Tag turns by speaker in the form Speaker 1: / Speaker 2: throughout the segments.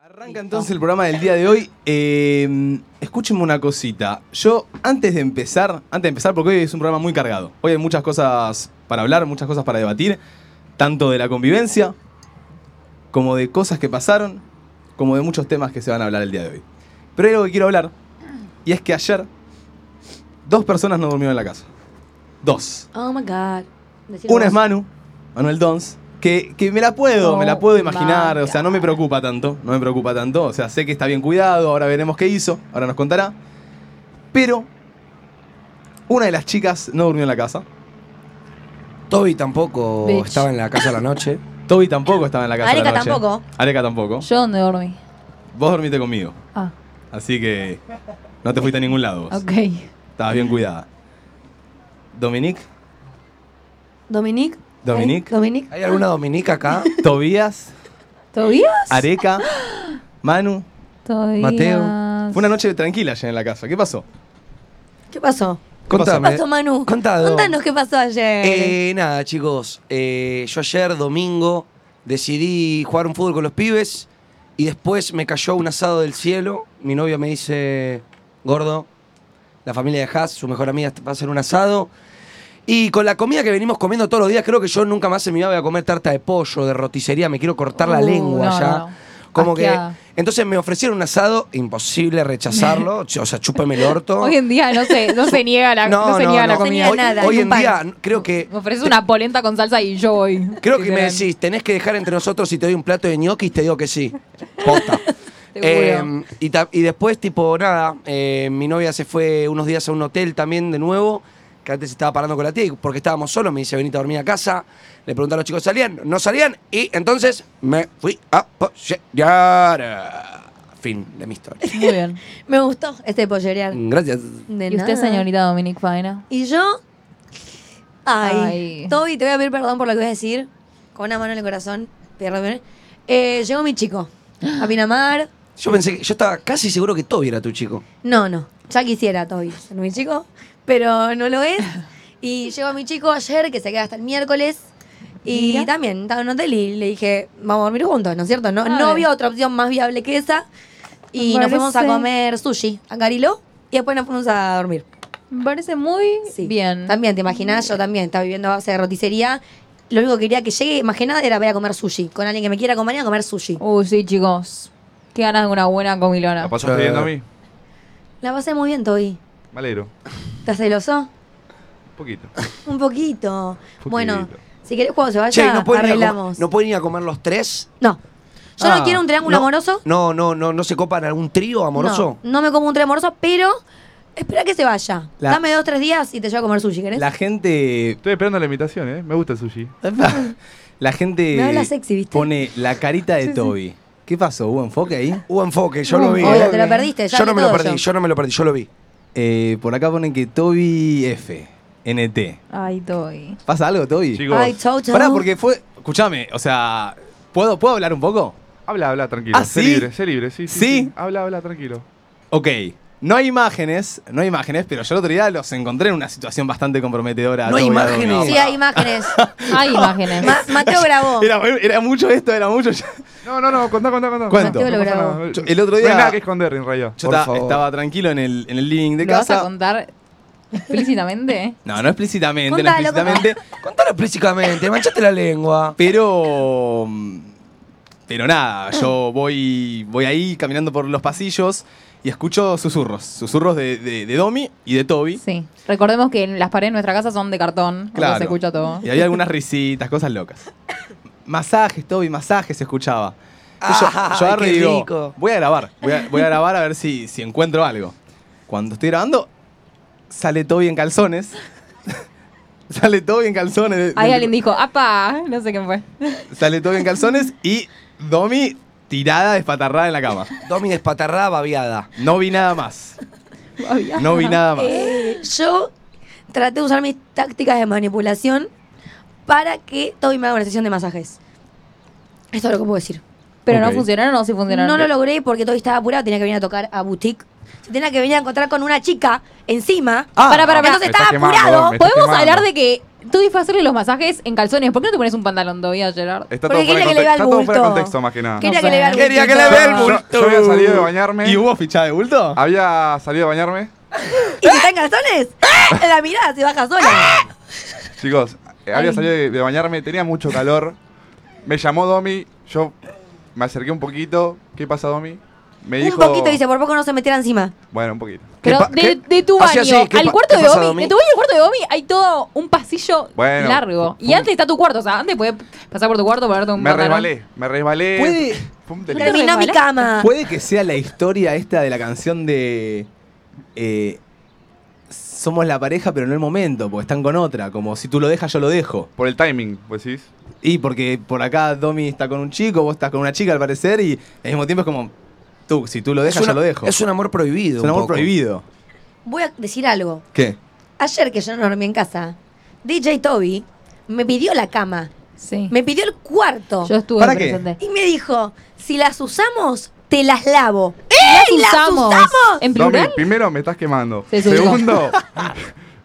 Speaker 1: Arranca entonces el programa del día de hoy. Eh, escúchenme una cosita. Yo, antes de empezar, antes de empezar, porque hoy es un programa muy cargado. Hoy hay muchas cosas para hablar, muchas cosas para debatir, tanto de la convivencia, como de cosas que pasaron, como de muchos temas que se van a hablar el día de hoy. Pero hay algo que quiero hablar, y es que ayer dos personas no durmieron en la casa. Dos.
Speaker 2: Oh my god. Decilo
Speaker 1: Una es
Speaker 2: vos.
Speaker 1: Manu, Manuel Dons, que, que me la puedo,
Speaker 2: Oh
Speaker 1: me la puedo
Speaker 2: my
Speaker 1: imaginar, o sea, no me
Speaker 2: God.
Speaker 1: preocupa tanto, no me preocupa tanto, o sea, sé que está bien cuidado, ahora veremos qué hizo, ahora nos contará. Pero una de las chicas no durmió en la casa,
Speaker 3: Toby tampoco
Speaker 2: Bitch.
Speaker 3: estaba en la casa a la noche.
Speaker 1: Toby tampoco estaba en la casa. a la
Speaker 2: Areca
Speaker 1: noche.
Speaker 2: tampoco.
Speaker 1: Areca tampoco.
Speaker 4: ¿Yo dónde dormí?
Speaker 1: Vos dormiste conmigo,
Speaker 4: Ah,
Speaker 1: así que no te fuiste a ningún lado. vos.
Speaker 4: ok.
Speaker 1: Estabas bien cuidada. Dominique,
Speaker 2: Dominique.
Speaker 1: Dominique.
Speaker 2: ¿Eh? Dominique.
Speaker 3: ¿Hay alguna dominica acá?
Speaker 1: Tobías,
Speaker 4: ¿Tobías?
Speaker 1: Areca, Manu.
Speaker 4: Tobías.
Speaker 3: Mateo.
Speaker 1: Fue una noche tranquila ayer en la casa. ¿Qué pasó?
Speaker 2: ¿Qué pasó? ¿Qué
Speaker 3: Contame.
Speaker 2: pasó, Manu?
Speaker 3: Contado.
Speaker 2: Contanos qué pasó ayer.
Speaker 3: Eh, nada, chicos. eh, yo ayer, domingo, decidí jugar un fútbol con los pibes y después me cayó un asado del cielo. Mi novia me dice, gordo, la familia de Haas, su mejor amiga, va a hacer un asado. Y con la comida que venimos comiendo todos los días, creo que yo nunca más en mi vida voy a comer tarta de pollo, de roticería, me quiero cortar la
Speaker 4: Uh,
Speaker 3: lengua
Speaker 4: no,
Speaker 3: ya.
Speaker 4: no.
Speaker 3: Como
Speaker 4: Asqueada.
Speaker 3: que. Entonces me ofrecieron un asado, imposible rechazarlo. ch- o sea, chúpeme el orto.
Speaker 4: Hoy en día no se, no se niega la, no se niega la
Speaker 2: no.
Speaker 4: comida.
Speaker 2: niega
Speaker 3: Hoy,
Speaker 2: nada,
Speaker 3: hoy
Speaker 2: ni un
Speaker 3: en
Speaker 2: pan.
Speaker 3: día n- creo que.
Speaker 4: Me ofrece una polenta con salsa y yo voy.
Speaker 3: Creo que me
Speaker 4: Literal.
Speaker 3: decís, tenés que dejar entre nosotros si te doy un plato de ñoquis, te digo que sí. Posta.
Speaker 4: Seguro.
Speaker 3: Eh, y, ta- y después, tipo, nada, eh, mi novia se fue unos días a un hotel también de nuevo, que antes estaba parando con la tía, y porque estábamos solos, me dice, venite a dormir a casa. Le pregunté a los chicos, ¿salían? No salían, y entonces me fui a pollerear. Fin de mi historia.
Speaker 4: Muy bien.
Speaker 2: Me gustó este pollerear.
Speaker 3: Gracias.
Speaker 2: De
Speaker 4: ¿Y usted,
Speaker 2: nada.
Speaker 4: señorita Dominique Faina?
Speaker 2: Y yo. Ay,
Speaker 4: Ay.
Speaker 2: Toby, te voy a pedir perdón por lo que voy a decir. Con una mano en el corazón. Perdón. Eh, llegó mi chico. A Pinamar.
Speaker 3: Yo pensé que, yo estaba casi seguro que Toby era tu chico.
Speaker 2: No, no. Ya quisiera Toby ser mi chico. Pero no lo es. Y llegó mi chico ayer, que se queda hasta el miércoles. Y
Speaker 4: Mira.
Speaker 2: también estaba en un hotel y le dije, vamos a dormir juntos, ¿no es cierto? No,
Speaker 4: A
Speaker 2: no
Speaker 4: ver.
Speaker 2: había otra opción más viable que esa. Y
Speaker 4: Me
Speaker 2: nos fuimos a
Speaker 4: parece-
Speaker 2: comer sushi a Cariló y después nos fuimos a dormir.
Speaker 4: Me parece muy
Speaker 2: Sí.
Speaker 4: bien.
Speaker 2: También, ¿te imaginas? Yo también estaba viviendo a base de roticería. Lo único que quería que llegue, más que nada, era ver a comer sushi. Con alguien que me quiera acompañar a comer sushi.
Speaker 4: Uy, Uh, sí, chicos. Qué ganas de una buena comilona.
Speaker 5: ¿La
Speaker 1: Eh,
Speaker 5: pasaste bien a mí?
Speaker 2: La pasé muy bien, Toby.
Speaker 5: Me alegro.
Speaker 2: ¿Estás celoso?
Speaker 5: Un poquito.
Speaker 2: Un poquito.
Speaker 5: Poquito.
Speaker 2: Bueno, si querés cuando se vaya,
Speaker 3: Che, ¿no pueden, ir a, com-
Speaker 2: arreglamos.
Speaker 3: ¿no pueden ir a comer los tres?
Speaker 2: No. Yo
Speaker 3: Ah,
Speaker 2: no quiero un triángulo
Speaker 3: no,
Speaker 2: amoroso.
Speaker 3: No, no, no, no se copan algún trío amoroso.
Speaker 2: No, no me como un triángulo amoroso, pero espera que se vaya.
Speaker 1: La-
Speaker 2: Dame dos, tres días y te llevo a comer sushi, ¿querés?
Speaker 1: La gente
Speaker 5: Estoy esperando la invitación, ¿eh? Me gusta el sushi.
Speaker 1: La gente
Speaker 2: Me habla sexy, ¿viste?
Speaker 1: pone la carita de Toby. ¿Qué pasó? ¿Hubo enfoque ahí?
Speaker 3: Hubo enfoque, yo
Speaker 4: Hubo
Speaker 3: lo vi. ¿eh?
Speaker 4: enfoque.
Speaker 2: Obvio, te lo perdiste, ya
Speaker 3: Yo no
Speaker 2: vi
Speaker 3: me lo
Speaker 2: todo
Speaker 3: perdí,
Speaker 2: yo.
Speaker 3: yo. no me lo perdí, yo lo vi.
Speaker 1: Eh, por acá ponen que Toby F, NT.
Speaker 4: Ay, Toby.
Speaker 1: ¿Pasa algo, Toby?
Speaker 5: Chicos,
Speaker 2: Ay, chau, chau.
Speaker 1: Pará, porque fue... Escuchame, o sea... ¿puedo, ¿Puedo hablar un poco?
Speaker 5: habla, habla, tranquilo.
Speaker 1: ¿Ah,
Speaker 5: sé
Speaker 1: sí?
Speaker 5: libre, sé libre, sí, sí,
Speaker 1: ¿Sí?
Speaker 5: sí. Habla, habla, tranquilo.
Speaker 1: Ok. No hay imágenes, no hay imágenes, pero yo el otro día los encontré en una situación bastante comprometedora.
Speaker 3: No hay
Speaker 1: Toby, algo
Speaker 3: imágenes.
Speaker 1: que-
Speaker 2: Sí, hay imágenes.
Speaker 4: Hay imágenes.
Speaker 2: Ma- Mateo grabó.
Speaker 1: Era, era mucho esto, era mucho. Yo,
Speaker 5: No, no, no, contá, contá, contá.
Speaker 1: ¿Cuánto?
Speaker 2: Mateo lo
Speaker 5: No pasa
Speaker 2: grabó.
Speaker 5: nada.
Speaker 1: Yo- el otro día-
Speaker 5: No hay nada que esconder, en realidad.
Speaker 1: yo
Speaker 3: Por
Speaker 1: estaba,
Speaker 3: favor.
Speaker 1: estaba tranquilo en el, en el living de
Speaker 4: ¿Lo vas a
Speaker 1: casa.
Speaker 4: contar explícitamente?
Speaker 1: No, no explícitamente,
Speaker 2: Contalo,
Speaker 1: no explícitamente.
Speaker 3: Contalo explícitamente, manchate la lengua.
Speaker 1: Pero. mm, Pero nada, yo voy, voy ahí caminando por los pasillos y escucho susurros. Susurros de, de- de Domi y de Toby.
Speaker 4: Sí. Recordemos que las paredes de nuestra casa son de cartón. Claro.
Speaker 1: Claro.
Speaker 4: Se escucha todo.
Speaker 1: Y había algunas risitas, cosas locas. Masajes, Toby, masajes se escuchaba. Entonces yo,
Speaker 3: Ah,
Speaker 1: yo agarro
Speaker 3: qué
Speaker 1: y digo,
Speaker 3: rico.
Speaker 1: voy a grabar, voy a, voy a grabar a ver si, si encuentro algo. Cuando estoy grabando, sale Toby en calzones. sale Toby en calzones. de-
Speaker 4: Ahí
Speaker 1: del-
Speaker 4: alguien dijo, ¡apa! No sé qué fue.
Speaker 1: Sale Toby en calzones y Domi tirada, despatarrada en la cama.
Speaker 3: Domi despatarrada, babiada.
Speaker 1: No vi nada más.
Speaker 4: Había-
Speaker 1: No vi nada más.
Speaker 2: Eh, yo traté de usar mis tácticas de manipulación para que Toby me haga una sesión de masajes. Esto es lo que puedo decir.
Speaker 4: Pero
Speaker 1: Ok.
Speaker 4: no funcionaron o sí funcionaron.
Speaker 2: No lo logré porque Toby estaba apurado, tenía que venir a tocar a boutique. Se tenía que venir a encontrar con una chica encima.
Speaker 3: Ah,
Speaker 4: Para, para, para.
Speaker 2: Entonces
Speaker 5: me está
Speaker 2: estaba
Speaker 5: quemando,
Speaker 2: apurado.
Speaker 5: Dom, me está
Speaker 4: Podemos
Speaker 5: quemando.
Speaker 4: hablar de que tú disfrazarle los masajes en calzones. ¿Por qué no te pones un pantalón todavía, Gerard?
Speaker 2: Porque
Speaker 5: Está todo fuera
Speaker 2: quería que
Speaker 5: de
Speaker 2: le vea el
Speaker 5: contexto. Está todo fuera de
Speaker 2: bulto.
Speaker 5: contexto, más que nada.
Speaker 2: Quería
Speaker 4: No
Speaker 2: que
Speaker 4: sé.
Speaker 2: le vea el
Speaker 3: Quería que
Speaker 2: bultito.
Speaker 3: le vea el
Speaker 5: Yo, yo había salido de bañarme.
Speaker 1: ¿Y hubo ficha de bulto?
Speaker 5: Había salido a bañarme.
Speaker 2: ¿Y si está en calzones? La mirada se baja sola.
Speaker 5: Chicos, eh, había salido de, de bañarme, tenía mucho calor. Me llamó Domi, yo me acerqué un poquito. ¿Qué pasa, Domi? Me dijo.
Speaker 2: Un poquito dice, por poco no se metiera encima.
Speaker 5: Bueno, un poquito.
Speaker 4: Pero
Speaker 3: pa-
Speaker 4: de,
Speaker 3: qué-
Speaker 4: de tu
Speaker 5: Ah,
Speaker 3: Hacía
Speaker 4: baño
Speaker 3: así, ¿qué
Speaker 4: al
Speaker 3: pa-
Speaker 4: cuarto
Speaker 3: qué
Speaker 4: de
Speaker 3: pasa,
Speaker 4: Omi,
Speaker 3: Domi?
Speaker 4: de tu baño al cuarto de Omi hay todo un pasillo
Speaker 5: Bueno,
Speaker 4: largo.
Speaker 5: fue-
Speaker 4: Y antes está tu cuarto, o sea, antes puedes pasar por tu cuarto, ponerte un
Speaker 5: Me
Speaker 4: pantalón.
Speaker 5: resbalé, me resbalé.
Speaker 1: ¿Puede,
Speaker 5: Fue un
Speaker 4: ¿Te
Speaker 5: delirio.
Speaker 2: Terminó mi
Speaker 4: resbalaste?
Speaker 2: cama.
Speaker 1: puede que sea la historia esta de la canción de. eh, somos la pareja, pero no el momento, porque están con otra. Como si tú lo dejas, yo lo dejo.
Speaker 5: Por el timing, pues sí.
Speaker 1: Y porque por acá Domi está con un chico, vos estás con una chica al parecer, y al mismo tiempo es como. Tú, si tú lo dejas,
Speaker 3: es, una-
Speaker 1: yo lo dejo.
Speaker 3: es un amor prohibido.
Speaker 1: Es un amor
Speaker 3: poco.
Speaker 1: prohibido.
Speaker 2: Voy a decir algo.
Speaker 1: ¿Qué?
Speaker 2: Ayer que yo no dormí en casa, DJ Toby me pidió la cama.
Speaker 4: Sí.
Speaker 2: Me pidió el cuarto.
Speaker 4: Yo estuve
Speaker 1: ¿Para qué?
Speaker 4: presente.
Speaker 2: Y me dijo, si las usamos, te las lavo.
Speaker 4: ¿Las
Speaker 2: ¡Y las
Speaker 4: usamos?
Speaker 2: usamos!
Speaker 4: ¿En
Speaker 5: Domi,
Speaker 4: plural?
Speaker 5: primero me estás quemando.
Speaker 4: Se subió.
Speaker 5: Segundo,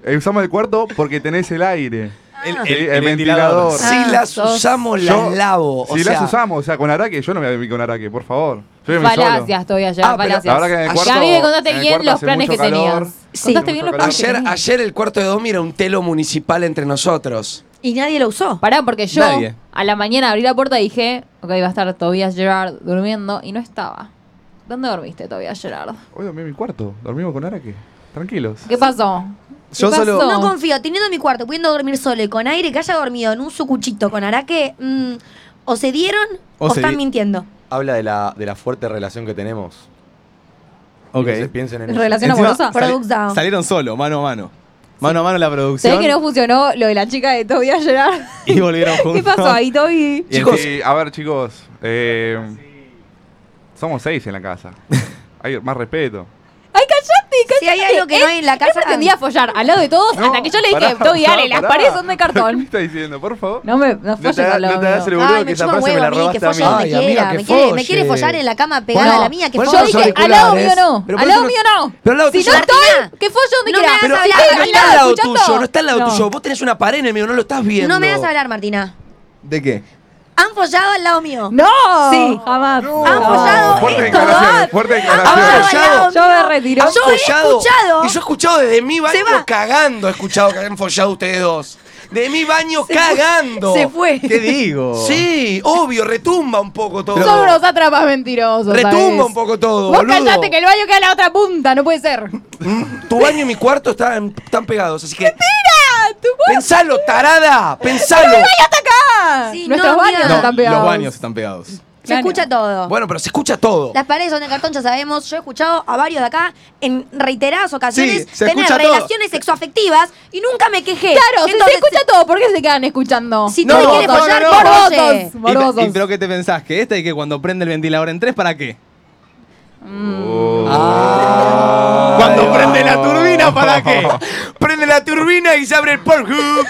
Speaker 5: eh, usamos el cuarto porque tenés el aire.
Speaker 1: El,
Speaker 5: Sí, el ventilador.
Speaker 3: Si
Speaker 4: Ah,
Speaker 3: las
Speaker 4: sos-
Speaker 3: usamos,
Speaker 5: Yo-
Speaker 3: las lavo. o
Speaker 5: si las
Speaker 3: sea,
Speaker 5: usamos, o sea, con Araque, yo no me voy a vivir con Araque, por favor. Yo voy a vivir solo.
Speaker 4: Palacias todavía, Gerard,
Speaker 3: Ah, pero-
Speaker 4: palacias.
Speaker 5: La verdad que en el cuarto-
Speaker 4: ya vi que contaste
Speaker 5: en el
Speaker 4: bien
Speaker 5: cuarto
Speaker 4: los
Speaker 5: hace
Speaker 4: planes que
Speaker 5: mucho calor.
Speaker 4: tenías.
Speaker 5: Sí.
Speaker 4: Contaste
Speaker 5: Mucho
Speaker 4: bien los
Speaker 5: calor.
Speaker 4: planes que
Speaker 3: Ayer,
Speaker 4: tenías.
Speaker 3: ayer el cuarto de Domi era un telo municipal entre nosotros.
Speaker 2: Y nadie lo usó.
Speaker 4: Pará, porque yo
Speaker 1: Nadie.
Speaker 4: a la mañana abrí la puerta y dije, ok, va a estar Tobias Gerard durmiendo y no estaba. ¿Dónde dormiste, Tobias Gerard?
Speaker 5: Hoy dormí en mi cuarto, dormimos con Araque. Tranquilos.
Speaker 4: ¿Qué pasó? ¿Qué
Speaker 1: Yo solo-
Speaker 4: pasó?
Speaker 2: No confío, teniendo mi cuarto, pudiendo dormir solo y con aire, que haya dormido en un sucuchito con araque, mm, o se dieron
Speaker 1: O
Speaker 2: o,
Speaker 1: se
Speaker 2: están
Speaker 1: di-
Speaker 2: mintiendo.
Speaker 6: Habla de la, de la fuerte relación que tenemos.
Speaker 1: Ok.
Speaker 6: Entonces, piensen en eso.
Speaker 4: Relación
Speaker 1: Encima,
Speaker 4: amorosa.
Speaker 1: sali-
Speaker 2: Product down.
Speaker 1: salieron solo, mano a mano. Mano a mano la
Speaker 4: ¿Sabés
Speaker 1: producción.
Speaker 4: que no funcionó lo de la chica de Tobias Gerard?
Speaker 1: Y volvieron juntos.
Speaker 4: ¿Qué pasó ahí, Toby?
Speaker 1: Y el
Speaker 5: Chicos,
Speaker 1: que-
Speaker 5: a ver, chicos. eh, somos seis en la casa. Hay más respeto.
Speaker 4: ¡Ay, callate! callate.
Speaker 2: Si hay algo que no hay en la
Speaker 4: Él
Speaker 2: casa-
Speaker 4: pretendía follar al lado de todos
Speaker 5: No,
Speaker 4: hasta que yo le dije,
Speaker 5: pará,
Speaker 4: Toby, dale,
Speaker 5: pará,
Speaker 4: las
Speaker 5: pará.
Speaker 4: paredes son de
Speaker 5: ¿Qué
Speaker 4: cartón.
Speaker 5: estás diciendo? Por favor.
Speaker 4: No me no folles al lado mío.
Speaker 5: el
Speaker 2: Ay, me chupa un huevo a mí, que folle
Speaker 3: mí.
Speaker 2: donde
Speaker 3: Ay,
Speaker 2: quiera.
Speaker 3: amiga, que
Speaker 2: me, quiere, me
Speaker 3: folle.
Speaker 2: quiere follar en la cama pegada
Speaker 4: No,
Speaker 2: a la mía, que
Speaker 3: por
Speaker 2: folle.
Speaker 3: eso
Speaker 4: Yo dije,
Speaker 3: los
Speaker 4: al lado mío
Speaker 3: auriculares.
Speaker 4: no,
Speaker 3: Pero
Speaker 4: al
Speaker 3: por
Speaker 4: lado
Speaker 3: eso no-
Speaker 4: mío no.
Speaker 3: Pero al lado
Speaker 4: si
Speaker 3: tuyo
Speaker 4: yo
Speaker 3: no.
Speaker 4: estoy, que folle donde
Speaker 2: No
Speaker 4: quiera.
Speaker 2: me
Speaker 3: Pero
Speaker 2: vas a
Speaker 4: Si
Speaker 3: no
Speaker 2: hablar,
Speaker 4: estoy
Speaker 2: Martina.
Speaker 3: está
Speaker 4: al
Speaker 3: al lado
Speaker 4: escuchando.
Speaker 3: tuyo, no está al lado
Speaker 4: No.
Speaker 3: tuyo. Vos tenés una pared enemigo, no lo estás viendo.
Speaker 2: No me vas a hablar, Martina.
Speaker 1: ¿De qué?
Speaker 2: Han follado al lado mío.
Speaker 4: No.
Speaker 2: Sí.
Speaker 4: Jamás.
Speaker 5: No.
Speaker 2: Han follado
Speaker 5: pues Fuerte
Speaker 2: estos
Speaker 5: declaración,
Speaker 2: dos.
Speaker 5: fuerte
Speaker 2: Han
Speaker 5: declaración.
Speaker 2: follado
Speaker 3: Follado.
Speaker 2: al lado
Speaker 4: Yo
Speaker 2: mío.
Speaker 4: me retiro.
Speaker 2: Han Ah, Yo he
Speaker 3: follado.
Speaker 2: escuchado.
Speaker 3: Y yo he escuchado desde mi baño
Speaker 2: va.
Speaker 3: cagando. He escuchado que han follado ustedes dos. De mi baño cagando.
Speaker 2: Se fue.
Speaker 1: ¿Qué digo?
Speaker 3: Sí, obvio, retumba un poco todo.
Speaker 4: Son unos atrapas mentirosos.
Speaker 3: retumba
Speaker 4: ¿sabes?
Speaker 3: un poco todo.
Speaker 4: Vos
Speaker 3: boludo.
Speaker 4: callate que el baño queda en la otra punta, no puede ser.
Speaker 3: Mm, Tu baño y mi cuarto están, están pegados, así que.
Speaker 4: ¡Mira! ¡Tu baño
Speaker 3: Pensalo, tarada. Pensalo.
Speaker 4: está acá!
Speaker 2: Sí,
Speaker 4: Nuestros
Speaker 2: no,
Speaker 4: baños
Speaker 2: mira.
Speaker 1: No,
Speaker 4: están pegados.
Speaker 1: los baños están pegados.
Speaker 2: Se escucha todo.
Speaker 3: Bueno, pero se escucha todo.
Speaker 2: Las paredes son de cartón, ya sabemos. Yo he escuchado a varios de acá en reiteradas ocasiones
Speaker 1: Sí, se
Speaker 2: tener
Speaker 1: escucha todo.
Speaker 2: relaciones sexoafectivas y nunca me quejé.
Speaker 4: Claro, si se
Speaker 2: Entonces,
Speaker 4: escucha todo, ¿por qué se quedan escuchando?
Speaker 2: Si
Speaker 1: No,
Speaker 2: no, quiere
Speaker 1: no,
Speaker 2: follar,
Speaker 1: no,
Speaker 2: que
Speaker 1: no.
Speaker 2: folle.
Speaker 4: Morosos.
Speaker 1: Y,
Speaker 4: Morosos.
Speaker 1: pe- y pero qué te pensás? ¿Que esta y que cuando prende el ventilador en tres, para qué?
Speaker 4: Mm.
Speaker 1: Ah. Cuando prende la turbina, ¿para qué?
Speaker 3: Prende la turbina y se abre el Pornhub.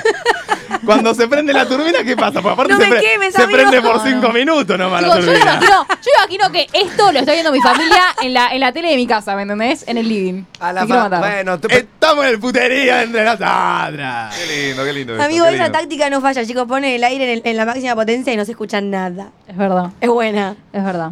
Speaker 1: Cuando se prende la turbina, ¿qué pasa? Porque aparte
Speaker 2: No
Speaker 1: se,
Speaker 2: me
Speaker 1: pre-
Speaker 2: quemes,
Speaker 1: se
Speaker 2: amigo.
Speaker 1: prende por
Speaker 2: No,
Speaker 1: cinco
Speaker 2: no.
Speaker 1: minutos nomás
Speaker 4: Digo,
Speaker 1: la
Speaker 4: yo, me
Speaker 1: turbina.
Speaker 4: imagino, yo imagino que esto lo está viendo mi familia en la, en la tele de mi casa, ¿me entendés? En el living.
Speaker 3: A
Speaker 4: Me
Speaker 3: la
Speaker 4: quiero
Speaker 3: fa-
Speaker 4: matar.
Speaker 3: Bueno, te-
Speaker 1: Estamos en el putería entre las otras.
Speaker 5: Qué lindo, qué lindo. eso,
Speaker 2: Amigo,
Speaker 5: qué
Speaker 2: esa
Speaker 5: lindo.
Speaker 2: táctica no falla, chicos. Pone el aire en, el- en la máxima potencia y no se escucha nada.
Speaker 4: Es verdad,
Speaker 2: Es buena.
Speaker 4: es verdad.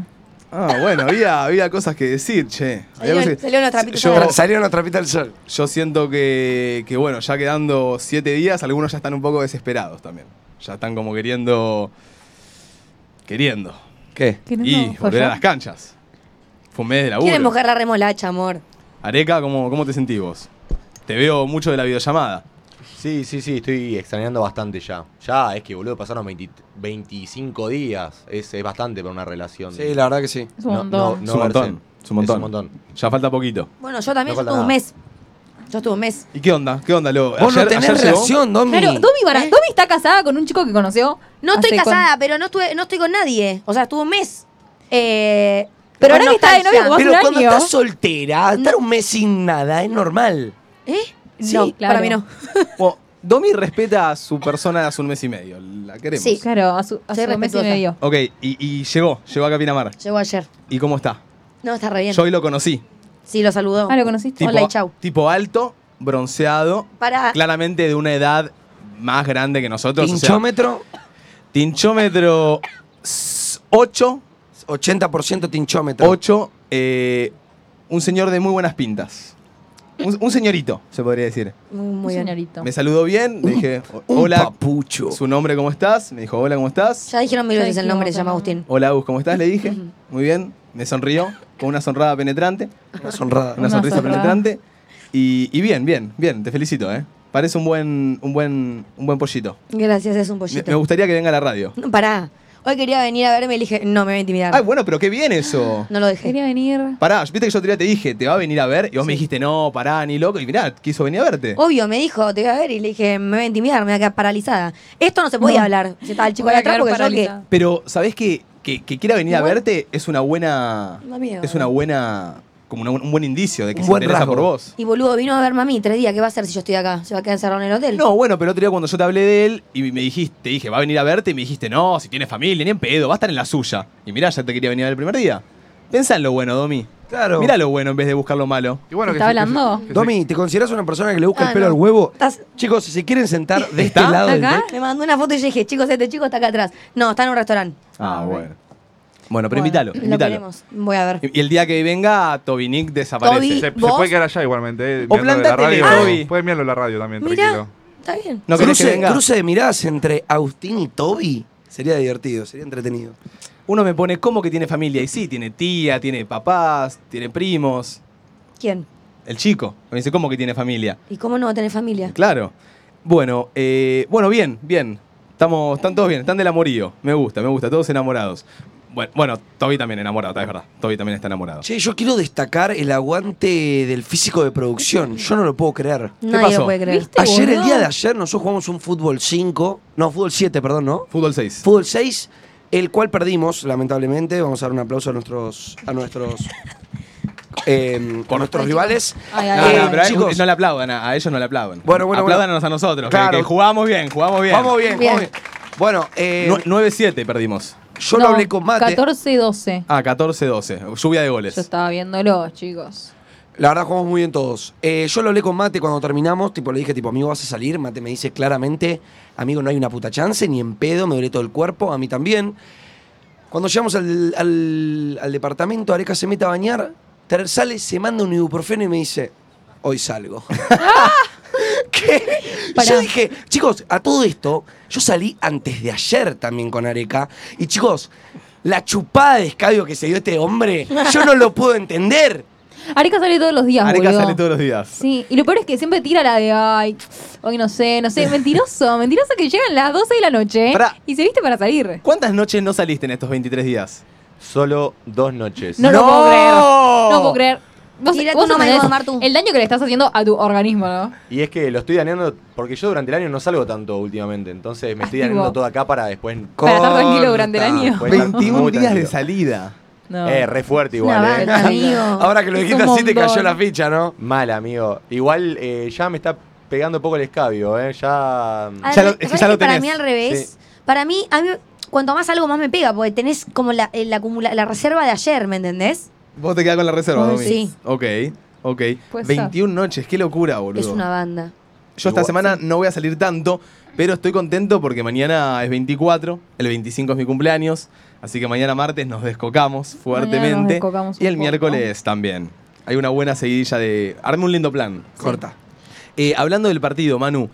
Speaker 1: Ah, bueno, había, había cosas que decir, che. Había
Speaker 2: Salieron-
Speaker 1: cosas que-
Speaker 2: salieron los trapitos
Speaker 1: Yo-
Speaker 2: a la
Speaker 3: tra- salieron a trapita al sol.
Speaker 1: Yo siento que, que, bueno, ya quedando siete días, algunos ya están un poco desesperados también. Ya están como queriendo. Queriendo.
Speaker 3: ¿Qué?
Speaker 1: Y volver a las canchas. Fumé de laburo.
Speaker 2: Quieren mojar la remolacha, amor.
Speaker 1: Areca, ¿cómo, ¿cómo te sentís vos? Te veo mucho de la videollamada.
Speaker 6: Sí, sí, sí, estoy extrañando bastante ya. Ya, es que, boludo, pasaron 20 25 días. Es, es bastante para una relación.
Speaker 3: Sí, la verdad que sí.
Speaker 4: Es un montón.
Speaker 1: Es un
Speaker 6: verse.
Speaker 1: montón, es un montón.
Speaker 6: Es un montón.
Speaker 1: Ya falta poquito.
Speaker 2: Bueno, yo también,
Speaker 6: No
Speaker 2: yo
Speaker 6: falta
Speaker 2: estuve un
Speaker 6: nada.
Speaker 2: mes. Yo estuve un mes.
Speaker 1: ¿Y qué onda? ¿Qué onda, Lo?
Speaker 3: Vos no tenés relación, Domi.
Speaker 4: Claro, Domi, Bara- Domi está casada con un chico que conoció.
Speaker 2: No estoy
Speaker 4: hace con-
Speaker 2: casada, pero no, estuve, no estoy con nadie. O sea, estuve un mes. Eh,
Speaker 4: Pero
Speaker 2: con
Speaker 4: ahora que está de
Speaker 2: nostalgia.
Speaker 4: novio, vos-
Speaker 3: Pero
Speaker 4: un
Speaker 3: cuando
Speaker 4: año.
Speaker 3: estás soltera, estar un mes sin nada es normal.
Speaker 2: ¿Eh?
Speaker 4: Sí,
Speaker 2: no,
Speaker 4: claro.
Speaker 2: para mí no.
Speaker 1: Bueno, Domi respeta a su persona de hace un mes y medio. La queremos.
Speaker 2: Sí.
Speaker 4: Claro, a su, a
Speaker 2: Soy
Speaker 4: su mes y
Speaker 2: respetuosa.
Speaker 4: medio.
Speaker 1: Ok, y, y llegó, llegó acá a Pinamar.
Speaker 2: Llegó ayer.
Speaker 1: ¿Y cómo está?
Speaker 2: No, está re bien.
Speaker 1: Yo hoy lo conocí.
Speaker 2: Sí, lo saludó.
Speaker 4: Ah, ¿lo conociste?
Speaker 1: Tipo,
Speaker 2: Hola y chau.
Speaker 1: tipo alto, bronceado,
Speaker 2: Para.
Speaker 1: claramente de una edad más grande que nosotros. o sea,
Speaker 3: Tinchómetro,
Speaker 1: tinchómetro s- 8,
Speaker 3: 80% tinchómetro.
Speaker 1: 8, eh, un señor de muy buenas pintas. Un, un señorito, se podría decir.
Speaker 2: Muy,
Speaker 4: Un
Speaker 2: muy bien.
Speaker 4: señorito.
Speaker 1: Me saludó bien, le dije, "O-
Speaker 3: Un
Speaker 1: hola,
Speaker 3: papucho.
Speaker 1: su nombre, ¿cómo estás? Me dijo, hola, ¿cómo estás?
Speaker 2: Ya dijeron mil
Speaker 4: Ya
Speaker 2: veces el
Speaker 4: dijimos,
Speaker 2: nombre, se llama
Speaker 4: ¿no?
Speaker 2: Agustín.
Speaker 1: Hola, Agus, ¿cómo estás? Le dije, muy bien, me sonrió con una sonrada penetrante.
Speaker 3: Una sonrada.
Speaker 1: Una
Speaker 4: Una
Speaker 1: sonrisa
Speaker 4: sonrada.
Speaker 1: penetrante. Y, y bien, bien, bien, te felicito, ¿eh? Parece un buen, un buen, un buen pollito.
Speaker 2: Gracias, es un
Speaker 1: Me, me
Speaker 2: pollito.
Speaker 1: gustaría que venga a la radio.
Speaker 2: No, pará. Hoy quería venir a verme y le dije, no, me voy a intimidar.
Speaker 1: Ay, bueno, pero qué bien eso.
Speaker 2: no lo dejé.
Speaker 4: Quería venir.
Speaker 1: Pará, viste que yo otro día te dije, te va a venir a ver, y vos me dijiste, no, pará, ni loco, y mirá, quiso venir a verte.
Speaker 2: Obvio, me dijo, te voy a ver y le dije, me voy a intimidar, me voy a quedar paralizada. Esto no se podía hablar. Se estaba el chico
Speaker 4: Voy
Speaker 2: allá
Speaker 4: a
Speaker 2: atrás
Speaker 4: quedar
Speaker 2: porque yo que.
Speaker 4: paralizada.
Speaker 1: Pero, ¿sabés que, que, que quiera venir a verte es una buena.
Speaker 2: Una mierda.
Speaker 1: es una buena. como una bu- un buen indicio de que
Speaker 3: Un
Speaker 1: se
Speaker 3: buen
Speaker 1: interesa
Speaker 3: rasgo.
Speaker 1: por vos.
Speaker 2: Y boludo, vino a verme a mí tres días. ¿Qué va a hacer si yo estoy acá? ¿Se va a quedar encerrado en el hotel?
Speaker 1: No, bueno, pero el otro día cuando yo te hablé de él y me dijiste, te dije, va a venir a verte, y me dijiste, no, si tiene familia, ni en pedo, va a estar en la suya. Y mirá, ya te quería venir a ver el primer día. Pensá en lo bueno, Domi.
Speaker 3: Claro.
Speaker 1: Mirá lo bueno en vez de buscar lo malo.
Speaker 5: Y bueno,
Speaker 4: ¿Está
Speaker 5: se-
Speaker 4: hablando?
Speaker 5: se- que se-
Speaker 3: Domi, ¿te consideras una persona que le busca
Speaker 2: Ah,
Speaker 3: el pelo
Speaker 2: no.
Speaker 3: al huevo?
Speaker 2: Estás-
Speaker 3: Chicos, si se quieren sentar de
Speaker 1: ¿Está?
Speaker 3: este lado del
Speaker 4: ¿Acá?
Speaker 3: deck,
Speaker 2: Me mandó una foto y yo dije, chicos, este chico está acá atrás. No, está en un restaurante.
Speaker 1: Ah,
Speaker 4: Ah,
Speaker 1: bueno. Bueno, pero
Speaker 2: Bueno,
Speaker 1: invítalo,
Speaker 2: lo
Speaker 1: invítalo.
Speaker 2: queremos. Voy a ver.
Speaker 1: Y y el día que venga, Tobinic desaparece.
Speaker 5: se,
Speaker 2: Toby.
Speaker 5: se
Speaker 2: ¿Vos?
Speaker 5: puede quedar allá igualmente. eh,
Speaker 1: O
Speaker 5: mirando de la
Speaker 1: plantátele,
Speaker 5: radio.
Speaker 1: Toby.
Speaker 5: Puedes mirarlo en la radio también,
Speaker 2: Mirá,
Speaker 5: tranquilo.
Speaker 2: está bien.
Speaker 1: No querés que
Speaker 3: cruce,
Speaker 1: venga.
Speaker 3: cruce de miradas entre Agustín y Toby sería divertido, sería entretenido.
Speaker 1: Uno me pone como que tiene familia. Y sí, tiene tía, tiene papás, tiene primos.
Speaker 2: ¿Quién?
Speaker 1: El chico. Me dice, ¿cómo que tiene familia?
Speaker 2: ¿Y cómo no va a tener familia?
Speaker 1: Claro. Bueno, eh, bueno, bien, bien. Estamos, están todos bien, están del amorío. Me gusta, me gusta, todos enamorados. Bueno, bueno, Toby también enamorado, es verdad. Toby también está enamorado.
Speaker 3: Che, yo quiero destacar el aguante del físico de producción. Yo no lo puedo creer.
Speaker 2: Nadie
Speaker 1: pasó?
Speaker 2: lo puede creer.
Speaker 4: ¿Viste?
Speaker 3: Ayer, el
Speaker 4: boludo?
Speaker 3: día de ayer, nosotros jugamos un fútbol 5, no, fútbol 7, perdón, ¿no?
Speaker 1: Fútbol 6.
Speaker 3: Fútbol 6, el cual perdimos, lamentablemente. Vamos a dar un aplauso a nuestros. a nuestros. eh, a nuestros rivales.
Speaker 4: Ay,
Speaker 1: No,
Speaker 4: ay,
Speaker 1: no,
Speaker 4: ay.
Speaker 3: Eh,
Speaker 1: pero a-
Speaker 3: chicos.
Speaker 1: no le aplaudan, a, a ellos no le aplaudan.
Speaker 3: Bueno, bueno,
Speaker 1: Apládanos a nosotros, que-
Speaker 3: Claro.
Speaker 1: que, jugamos bien, jugamos bien.
Speaker 3: Vamos bien,
Speaker 2: Bien.
Speaker 3: vamos bien. Bueno, eh,
Speaker 1: Nue- 9-7 perdimos.
Speaker 3: yo
Speaker 4: No,
Speaker 3: lo hablé con Mate.
Speaker 4: 14-12.
Speaker 1: Ah, 14-12. Lluvia de goles.
Speaker 4: Yo estaba viéndolo, chicos.
Speaker 3: La verdad jugamos muy bien todos. Eh, yo lo hablé con Mate cuando terminamos, tipo le dije, tipo, amigo, vas a salir. Mate me dice claramente, amigo, no hay una puta chance, ni en pedo, me duele todo el cuerpo, a mí también. Cuando llegamos al, al- al departamento, Areca se mete a bañar, ter- sale, se manda un ibuprofeno y me dice, hoy salgo. ¿Qué?
Speaker 4: Pará.
Speaker 3: Yo dije, chicos, a todo esto, yo salí antes de ayer también con Areca. Y chicos, la chupada de escabio que se dio este hombre, yo no lo puedo entender.
Speaker 4: Arica sale todos los días,
Speaker 1: Areca
Speaker 4: boludo.
Speaker 1: sale todos los días.
Speaker 4: Sí, y lo peor es que siempre tira la de, ay, hoy no sé, no sé. Mentiroso, mentiroso que llegan las 12 de la noche
Speaker 1: Pará.
Speaker 4: y se viste para salir.
Speaker 1: ¿Cuántas noches no saliste en estos 23 días?
Speaker 6: Solo dos noches.
Speaker 4: No, lo
Speaker 1: ¡No!
Speaker 4: puedo creer. No puedo creer. Vos,
Speaker 2: Tira tu
Speaker 4: vos
Speaker 2: nombre,
Speaker 4: entendés
Speaker 2: Martu.
Speaker 4: el daño que le estás haciendo a tu organismo, ¿no?
Speaker 6: Y es que lo estoy dañando porque yo durante el año no salgo tanto últimamente. Entonces me estoy
Speaker 4: Ah,
Speaker 6: dañando
Speaker 4: tipo-
Speaker 6: todo acá para después.
Speaker 4: Para estar tranquilo durante el
Speaker 3: Corta.
Speaker 4: año.
Speaker 6: Puede estar muy tranquilo.
Speaker 1: salida.
Speaker 4: No.
Speaker 6: Eh, re fuerte
Speaker 2: Una
Speaker 6: igual, eh.
Speaker 2: banda, amigo.
Speaker 3: Ahora que lo
Speaker 4: Es
Speaker 3: dijiste
Speaker 4: un
Speaker 3: así te cayó
Speaker 4: bombón.
Speaker 3: la ficha, ¿no?
Speaker 6: Mal, amigo. Igual eh, ya me está pegando un poco el escabio, ¿eh? Ya.
Speaker 2: Al
Speaker 1: Ya lo-
Speaker 2: re-
Speaker 1: es que
Speaker 2: ¿sabes
Speaker 1: ya lo
Speaker 2: Para
Speaker 1: tenés.
Speaker 2: mí al revés.
Speaker 6: Sí.
Speaker 2: Para mí, a mí, cuanto más algo más me pega, porque tenés como la, el acumula- la reserva de ayer, ¿me entendés?
Speaker 1: Vos te quedás con la reserva,
Speaker 2: Ay,
Speaker 1: Domi.
Speaker 2: sí.
Speaker 1: Ok, ok.
Speaker 4: Puede ser.
Speaker 1: 21 noches, qué locura, boludo.
Speaker 2: Es una banda.
Speaker 1: Yo esta
Speaker 6: Igual.
Speaker 1: semana no voy a salir tanto, pero estoy contento porque mañana es 24, el 25 es mi cumpleaños, así que mañana martes nos descocamos fuertemente
Speaker 4: nos descocamos un
Speaker 1: y el
Speaker 4: poco.
Speaker 1: miércoles también. Hay una buena seguidilla de... Arme un lindo plan.
Speaker 3: Corta.
Speaker 1: Eh, hablando del partido, Manu.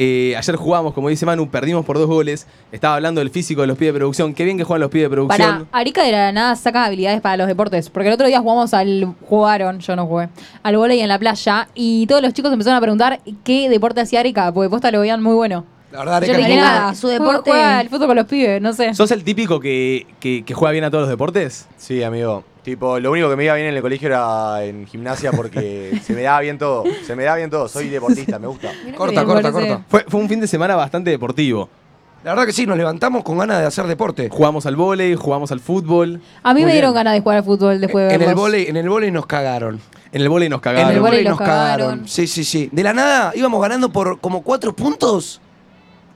Speaker 1: eh, ayer jugamos, como dice Manu, perdimos por dos goles. Estaba hablando del físico de los pies de producción. Qué bien que juegan los pies de
Speaker 4: Para,
Speaker 1: producción.
Speaker 4: Arica de la nada saca habilidades para los deportes. Porque el otro día jugamos al. Jugaron, yo no jugué. Al volei en la playa. Y todos los chicos empezaron a preguntar qué deporte hacía Arica. Porque posta lo veían muy bueno.
Speaker 3: La verdad,
Speaker 4: Yo
Speaker 3: Areca,
Speaker 4: le dije
Speaker 2: no-
Speaker 4: nada.
Speaker 2: Su
Speaker 4: Su
Speaker 2: deporte-
Speaker 4: deporte. el fútbol con los pibes, no sé.
Speaker 1: ¿Sos el típico que, que- que juega bien a todos los deportes?
Speaker 6: Sí, amigo. Tipo, lo único que me iba bien en el colegio era en gimnasia porque se me daba bien todo. Se me daba bien todo. Soy deportista, me gusta.
Speaker 3: corta,
Speaker 4: Me
Speaker 3: corta,
Speaker 4: parece.
Speaker 3: corta.
Speaker 1: Fue, fue un fin de semana bastante deportivo.
Speaker 3: La verdad que sí, nos levantamos con ganas de hacer deporte.
Speaker 1: Jugamos al vóley, jugamos al fútbol.
Speaker 4: A mí
Speaker 3: Muy
Speaker 4: me dieron
Speaker 3: bien.
Speaker 4: ganas de jugar al fútbol después de
Speaker 3: en el
Speaker 4: verlos.
Speaker 3: vóley, en el vóley nos cagaron.
Speaker 1: En el vóley nos
Speaker 3: En el
Speaker 1: cagaron.
Speaker 4: vóley
Speaker 3: vóley nos
Speaker 4: los
Speaker 3: cagaron.
Speaker 4: cagaron.
Speaker 3: Sí, sí, sí. De la nada íbamos ganando por como cuatro puntos.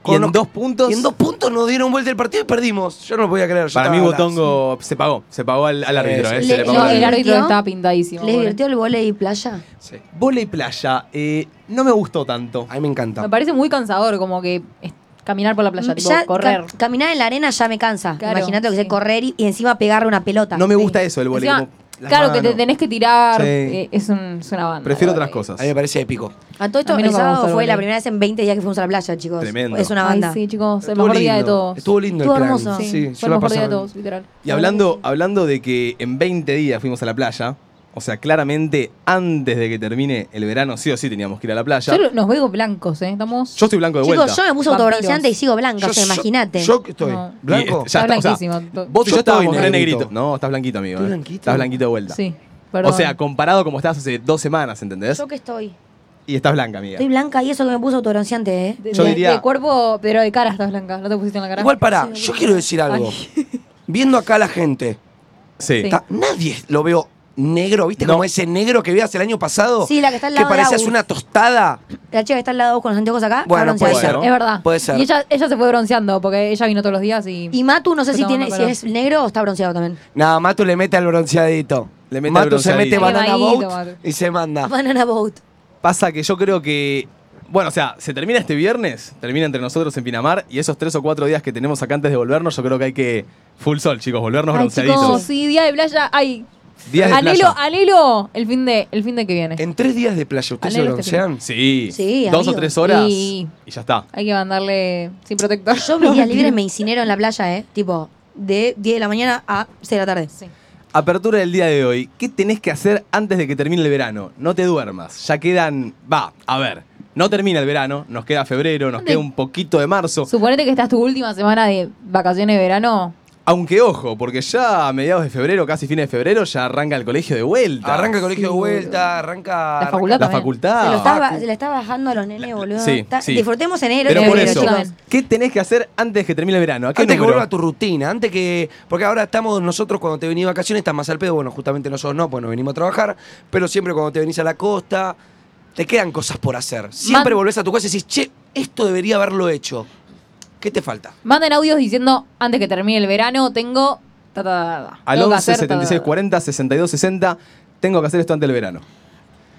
Speaker 1: Y en
Speaker 3: Con-
Speaker 1: dos puntos.
Speaker 3: Y en dos puntos nos dieron vuelta el partido y perdimos. Yo no lo podía creer. yo
Speaker 1: para mí,
Speaker 3: estaba-
Speaker 1: Botongo se pagó. Se pagó al, al
Speaker 3: Sí,
Speaker 1: árbitro.
Speaker 3: sí,
Speaker 1: eh,
Speaker 3: sí.
Speaker 1: se
Speaker 2: Le-
Speaker 1: le
Speaker 4: No,
Speaker 1: pagó al
Speaker 4: el
Speaker 1: árbitro.
Speaker 4: árbitro
Speaker 2: ¿Divirtió?
Speaker 4: estaba pintadísimo.
Speaker 2: ¿Le
Speaker 4: pobre.
Speaker 2: divirtió el volei playa?
Speaker 3: Sí.
Speaker 1: Volei playa. eh, no me gustó tanto.
Speaker 3: A mí me encanta.
Speaker 4: Me parece muy cansador, como que es- caminar por la playa, tipo,
Speaker 2: Mm, Ya
Speaker 4: correr.
Speaker 2: ca- caminar en la arena ya me cansa.
Speaker 4: Claro,
Speaker 2: Imagínate lo que
Speaker 4: sí.
Speaker 2: es correr y, y encima pegarle una pelota.
Speaker 1: No me gusta
Speaker 4: Sí.
Speaker 1: eso el volei.
Speaker 4: Encima,
Speaker 1: como las
Speaker 4: claro, que te
Speaker 1: manos.
Speaker 4: tenés que tirar.
Speaker 1: Sí.
Speaker 4: eh, es, un- es una banda.
Speaker 1: Prefiero
Speaker 4: la
Speaker 1: otras
Speaker 4: verdad.
Speaker 1: cosas.
Speaker 3: A mí me parece épico.
Speaker 2: A todo esto,
Speaker 4: A mí
Speaker 2: el
Speaker 4: nunca me
Speaker 2: sábado
Speaker 4: gustó el
Speaker 2: fue la
Speaker 4: vóley.
Speaker 2: primera vez en 20 días que fuimos a la playa, chicos.
Speaker 1: Tremendo.
Speaker 2: Es una
Speaker 4: Ay,
Speaker 2: banda.
Speaker 4: sí, chicos, el
Speaker 3: Estuvo
Speaker 4: mejor día de
Speaker 3: lindo.
Speaker 4: todos.
Speaker 3: Estuvo lindo
Speaker 2: Estuvo
Speaker 3: el plan.
Speaker 2: hermoso.
Speaker 4: Sí,
Speaker 3: Sí, yo
Speaker 4: fue el
Speaker 3: la
Speaker 4: mejor
Speaker 3: pasé
Speaker 4: día de
Speaker 3: re-
Speaker 4: todos, literal.
Speaker 1: Y hablando, hablando de que en 20 días fuimos a la playa, o sea, claramente antes de que termine el verano, sí o sí teníamos que ir a la playa.
Speaker 4: Yo
Speaker 1: Yo,
Speaker 4: lo- nos veo blancos, ¿eh? Estamos.
Speaker 1: estoy blanco de vuelta.
Speaker 2: Chicos, yo me puse
Speaker 4: Vampiros.
Speaker 2: autobronceante y sigo blanca, o sea, imagínate.
Speaker 3: Yo, yo que estoy.
Speaker 4: No.
Speaker 3: ¿Blanco?
Speaker 1: Y, eh, ya
Speaker 4: Está
Speaker 1: está, o sea,
Speaker 4: blanquísimo. To-
Speaker 1: Vos y
Speaker 3: Yo
Speaker 1: yo estábamos
Speaker 3: estoy
Speaker 1: re
Speaker 3: negrito.
Speaker 1: negrito. No, estás blanquito, amigo.
Speaker 3: ¿Estoy
Speaker 1: eh.
Speaker 3: blanquito?
Speaker 1: Estás blanquito de vuelta.
Speaker 4: Sí, perdón.
Speaker 1: O sea, comparado como estás hace dos semanas, ¿entendés?
Speaker 2: Yo que estoy.
Speaker 1: Y estás blanca, amiga.
Speaker 2: Estoy blanca y eso que me puse autobronceante, ¿eh?
Speaker 4: de,
Speaker 1: yo
Speaker 4: de-
Speaker 1: diría-
Speaker 4: de cuerpo, pero de cara estás blanca. No te pusiste en la cara.
Speaker 3: Igual pará,
Speaker 2: Sí,
Speaker 3: yo quiero decir algo. Viendo acá a la gente,
Speaker 1: Sí.
Speaker 4: Sí.
Speaker 3: ta- nadie lo veo negro, ¿viste? Como ese negro que veías el año pasado.
Speaker 2: Sí, la que está al
Speaker 3: Que
Speaker 2: lado de
Speaker 3: parecías
Speaker 2: Agus.
Speaker 3: una tostada.
Speaker 2: La chica que está al lado de vos con los anteojos acá,
Speaker 3: Bueno,
Speaker 2: está
Speaker 3: puede
Speaker 2: bronceada.
Speaker 3: ser.
Speaker 4: Es verdad.
Speaker 3: Puede ser.
Speaker 4: Y ella, ella se fue bronceando porque ella vino todos los días y.
Speaker 2: Y Matu, no sé
Speaker 4: Pero
Speaker 2: si
Speaker 4: no,
Speaker 2: tiene,
Speaker 4: no,
Speaker 2: si
Speaker 4: pero-
Speaker 2: es negro o está bronceado también.
Speaker 3: Nada, Matu le mete al bronceadito.
Speaker 1: Le mete
Speaker 3: Matu
Speaker 1: al bronceadito.
Speaker 3: se mete banana
Speaker 4: Quemadito,
Speaker 3: boat
Speaker 4: Matu.
Speaker 3: y se
Speaker 4: Ah.
Speaker 3: manda.
Speaker 2: Banana Boat.
Speaker 1: Pasa que yo creo que. Bueno, o sea, se termina este viernes, termina entre nosotros en Pinamar, y esos tres o cuatro días que tenemos acá antes de volvernos, yo creo que hay que. Full sol, chicos, volvernos
Speaker 4: Ay,
Speaker 1: bronceaditos.
Speaker 4: chicos, sí, día de playa. Ay.
Speaker 1: Días de
Speaker 4: anhelo,
Speaker 1: playa.
Speaker 4: anhelo el fin de, el fin de que viene.
Speaker 3: En tres días de playa, ¿ustedes se
Speaker 4: Anhelo este
Speaker 3: broncean?
Speaker 1: Sí.
Speaker 2: Sí,
Speaker 1: Dos
Speaker 2: amigo.
Speaker 1: o tres horas
Speaker 4: Y-
Speaker 1: y, ya está.
Speaker 4: Hay que mandarle sin protector.
Speaker 2: Yo mis días libres me incinero en la playa, ¿eh? Tipo, de 10 de la mañana a 6 de la tarde.
Speaker 4: Sí.
Speaker 1: Apertura del día de hoy. ¿Qué tenés que hacer antes de que termine el verano? No te duermas. Ya quedan. Va, a ver. No termina el verano, nos queda febrero, nos
Speaker 4: ¿Dónde?
Speaker 1: queda un poquito de marzo.
Speaker 4: Suponete que esta es tu última semana de vacaciones de verano.
Speaker 1: Aunque ojo, porque ya a mediados de febrero, casi fines de febrero, ya arranca el colegio de vuelta.
Speaker 3: Arranca el colegio de
Speaker 4: Sí, boludo.
Speaker 3: vuelta, arranca.
Speaker 4: La facultad
Speaker 1: la
Speaker 4: también.
Speaker 2: Se, lo
Speaker 1: facultad.
Speaker 2: está, ba- se la está bajando a los nenes, boludo.
Speaker 1: ah, sí,
Speaker 2: Está-
Speaker 1: sí.
Speaker 2: Disfrutemos enero. y
Speaker 1: Pero por
Speaker 2: febrero,
Speaker 1: eso,
Speaker 2: chicos.
Speaker 1: ¿qué tenés que hacer antes de que termine el verano? ¿A qué
Speaker 3: Antes que
Speaker 1: número?
Speaker 3: vuelva a tu rutina, antes que. Porque ahora estamos nosotros cuando te venís de vacaciones, estás más al pedo. Bueno, justamente nosotros no, pues nos venimos a trabajar. Pero siempre cuando te venís a la costa, te quedan cosas por hacer. Siempre
Speaker 4: Man-
Speaker 3: volvés a tu casa y decís, che, esto debería haberlo hecho. ¿Qué te falta?
Speaker 4: Manden audios diciendo, antes que termine el verano, tengo... ta, ta, ta, ta.
Speaker 1: Al
Speaker 4: Tengo que
Speaker 1: 11
Speaker 4: hacer, ta, ta, ta,
Speaker 1: 76 40 62 60. Tengo que hacer esto antes del verano.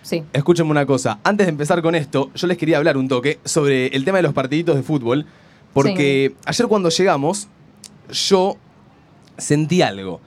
Speaker 4: Sí.
Speaker 1: Escúchenme una cosa, antes de empezar con esto, yo les quería hablar un toque sobre el tema de los partiditos de fútbol, porque ayer cuando llegamos, yo sentí algo.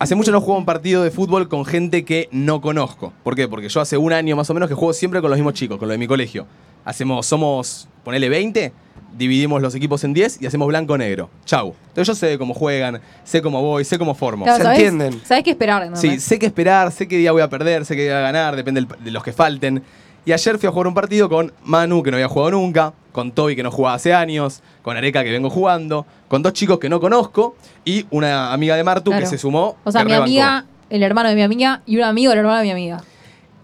Speaker 1: Hace mucho no juego un partido de fútbol con gente que no conozco. ¿Por qué? Porque yo hace un año más o menos que juego siempre con los mismos chicos, con los de mi colegio. Hacemos, somos, ponele 20, dividimos los equipos en 10 y hacemos blanco-negro. Chau. Entonces yo sé cómo juegan, sé cómo voy, sé cómo formo.
Speaker 4: Claro,
Speaker 3: Se
Speaker 4: ¿sabés?
Speaker 3: entienden.
Speaker 4: Sabés qué esperar. ¿no?
Speaker 1: Sí, sé qué esperar, sé qué día voy a perder, sé qué día voy a ganar, depende del- de los que falten. Y ayer fui a jugar un partido con Manu, que no había jugado nunca, con Toby, que no jugaba hace años, con Areca, que vengo jugando, con dos chicos que no conozco y una amiga de Martu
Speaker 4: Claro.
Speaker 1: que se sumó.
Speaker 4: O sea,
Speaker 1: que
Speaker 4: mi
Speaker 1: rebancó.
Speaker 4: amiga, el hermano de mi amiga y un amigo del hermano de mi amiga.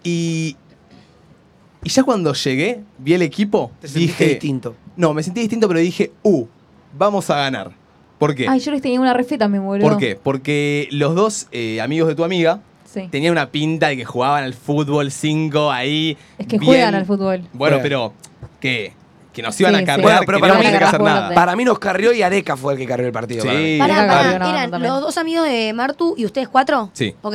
Speaker 1: Y, y ya cuando llegué, vi el equipo,
Speaker 3: Te sentiste
Speaker 1: dije.
Speaker 3: distinto.
Speaker 1: No, me sentí distinto, pero dije, uh, vamos a ganar. ¿Por qué?
Speaker 4: Ay, yo les tenía una refeta, me boludo.
Speaker 1: ¿Por qué? Porque los dos eh, amigos de tu amiga
Speaker 4: Sí.
Speaker 1: tenía una pinta de que jugaban al fútbol 5 ahí.
Speaker 4: Es que
Speaker 1: bien-
Speaker 4: juegan al fútbol.
Speaker 1: Bueno,
Speaker 3: Juegan.
Speaker 1: pero que, que nos iban
Speaker 4: Sí,
Speaker 1: a
Speaker 4: sí.
Speaker 1: cargar,
Speaker 3: Bueno, pero
Speaker 1: que
Speaker 3: para
Speaker 1: no
Speaker 3: mí-
Speaker 1: tenían que hacer
Speaker 4: Para-
Speaker 1: nada.
Speaker 3: Para mí nos carrió y Areca fue el que carrió el partido. para mí.
Speaker 1: Sí.
Speaker 2: Pará,
Speaker 4: Acá
Speaker 2: pará,
Speaker 4: había una banda
Speaker 2: ¿Eran
Speaker 4: también.
Speaker 2: los dos amigos de Martu y ustedes cuatro?
Speaker 1: Sí.
Speaker 2: Ok.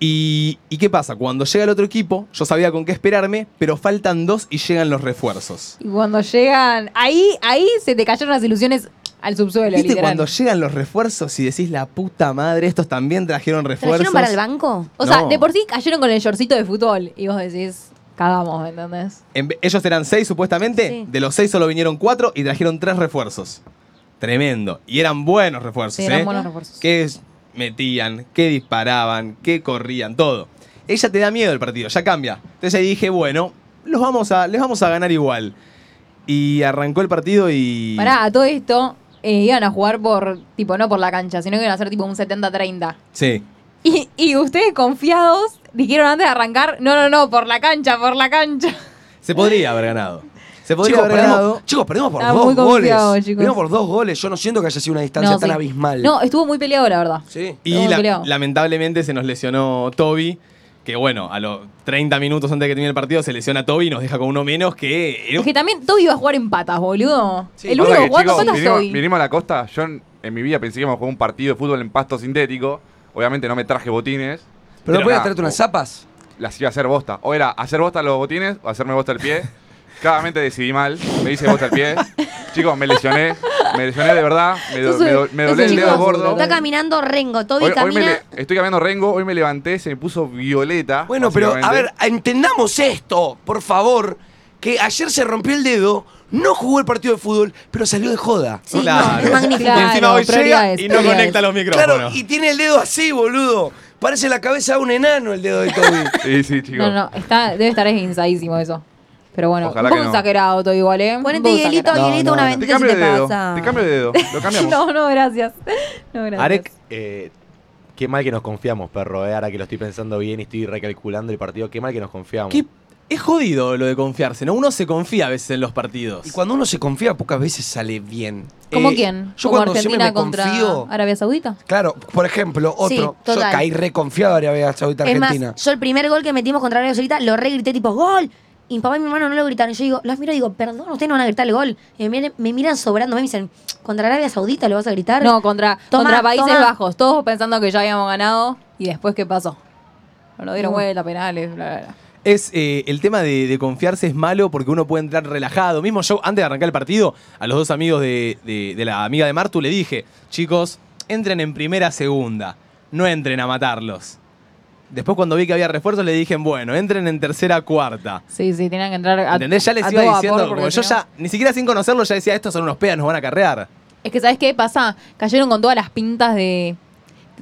Speaker 1: Y, ¿Y qué pasa? Cuando llega el otro equipo, yo sabía con qué esperarme, pero faltan dos y llegan los refuerzos.
Speaker 4: Y cuando llegan, ahí, ahí se te cayeron las ilusiones al subsuelo,
Speaker 1: ¿Viste
Speaker 4: literal.
Speaker 1: cuando llegan los refuerzos y decís, la puta madre, estos también trajeron refuerzos?
Speaker 2: ¿Trajeron para el banco?
Speaker 4: O sea,
Speaker 1: No.
Speaker 4: de por sí cayeron con el shortcito de fútbol. Y vos decís, cagamos, ¿me entendés?
Speaker 1: En ve- ellos eran seis supuestamente,
Speaker 2: Sí.
Speaker 1: de los seis solo vinieron cuatro y trajeron tres refuerzos. Tremendo. Y eran buenos refuerzos,
Speaker 4: Sí, eran
Speaker 1: ¿eh?
Speaker 4: buenos refuerzos.
Speaker 1: qué es- metían, qué disparaban, qué corrían, todo. Ella te da miedo el partido, ya cambia. Entonces ahí dije, bueno, los vamos a, les vamos a ganar igual. Y arrancó el partido y.
Speaker 4: Pará, a todo esto eh, iban a jugar por, tipo, no por la cancha, sino que iban a hacer tipo un 70-30.
Speaker 1: Sí.
Speaker 4: Y, y ustedes confiados dijeron antes de arrancar, no, no, no, por la cancha, por la cancha.
Speaker 1: Se podría haber ganado. Se podría
Speaker 3: Chicos,
Speaker 1: haber ganado.
Speaker 3: perdemos, chicos, perdemos por
Speaker 4: Estaba
Speaker 3: dos
Speaker 4: muy confiado,
Speaker 3: goles.
Speaker 4: chicos.
Speaker 3: Perdimos por dos goles. Yo no siento que haya sido una distancia
Speaker 4: No,
Speaker 3: tan
Speaker 4: sí.
Speaker 3: abismal.
Speaker 4: No, estuvo muy peleado, la verdad.
Speaker 3: Sí.
Speaker 1: Y
Speaker 4: Estamos
Speaker 1: la-
Speaker 4: peleados.
Speaker 1: lamentablemente se nos lesionó Toby, que bueno, a los 30 minutos antes de que termine el partido se lesiona Toby y nos deja con uno menos que... era
Speaker 4: Es
Speaker 1: un-
Speaker 4: que también Toby iba a jugar en patas, boludo.
Speaker 3: Sí.
Speaker 4: el
Speaker 5: Pasa
Speaker 4: único
Speaker 5: que,
Speaker 4: que jugando
Speaker 5: chicos,
Speaker 4: sola es
Speaker 5: vinimos,
Speaker 4: Toby.
Speaker 5: vinimos a la costa. Yo en, en mi vida pensé que íbamos a jugar un partido de fútbol en pasto sintético. Obviamente no me traje botines.
Speaker 3: Pero no podías
Speaker 5: nada,
Speaker 3: traerte unas
Speaker 5: o-
Speaker 3: zapas.
Speaker 5: Las iba a hacer bosta. O era hacer bosta los botines o hacerme bosta el pie. Claramente decidí mal. Me hice bosta el pie. Chicos, me lesioné. Me lesioné de verdad. Me, do-
Speaker 4: Sos un-
Speaker 5: me do- me
Speaker 4: sos
Speaker 5: doblé
Speaker 4: un
Speaker 5: el dedo
Speaker 4: chico
Speaker 5: gordo.
Speaker 4: basura,
Speaker 2: Está caminando Rengo, Toby
Speaker 5: Hoy, hoy me
Speaker 2: camina.
Speaker 5: le- estoy cambiando rengo. Hoy me levanté, se me puso violeta.
Speaker 3: Bueno, pero a
Speaker 5: básicamente.
Speaker 3: ver, entendamos esto, por favor. Que ayer se rompió el dedo, no jugó el partido de fútbol, pero salió de joda.
Speaker 2: Sí,
Speaker 1: Claro.
Speaker 2: no, es magnífico.
Speaker 1: Y encima hoy llega
Speaker 4: prioridades,
Speaker 1: y no
Speaker 4: prioridades.
Speaker 1: conecta los micrófonos.
Speaker 3: Claro, y tiene el dedo así, boludo. Parece la cabeza de un enano el dedo de Toby.
Speaker 5: Sí, sí, chicos.
Speaker 4: No, no, está, debe estar esguinzadísimo eso. Pero bueno,
Speaker 5: Ojalá
Speaker 4: un poco
Speaker 5: que no.
Speaker 4: exagerado Toby igual, ¿eh? Un
Speaker 2: Ponete
Speaker 4: poco
Speaker 2: hielito,
Speaker 4: exagerado.
Speaker 3: No,
Speaker 2: hielito,
Speaker 3: no,
Speaker 2: una
Speaker 3: no.
Speaker 5: Te
Speaker 2: bendita si
Speaker 5: cambio
Speaker 2: te
Speaker 5: de dedo.
Speaker 2: pasa.
Speaker 5: Te cambio de dedo. Lo cambiamos.
Speaker 4: No, no, gracias. No, gracias.
Speaker 6: Arek, eh, qué mal que nos confiamos, perro. eh, ahora que lo estoy pensando bien y estoy recalculando el partido, qué mal que nos confiamos.
Speaker 1: Qué- Es jodido lo de confiarse, ¿no? Uno se confía a veces en los partidos.
Speaker 3: Y cuando uno se confía, pocas veces sale bien.
Speaker 4: ¿Cómo
Speaker 3: Eh,
Speaker 4: quién?
Speaker 3: Yo
Speaker 4: ¿Como
Speaker 3: cuando siempre
Speaker 4: Argentina
Speaker 3: me
Speaker 4: contra
Speaker 3: confío.
Speaker 4: Arabia Saudita?
Speaker 3: Claro, por ejemplo,
Speaker 2: Sí,
Speaker 3: otro. yo
Speaker 2: total.
Speaker 3: caí reconfiado de Arabia Saudita
Speaker 2: Es más,
Speaker 3: Argentina.
Speaker 2: yo el primer gol que metimos contra Arabia Saudita lo re grité tipo ¡Gol! Y mi papá y mi hermano no lo gritaron. Yo digo, los miro y digo, perdón, ustedes no van a gritar el gol. Y me miran, me miran sobrando, me dicen, contra Arabia Saudita lo vas a gritar.
Speaker 4: No, contra,
Speaker 2: Toma,
Speaker 4: contra Países
Speaker 2: toma.
Speaker 4: Bajos. Todos pensando que ya habíamos ganado. ¿Y después qué pasó? No nos dieron
Speaker 2: No.
Speaker 4: vuelta, penales, bla, bla, bla.
Speaker 1: Es eh, el tema de, de confiarse es malo porque uno puede entrar relajado. Mismo yo, antes de arrancar el partido, a los dos amigos de, de- de la amiga de Martu le dije, chicos, entren en primera segunda, no entren a matarlos. Después cuando vi que había refuerzos le dije, bueno, entren en tercera cuarta.
Speaker 4: Sí, sí, tenían que entrar a,
Speaker 1: ¿Entendés? Ya les
Speaker 4: a
Speaker 1: iba
Speaker 4: todo
Speaker 1: diciendo,
Speaker 4: vapor,
Speaker 1: como
Speaker 4: porque
Speaker 1: yo
Speaker 4: si no-
Speaker 1: ya, ni siquiera sin conocerlos, ya decía, estos son unos peas, nos van a carrear.
Speaker 4: Es que, ¿sabes qué pasa? Cayeron con todas las pintas de...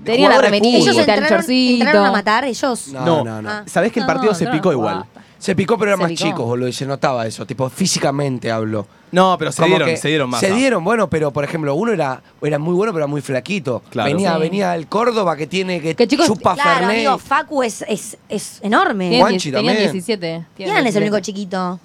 Speaker 4: Tenían la
Speaker 3: jugadores de
Speaker 4: remerita,
Speaker 3: fútbol.
Speaker 2: ellos
Speaker 3: Uy,
Speaker 4: el
Speaker 2: entraron,
Speaker 4: chorcito.
Speaker 2: entraron a matar, ellos.
Speaker 3: No,
Speaker 1: No,
Speaker 3: no, no.
Speaker 2: Ah.
Speaker 1: ¿Sabés que el
Speaker 4: No,
Speaker 1: partido
Speaker 4: no,
Speaker 1: se
Speaker 4: entraron
Speaker 1: picó
Speaker 4: a
Speaker 1: igual?
Speaker 4: jugar.
Speaker 3: Se picó, pero eran
Speaker 4: Se
Speaker 3: más
Speaker 4: picó.
Speaker 3: chicos, boludo, y se notaba eso. Tipo, físicamente hablo.
Speaker 1: No, pero se
Speaker 3: Como
Speaker 1: dieron,
Speaker 3: que
Speaker 1: se dieron más.
Speaker 3: Se dieron, bueno, pero por ejemplo, uno era, era muy bueno, pero era muy flaquito.
Speaker 1: Claro.
Speaker 3: Venía,
Speaker 4: Sí.
Speaker 3: venía el Córdoba que tiene que
Speaker 4: Que chicos,
Speaker 3: chupa
Speaker 2: Claro,
Speaker 3: Fernet.
Speaker 2: amigo, Facu es, es, es enorme.
Speaker 4: Tenían,
Speaker 3: Guanchi
Speaker 4: die- tenían
Speaker 3: también.
Speaker 4: 17.
Speaker 2: ¿Y
Speaker 4: tenían
Speaker 2: Alan es el
Speaker 4: 17.
Speaker 2: único chiquito? Son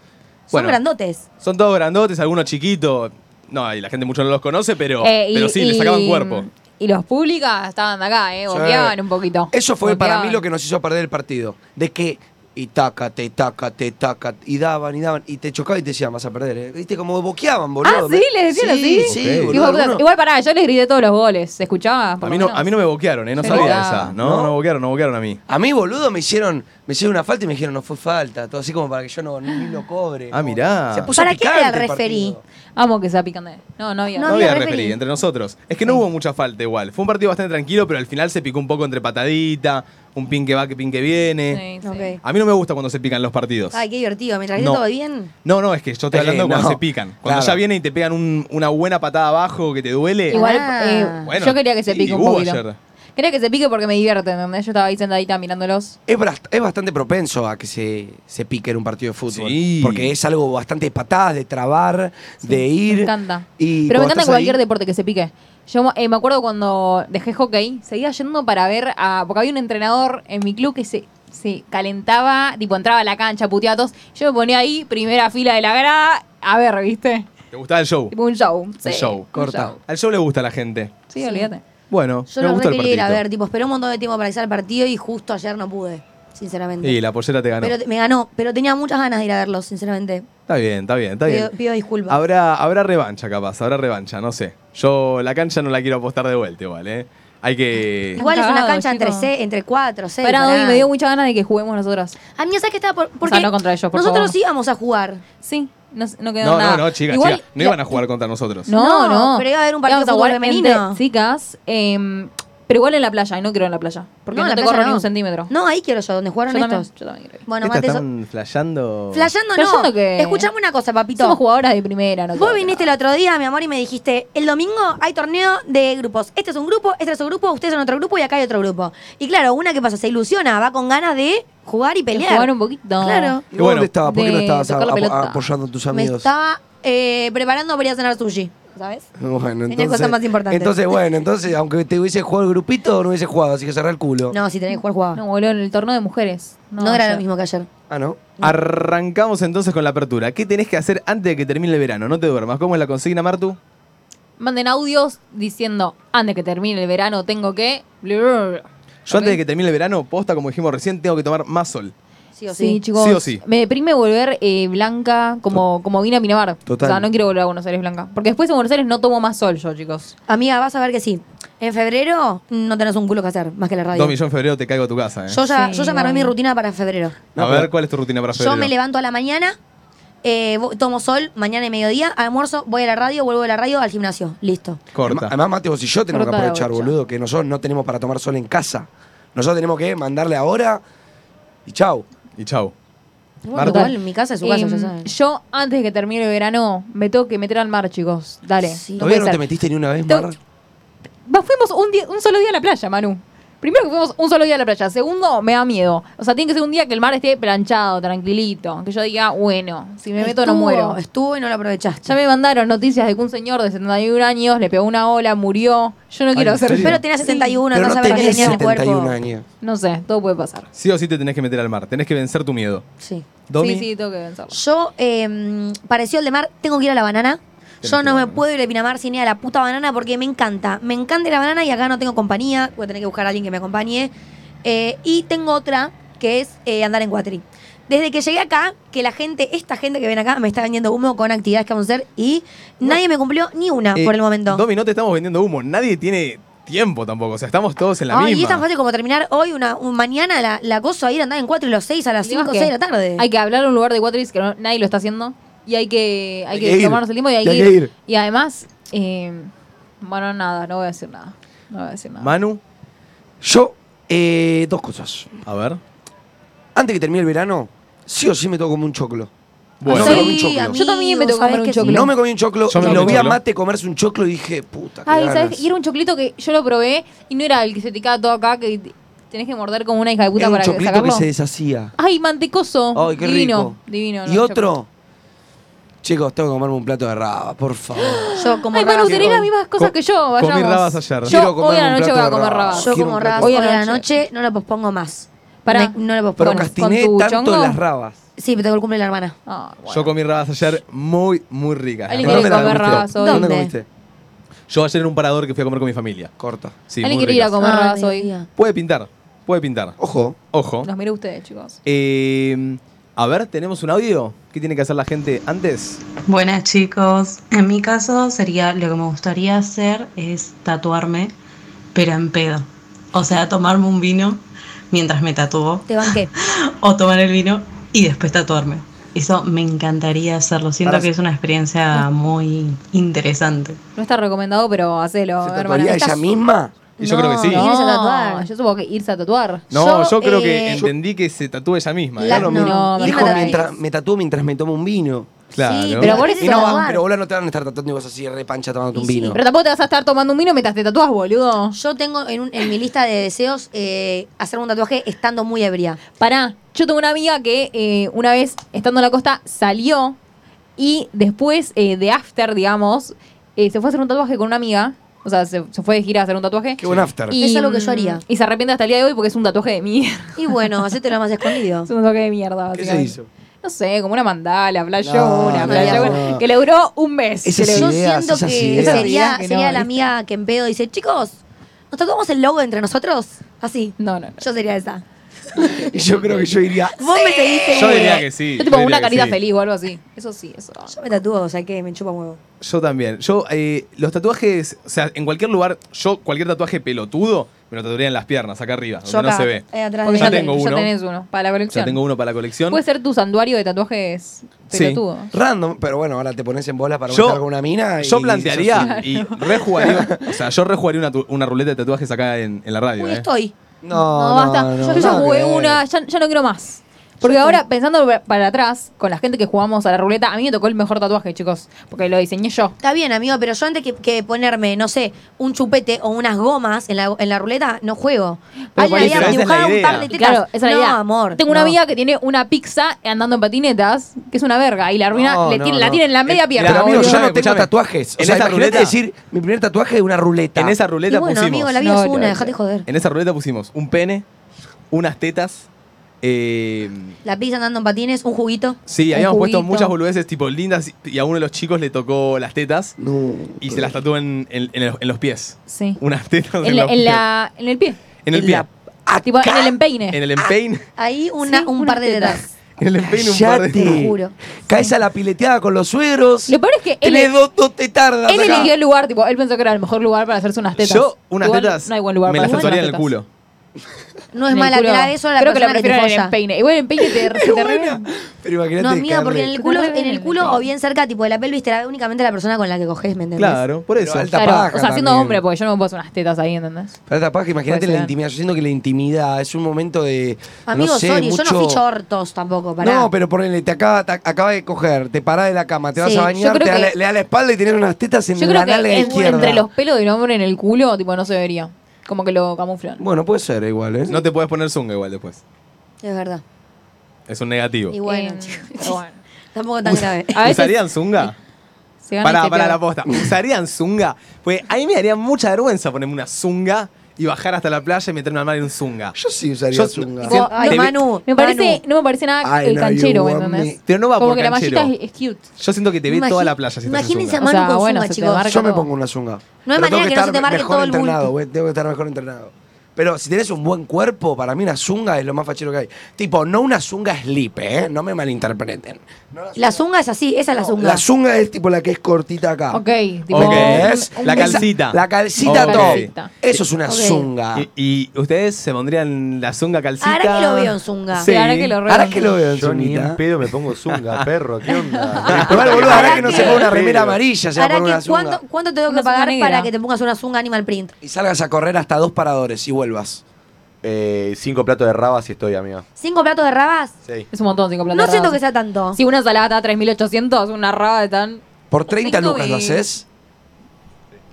Speaker 1: Bueno.
Speaker 2: grandotes.
Speaker 1: Son todos grandotes, algunos chiquitos. No, y la gente mucho no los conoce, pero,
Speaker 4: Eh, y-
Speaker 1: pero sí, le
Speaker 4: y-
Speaker 1: sacaban cuerpo.
Speaker 4: Y los públicas estaban de acá, ¿eh?
Speaker 3: Sí.
Speaker 4: Golpeaban un poquito.
Speaker 3: Eso fue para
Speaker 4: Golpeaban.
Speaker 3: mí lo que nos hizo perder el partido. De que y tácate, y tácate, y tácate, y daban, y daban, y te chocaban y te decían, vas a perder. ¿eh? Viste, como boqueaban, boludo.
Speaker 4: Ah, ¿sí? ¿Les decían así?
Speaker 3: Sí,
Speaker 1: Ok.
Speaker 3: sí, boludo,
Speaker 4: Hijo de puta,
Speaker 3: alguno-
Speaker 4: Igual pará, yo les grité todos los goles. ¿Se escuchaba?
Speaker 1: A mí, no, a mí no me boquearon, ¿eh? No
Speaker 4: Sí,
Speaker 1: sabía
Speaker 4: no.
Speaker 1: esa. No, no,
Speaker 3: No.
Speaker 1: boquearon, no boquearon a mí.
Speaker 3: A mí, boludo, me hicieron, me hicieron una falta y me dijeron, no fue falta. Todo así como para que yo no ni lo cobre.
Speaker 1: Ah,
Speaker 3: ¿no?
Speaker 1: mirá.
Speaker 3: Se puso
Speaker 2: ¿Para qué era
Speaker 3: picante
Speaker 2: el
Speaker 3: el
Speaker 2: referí?
Speaker 3: partido.
Speaker 4: Amo que sea picante. No, no había.
Speaker 1: No,
Speaker 2: No
Speaker 1: había
Speaker 2: había
Speaker 1: referí.
Speaker 2: referí.
Speaker 1: entre nosotros. Es que no hubo mucha falta igual. Fue un partido bastante tranquilo, pero al final se picó un poco entre patadita, un pin que va, que pin que viene.
Speaker 4: Sí, sí.
Speaker 2: Ok.
Speaker 1: A mí no me gusta cuando se pican los partidos.
Speaker 2: Ay, qué divertido. ¿Me trajiste
Speaker 1: No.
Speaker 2: todo bien?
Speaker 1: No, no, es que yo estoy
Speaker 3: Eh,
Speaker 1: hablando cuando
Speaker 3: no.
Speaker 1: se pican. Cuando
Speaker 3: Claro.
Speaker 1: ya viene y te pegan un- una buena patada abajo que te duele.
Speaker 4: Igual,
Speaker 2: Ah.
Speaker 4: eh,
Speaker 1: Bueno,
Speaker 4: yo quería que se
Speaker 1: sí,
Speaker 4: pique un
Speaker 1: hubo
Speaker 4: poquito.
Speaker 1: ayer.
Speaker 4: Quería que se pique porque me divierte, ¿entendés? Yo estaba ahí sentadita mirándolos.
Speaker 3: Es, bras- es bastante propenso a que se, se pique en un partido de fútbol.
Speaker 1: Sí.
Speaker 3: Porque es algo bastante de patadas, de trabar, de ir.
Speaker 4: Me encanta.
Speaker 3: Y
Speaker 4: Pero
Speaker 3: cuando
Speaker 4: me encanta
Speaker 3: estás
Speaker 4: cualquier
Speaker 3: ahí-
Speaker 4: deporte que se pique. Yo eh, me acuerdo cuando dejé hockey, seguía yendo para ver a. Porque había un entrenador en mi club que se, se calentaba, tipo entraba a la cancha, puteaba a todos. Yo me ponía ahí, primera fila de la grada, a ver, ¿viste?
Speaker 1: ¿Te gustaba el show?
Speaker 4: Tipo un show. Sí,
Speaker 1: show,
Speaker 3: corta.
Speaker 4: show.
Speaker 1: Al show le gusta a la gente.
Speaker 4: Sí,
Speaker 2: Sí.
Speaker 4: olvídate.
Speaker 1: Bueno,
Speaker 2: Yo
Speaker 1: me
Speaker 2: lo
Speaker 1: gusta
Speaker 2: re
Speaker 1: el
Speaker 2: quería ir a
Speaker 1: partidito.
Speaker 2: ver. Tipo, esperé un montón de tiempo para ir al partido y justo ayer no pude, sinceramente.
Speaker 1: Y la pollera te ganó.
Speaker 2: Pero te- me ganó, pero tenía muchas ganas de ir a verlos, sinceramente.
Speaker 1: Está bien, está bien, está bien.
Speaker 2: Pido, pido disculpas.
Speaker 1: Habrá, habrá revancha, capaz, habrá revancha, no sé. Yo la cancha no la quiero apostar de vuelta igual, ¿eh? Hay que...
Speaker 2: Igual es una
Speaker 4: Cagado,
Speaker 2: cancha entre,
Speaker 4: chico.
Speaker 2: C, entre cuatro, seis.
Speaker 4: Pará,
Speaker 2: pará.
Speaker 4: Dodi, me dio mucha ganas de que juguemos nosotras.
Speaker 2: A mí, ¿sabes qué estaba por.? Porque
Speaker 4: no contra ellos, por
Speaker 2: nosotros
Speaker 4: favor.
Speaker 2: íbamos a jugar.
Speaker 4: Sí, no, s- no quedó
Speaker 1: No,
Speaker 4: nada.
Speaker 1: no, no, chica,
Speaker 4: Igual,
Speaker 1: chica. No
Speaker 4: la-
Speaker 1: iban a jugar contra nosotros.
Speaker 4: No,
Speaker 2: No,
Speaker 4: no.
Speaker 2: pero iba a haber un partido
Speaker 4: Íbamos
Speaker 2: de
Speaker 4: jugar
Speaker 2: fútbol femenino.
Speaker 4: entre chicas, em, pero igual en la playa, y no quiero en la playa. Porque no,
Speaker 2: en la
Speaker 4: te
Speaker 2: playa
Speaker 4: corro ni
Speaker 2: no.
Speaker 4: un centímetro.
Speaker 2: No, ahí quiero yo, donde
Speaker 4: yo
Speaker 2: jugaron
Speaker 4: también,
Speaker 2: estos.
Speaker 4: yo también quiero ir.
Speaker 2: Bueno, mate, eso.
Speaker 1: flayando...
Speaker 2: Flayando no.
Speaker 4: Flayando que-
Speaker 2: Escuchame una cosa, papito.
Speaker 4: Somos jugadoras de primera, no
Speaker 2: Vos
Speaker 4: creo que
Speaker 2: viniste el
Speaker 4: nada.
Speaker 2: otro día, mi amor, y me dijiste, el domingo hay torneo de grupos. Este es un grupo, este es un grupo, ustedes son otro grupo y acá hay otro grupo. Y claro, una que pasa, se ilusiona, va con ganas de jugar y pelear.
Speaker 4: jugar un poquito.
Speaker 2: Claro.
Speaker 3: ¿Y
Speaker 1: Y bueno,
Speaker 3: dónde estabas? ¿Por qué no
Speaker 4: de
Speaker 3: estabas a-
Speaker 4: tocar la
Speaker 3: a-
Speaker 4: pelota.
Speaker 3: apoyando a tus
Speaker 2: Me
Speaker 3: amigos?
Speaker 2: estaba eh, preparando para ir a cenar sushi, ¿sabes?
Speaker 3: Bueno,
Speaker 2: Tenía cosas más importantes.
Speaker 3: Entonces, bueno, entonces, aunque te hubiese jugado el grupito, no hubiese jugado, así que cerrar el culo.
Speaker 2: No, si tenés que jugar, jugaba.
Speaker 4: No,
Speaker 2: No,
Speaker 4: boludo, en el torneo de mujeres. No,
Speaker 2: Ah. era
Speaker 4: ayer.
Speaker 2: lo mismo que ayer.
Speaker 3: Ah, ¿no?
Speaker 1: Arrancamos entonces con la apertura. ¿Qué tenés que hacer antes de que termine el verano? No te duermas. ¿Cómo es la consigna, Martu?
Speaker 4: Manden audios diciendo, antes que termine el verano tengo que...
Speaker 1: Yo
Speaker 4: Ok.
Speaker 1: antes de que termine el verano, posta, como dijimos recién, tengo que tomar más sol.
Speaker 2: Sí o sí.
Speaker 4: chicos.
Speaker 1: Sí o sí.
Speaker 4: Me deprime volver eh, blanca como, como vine a Pinamar.
Speaker 3: Total.
Speaker 4: O sea, no quiero volver a Buenos Aires blanca. Porque después en Buenos Aires no tomo más sol yo, chicos.
Speaker 2: Amiga, vas a ver que sí. En febrero no tenés un culo que hacer, más que la radio.
Speaker 1: Domi, yo en febrero te caigo a tu casa, ¿eh?
Speaker 2: Yo ya,
Speaker 4: Sí,
Speaker 2: yo ya me armé mi
Speaker 4: bueno.
Speaker 2: rutina para febrero.
Speaker 1: a ver, ¿cuál es tu rutina para febrero?
Speaker 2: Yo me levanto a la mañana, eh, vo- tomo sol, mañana y mediodía, almuerzo, voy a la radio, vuelvo de la radio al gimnasio. Listo.
Speaker 1: Corta.
Speaker 3: Además, Mate, vos y yo tenemos que
Speaker 4: Corta la
Speaker 3: aprovechar,
Speaker 4: bocha.
Speaker 3: boludo, que nosotros no tenemos para tomar sol en casa. Nosotros tenemos que mandarle ahora y chau.
Speaker 1: y chau.
Speaker 2: Bueno,
Speaker 1: Marta.
Speaker 2: igual mi casa es su casa,
Speaker 4: Em,
Speaker 2: ya saben.
Speaker 4: yo, antes de que termine el verano, me tengo que meter al mar, chicos. Dale.
Speaker 2: Sí.
Speaker 4: No
Speaker 3: ¿Todavía
Speaker 4: puede
Speaker 3: no
Speaker 4: ser.
Speaker 3: te metiste ni una vez,
Speaker 4: Tengo-
Speaker 3: Mar?
Speaker 4: Va- fuimos un, día- un solo día a la playa, Manu. Primero que fuimos un solo día a la playa. Segundo, me da miedo. O sea, tiene que ser un día que el mar esté planchado, tranquilito. Que yo diga, bueno, si me meto no
Speaker 2: Estuvo,
Speaker 4: muero.
Speaker 2: Estuvo y no lo aprovechaste.
Speaker 4: Ya me mandaron noticias de que un señor de 71 años le pegó una ola, murió. Yo no quiero
Speaker 1: ¿en
Speaker 4: hacer...
Speaker 1: serio?
Speaker 2: Pero tenía 61,
Speaker 3: Pero
Speaker 2: no
Speaker 3: no
Speaker 2: sabía que
Speaker 3: tenés
Speaker 2: tenía en el
Speaker 3: 71
Speaker 2: cuerpo.
Speaker 3: años.
Speaker 4: No sé, todo puede pasar.
Speaker 1: Sí o sí te tenés que meter al mar, tenés que vencer tu miedo.
Speaker 2: Sí.
Speaker 1: Domi,
Speaker 4: Sí, sí, tengo que pensarlo.
Speaker 2: Yo, eh, parecido al de mar, tengo que ir a la banana.
Speaker 1: Tenés
Speaker 2: Yo
Speaker 1: que
Speaker 2: no
Speaker 1: ir a
Speaker 2: me
Speaker 1: la banana.
Speaker 2: puedo ir de Pinamar sin ir a la puta banana porque me encanta. Me encanta ir a la banana y acá no tengo compañía. Voy a tener que buscar a alguien que me acompañe. Eh, y tengo otra que es eh, andar en cuatri. Desde que llegué acá, que la gente, esta gente que ven acá, me está vendiendo humo con actividades que vamos a hacer y nadie me cumplió ni una
Speaker 1: eh,
Speaker 2: por el momento.
Speaker 1: Domi, no te estamos vendiendo humo, nadie tiene tiempo tampoco, o sea, estamos todos en la
Speaker 2: Ay, y es tan
Speaker 1: misma.
Speaker 2: fácil como terminar hoy, una, un mañana, la, la cosa a ir a andar en cuatri a los 6 a las
Speaker 4: Digo
Speaker 2: 5 o
Speaker 4: que
Speaker 2: 6 de la tarde.
Speaker 4: Hay que hablar en un lugar de Watris que no- nadie lo está haciendo. Y hay que, hay
Speaker 3: Hay
Speaker 4: que
Speaker 3: que ir.
Speaker 4: tomarnos el tiempo y hay, que, ir. Y además, eh, bueno, nada, no voy a decir nada. No voy a decir nada.
Speaker 1: Manu,
Speaker 3: Yo, eh, dos cosas.
Speaker 1: a ver.
Speaker 3: Antes que termine el verano, sí o sí me tengo como un choclo.
Speaker 1: Bueno,
Speaker 3: Sí,
Speaker 1: pero-
Speaker 3: Ah, un choclo.
Speaker 2: amigo,
Speaker 4: Yo también me tengo que
Speaker 2: ¿sabés
Speaker 4: comer un
Speaker 2: que sí?
Speaker 4: choclo.
Speaker 3: No me comí un choclo
Speaker 1: Yo me
Speaker 3: y
Speaker 1: comí
Speaker 3: lo
Speaker 1: un
Speaker 3: vi a
Speaker 1: choclo.
Speaker 3: Mate comerse un choclo y dije, puta, qué
Speaker 4: Ay,
Speaker 3: ganas.
Speaker 4: ¿sabes? Y era un choclito que yo lo probé y no era el que se te queda todo acá, que t- tenés que morder como una hija de puta
Speaker 3: Era un
Speaker 4: para que-
Speaker 3: choclito
Speaker 4: sacarlo.
Speaker 3: que se deshacía.
Speaker 4: Ay, mantecoso.
Speaker 3: Ay, qué
Speaker 4: divino,
Speaker 3: rico.
Speaker 4: Divino.
Speaker 3: y
Speaker 4: no,
Speaker 3: otro, chicos, tengo que comerme un plato de raba, por favor.
Speaker 2: Yo
Speaker 4: choclo.
Speaker 2: como
Speaker 4: Ay, Manu,
Speaker 2: rara
Speaker 4: tenés
Speaker 2: soy.
Speaker 4: las mismas cosas
Speaker 1: Co-
Speaker 4: que yo,
Speaker 1: comí
Speaker 4: vayamos.
Speaker 1: rabas ayer.
Speaker 4: Yo
Speaker 3: Quiero
Speaker 4: hoy a
Speaker 3: comerme
Speaker 4: la
Speaker 3: un
Speaker 4: noche
Speaker 3: plato
Speaker 4: voy a
Speaker 3: de
Speaker 4: comer
Speaker 3: rabas.
Speaker 4: rabas.
Speaker 2: Yo
Speaker 3: Quiero
Speaker 2: como
Speaker 3: un plato.
Speaker 2: rabas hoy
Speaker 4: Hoy
Speaker 2: a
Speaker 4: a
Speaker 2: la
Speaker 4: la
Speaker 2: noche no lo pospongo más.
Speaker 4: Pará.
Speaker 2: Me- no lo pospongo. más.
Speaker 3: Procrastiné
Speaker 4: con tu
Speaker 3: tanto
Speaker 4: chongo.
Speaker 3: las rabas.
Speaker 2: Sí, pero tengo el cumple de la hermana.
Speaker 4: Ah, bueno.
Speaker 1: Yo comí rabas ayer muy, muy ricas.
Speaker 4: Alguien
Speaker 1: La
Speaker 4: quiere
Speaker 1: verdad me
Speaker 4: comer
Speaker 1: gustó.
Speaker 4: rabas hoy.
Speaker 2: ¿Dónde?
Speaker 3: comiste?
Speaker 1: Yo ayer en un parador que fui a comer con mi familia.
Speaker 3: Corta.
Speaker 1: Sí,
Speaker 4: Alguien
Speaker 1: muy
Speaker 4: quiere ir a
Speaker 1: ricas.
Speaker 4: comer
Speaker 2: Ay,
Speaker 4: rabas hoy.
Speaker 2: Dios.
Speaker 1: Puede pintar, puede pintar.
Speaker 3: Ojo.
Speaker 1: Ojo.
Speaker 4: Los miré a ustedes, chicos.
Speaker 1: Eh, a ver, ¿tenemos un audio? ¿Qué tiene que hacer la gente antes?
Speaker 7: Buenas chicos, en mi caso sería lo que me gustaría hacer es tatuarme, pero en pedo. O sea, tomarme un vino mientras me tatúo
Speaker 2: Te banqué.
Speaker 7: o tomar el vino y después tatuarme. Eso me encantaría hacerlo, siento
Speaker 3: Para-
Speaker 7: que es una experiencia muy interesante.
Speaker 4: No está recomendado, pero hacelo.
Speaker 3: ¿Se
Speaker 4: hermana.
Speaker 3: tatuaría ella
Speaker 4: Estás-
Speaker 3: misma?
Speaker 1: Y yo creo que sí.
Speaker 2: No, irse a
Speaker 4: No,
Speaker 2: tatuar.
Speaker 4: yo supongo que irse a tatuar.
Speaker 1: No, yo, creo que
Speaker 2: eh,
Speaker 1: entendí que se tatúa ella misma. ¿eh?
Speaker 2: La-
Speaker 3: no,
Speaker 2: no,
Speaker 4: no,
Speaker 2: irme
Speaker 3: Dijo,
Speaker 2: a la-
Speaker 3: mientras, me tatúo mientras me tomo un vino.
Speaker 1: Claro.
Speaker 2: Sí,
Speaker 4: Pero vos
Speaker 2: irse
Speaker 3: Y
Speaker 2: a
Speaker 3: no,
Speaker 2: tatuar.
Speaker 3: pero vos no te van a estar tatuando y vas así re pancha tomando
Speaker 2: Y
Speaker 3: un
Speaker 2: sí,
Speaker 3: vino.
Speaker 4: Pero tampoco te vas a estar tomando un vino mientras te tatúas, boludo.
Speaker 2: Yo tengo en, un- en mi lista de deseos eh, hacerme un tatuaje estando muy ebria.
Speaker 4: Pará, yo tengo una amiga que eh, una vez estando en la costa salió y después eh, de after, digamos, eh, se fue a hacer un tatuaje con una amiga. O sea, se, se fue de gira a hacer un tatuaje.
Speaker 3: Qué buen after.
Speaker 4: Y, mm,
Speaker 2: Es algo que yo haría.
Speaker 4: Y se arrepiente hasta el día de hoy porque es un tatuaje de mierda.
Speaker 2: Y bueno, hacételo más escondido.
Speaker 4: Es un tatuaje de mierda,
Speaker 3: ¿Qué se
Speaker 4: básicamente.
Speaker 3: hizo?
Speaker 4: No sé, como una mandala,
Speaker 3: No,
Speaker 2: no,
Speaker 4: playona, playona,
Speaker 3: no.
Speaker 4: Que le duró un mes.
Speaker 3: Esa
Speaker 4: Que le-
Speaker 3: sí.
Speaker 2: Yo
Speaker 3: ideas,
Speaker 2: siento
Speaker 3: esas
Speaker 2: que
Speaker 3: ideas.
Speaker 2: sería,
Speaker 4: Esas ideas que no,
Speaker 2: sería la
Speaker 4: ¿viste?
Speaker 2: amiga que en pedo dice, chicos, ¿nos tatuamos el logo entre nosotros? Así.
Speaker 4: No, no, no.
Speaker 2: Yo sería esa.
Speaker 3: Y yo creo que yo iría.
Speaker 2: Vos me seguiste.
Speaker 1: Yo diría que sí.
Speaker 4: Yo tipo
Speaker 1: yo diría
Speaker 4: una
Speaker 1: que
Speaker 4: carita
Speaker 1: sí.
Speaker 4: feliz o algo así. Eso sí, eso.
Speaker 2: Yo me tatúo, o sea que me chupa un huevo.
Speaker 1: Yo también. Yo, eh, los tatuajes, o sea, en cualquier lugar, yo cualquier tatuaje pelotudo me lo tatuaría en las piernas, acá arriba,
Speaker 2: Yo
Speaker 1: donde no se ve.
Speaker 2: eh, atrás
Speaker 4: Porque
Speaker 1: ya
Speaker 4: ya,
Speaker 2: de-
Speaker 1: tengo
Speaker 4: ten- ya
Speaker 1: uno.
Speaker 4: tenés uno para la colección.
Speaker 1: Ya tengo uno para la colección.
Speaker 4: Puede ser tu santuario de tatuajes
Speaker 1: Sí.
Speaker 4: pelotudo.
Speaker 3: Random, pero bueno, ahora te pones en bolas para
Speaker 1: Yo-
Speaker 3: buscar con una mina. y-
Speaker 1: Yo plantearía y rejugaría, o sea, yo rejugaría una, tu- una ruleta de tatuajes acá en, en la radio.
Speaker 2: Uy,
Speaker 1: eh.
Speaker 2: estoy.
Speaker 3: No,
Speaker 4: No,
Speaker 3: no,
Speaker 4: basta.
Speaker 3: no,
Speaker 4: yo ya
Speaker 3: nada
Speaker 4: jugué
Speaker 3: que ver.
Speaker 4: una, ya, ya no quiero más. Porque ahora, pensando pa- para atrás, con la gente que jugamos a la ruleta, a mí me tocó el mejor tatuaje, chicos. Porque lo diseñé yo.
Speaker 2: Está bien, amigo, pero yo antes que, que ponerme, no sé, un chupete o unas gomas en la, en la ruleta, no juego.
Speaker 1: por
Speaker 2: Alguien
Speaker 1: ahí- pero
Speaker 2: había
Speaker 1: esa es la
Speaker 2: dibujado un
Speaker 1: idea.
Speaker 2: par de
Speaker 4: Y
Speaker 2: tetas.
Speaker 4: claro, esa es la
Speaker 2: no,
Speaker 4: idea.
Speaker 2: amor.
Speaker 4: Tengo una
Speaker 2: no.
Speaker 4: amiga que tiene una pizza andando en patinetas, que es una verga. Y la ruina
Speaker 3: No,
Speaker 4: le
Speaker 3: no,
Speaker 4: tiene- la
Speaker 3: no.
Speaker 4: tiene en la media
Speaker 1: Eh,
Speaker 4: pierna.
Speaker 3: Pero
Speaker 1: Claro,
Speaker 3: amigo, yo
Speaker 1: escuchame,
Speaker 3: no tengo
Speaker 1: escuchame.
Speaker 3: tatuajes. O
Speaker 1: En
Speaker 3: sea,
Speaker 1: esa
Speaker 3: imagínate
Speaker 1: ruleta-
Speaker 3: decir, mi primer tatuaje es una ruleta.
Speaker 1: En esa
Speaker 2: Y
Speaker 1: ruleta
Speaker 2: bueno,
Speaker 1: pusimos.
Speaker 2: amigo, la vida
Speaker 4: No,
Speaker 2: es
Speaker 4: no,
Speaker 2: una,
Speaker 4: no.
Speaker 2: dejate joder.
Speaker 1: En esa ruleta pusimos un pene, unas tetas. eh,
Speaker 2: La pizza andando en patines, un juguito.
Speaker 1: sí,
Speaker 4: Un
Speaker 1: habíamos puesto
Speaker 4: juguito.
Speaker 1: muchas boludeces tipo lindas y a uno de los chicos le tocó las tetas
Speaker 3: No.
Speaker 1: y se las tatuó en, en- en los- en los pies.
Speaker 4: Sí.
Speaker 1: Unas tetas en,
Speaker 4: En, la-
Speaker 1: los
Speaker 4: en
Speaker 1: pies.
Speaker 4: la- en el pie.
Speaker 1: En el
Speaker 3: En
Speaker 1: pie.
Speaker 3: la-
Speaker 4: Tipo, en el empeine.
Speaker 1: En el empeine.
Speaker 2: Ahí una,
Speaker 4: Sí,
Speaker 2: un
Speaker 4: unas
Speaker 2: par de
Speaker 4: tetas.
Speaker 2: dedas.
Speaker 1: En el empeine un par de.
Speaker 2: Te lo
Speaker 3: Sí.
Speaker 2: juro.
Speaker 3: Caes a la pileteada con los suegros.
Speaker 4: Lo peor es que él,
Speaker 3: Tenés dos, dos te tardas.
Speaker 4: él
Speaker 3: acá.
Speaker 4: eligió el lugar, tipo, él pensó que era el mejor lugar para hacerse unas tetas.
Speaker 1: Yo, unas
Speaker 4: Igual
Speaker 1: tetas.
Speaker 4: No hay buen lugar
Speaker 1: me
Speaker 4: para
Speaker 1: las
Speaker 4: hacerse
Speaker 1: tatuaría en el
Speaker 4: unas tetas.
Speaker 1: culo.
Speaker 2: No es
Speaker 4: En el
Speaker 2: mala,
Speaker 4: culo.
Speaker 2: la de eso a la
Speaker 4: Creo que la
Speaker 2: persona que,
Speaker 4: prefiero
Speaker 2: te
Speaker 4: en el
Speaker 2: folla.
Speaker 4: empeine. Igual el empeine te, te
Speaker 3: Buena.
Speaker 4: revela.
Speaker 3: Pero imagínate
Speaker 2: No, amiga, porque en
Speaker 3: Scarlett.
Speaker 2: el culo, en el culo
Speaker 4: Claro.
Speaker 2: o bien cerca tipo de la pelvis te la ve únicamente la persona con la que coges, ¿me entendés?
Speaker 1: Claro, por eso.
Speaker 3: Pero alta-
Speaker 4: Claro,
Speaker 3: paja
Speaker 4: o sea, siendo
Speaker 3: también.
Speaker 4: hombre, porque yo no me puedo hacer unas tetas ahí, ¿entendés?
Speaker 3: Pero esta paja, imagínate la
Speaker 4: Puede ser.
Speaker 3: intimidad. Yo siento que la intimidad es un momento de.
Speaker 2: Amigo,
Speaker 3: no sé,
Speaker 2: sorry,
Speaker 3: mucho...
Speaker 2: yo no fui chortos tampoco, pará.
Speaker 3: No, pero ponele, te acaba, te acaba de coger, te parás de la cama, te vas
Speaker 2: Sí,
Speaker 3: a
Speaker 2: yo
Speaker 3: bañar,
Speaker 4: creo
Speaker 3: te da
Speaker 4: que-
Speaker 3: la- le da la espalda y tenés unas tetas en
Speaker 4: Yo
Speaker 3: la
Speaker 4: creo que
Speaker 3: nalga
Speaker 4: en-
Speaker 3: izquierda.
Speaker 4: entre los pelos del hombre en el culo, tipo, no se vería. Como que lo camuflan.
Speaker 3: Bueno, puede ser igual, ¿eh?
Speaker 1: No te puedes poner zunga igual después.
Speaker 2: Es verdad.
Speaker 1: Es un negativo.
Speaker 2: Y bueno,
Speaker 4: Eh,
Speaker 2: chicos,
Speaker 4: pero bueno.
Speaker 2: tampoco tan grave.
Speaker 4: A veces
Speaker 1: ¿Usarían zunga?
Speaker 4: se gana y
Speaker 1: Para,
Speaker 4: se
Speaker 1: para
Speaker 4: pierde.
Speaker 1: la posta. ¿Usarían zunga? Pues a mí me daría mucha vergüenza ponerme una zunga y bajar hasta la playa y meterme al mar en un zunga.
Speaker 3: Yo sí usaría
Speaker 1: Yo-
Speaker 3: zunga.
Speaker 1: Sí.
Speaker 2: Vos- ay,
Speaker 1: Te vi-
Speaker 2: Manu,
Speaker 4: Me parece,
Speaker 2: Manu,
Speaker 4: no me parece nada
Speaker 3: I know
Speaker 4: el
Speaker 3: you
Speaker 4: canchero,
Speaker 3: want
Speaker 4: ¿entendés?
Speaker 3: me.
Speaker 1: Pero no va
Speaker 4: Como
Speaker 1: por
Speaker 4: que
Speaker 1: canchero.
Speaker 4: la mallita es, es cute.
Speaker 1: Yo siento que te ve
Speaker 2: imagi-
Speaker 1: toda la playa si estás en
Speaker 2: Imagínense a
Speaker 1: zunga.
Speaker 4: zunga.
Speaker 2: Manu
Speaker 4: O sea,
Speaker 2: con
Speaker 4: bueno,
Speaker 2: zunga,
Speaker 4: se te
Speaker 2: chicos.
Speaker 4: marca.
Speaker 3: Yo me
Speaker 4: todo.
Speaker 3: pongo una zunga.
Speaker 2: No hay
Speaker 3: Pero tengo
Speaker 2: manera que no se te
Speaker 3: estar
Speaker 2: marque
Speaker 3: mejor
Speaker 2: todo el bulto.
Speaker 3: entrenado, güey, Tengo que estar mejor entrenado. Pero si tenés un buen cuerpo, para mí una zunga es lo más fachero que hay. Tipo, no una zunga sleep, ¿eh? No me malinterpreten. No la,
Speaker 2: La zunga es así, esa es la zunga.
Speaker 3: la zunga es tipo la que es cortita acá.
Speaker 4: Ok, tipo.
Speaker 1: Ah. Ok.
Speaker 3: ¿Entendés?
Speaker 1: La calcita.
Speaker 3: Esa- la calcita
Speaker 1: Ok.
Speaker 3: top. Eso es una
Speaker 2: Ok.
Speaker 3: zunga.
Speaker 1: Y, y ustedes se pondrían la zunga calcita?
Speaker 2: Ahora que lo veo en zunga.
Speaker 1: Sí.
Speaker 4: Ahora que lo re-
Speaker 3: Ahora que lo veo en
Speaker 6: Yo ni en
Speaker 3: zunguita.
Speaker 6: pedo me pongo zunga, perro. ¿Qué onda?
Speaker 3: Igual, boludo, ahora que no se
Speaker 2: Ahora
Speaker 3: pone una
Speaker 6: que-
Speaker 3: remera amarilla, se va a
Speaker 2: Ahora
Speaker 3: poner una
Speaker 2: que,
Speaker 3: zunga.
Speaker 2: ¿cuánto, ¿cuánto te tengo que
Speaker 4: Una zunga
Speaker 2: pagar
Speaker 4: negra.
Speaker 2: para que te pongas una zunga animal print?
Speaker 3: Y salgas a correr hasta dos paradores y vuelvas.
Speaker 6: Eh, cinco platos de rabas y estoy, amiga.
Speaker 2: ¿Cinco platos de rabas?
Speaker 6: Sí.
Speaker 4: Es un montón, cinco platos.
Speaker 2: No siento que
Speaker 4: raros.
Speaker 2: sea tanto.
Speaker 4: Si una ensalada está a 3.800, una raba de tan.
Speaker 3: Por 30
Speaker 4: Tengo
Speaker 3: lucas lo
Speaker 4: mi-
Speaker 3: haces.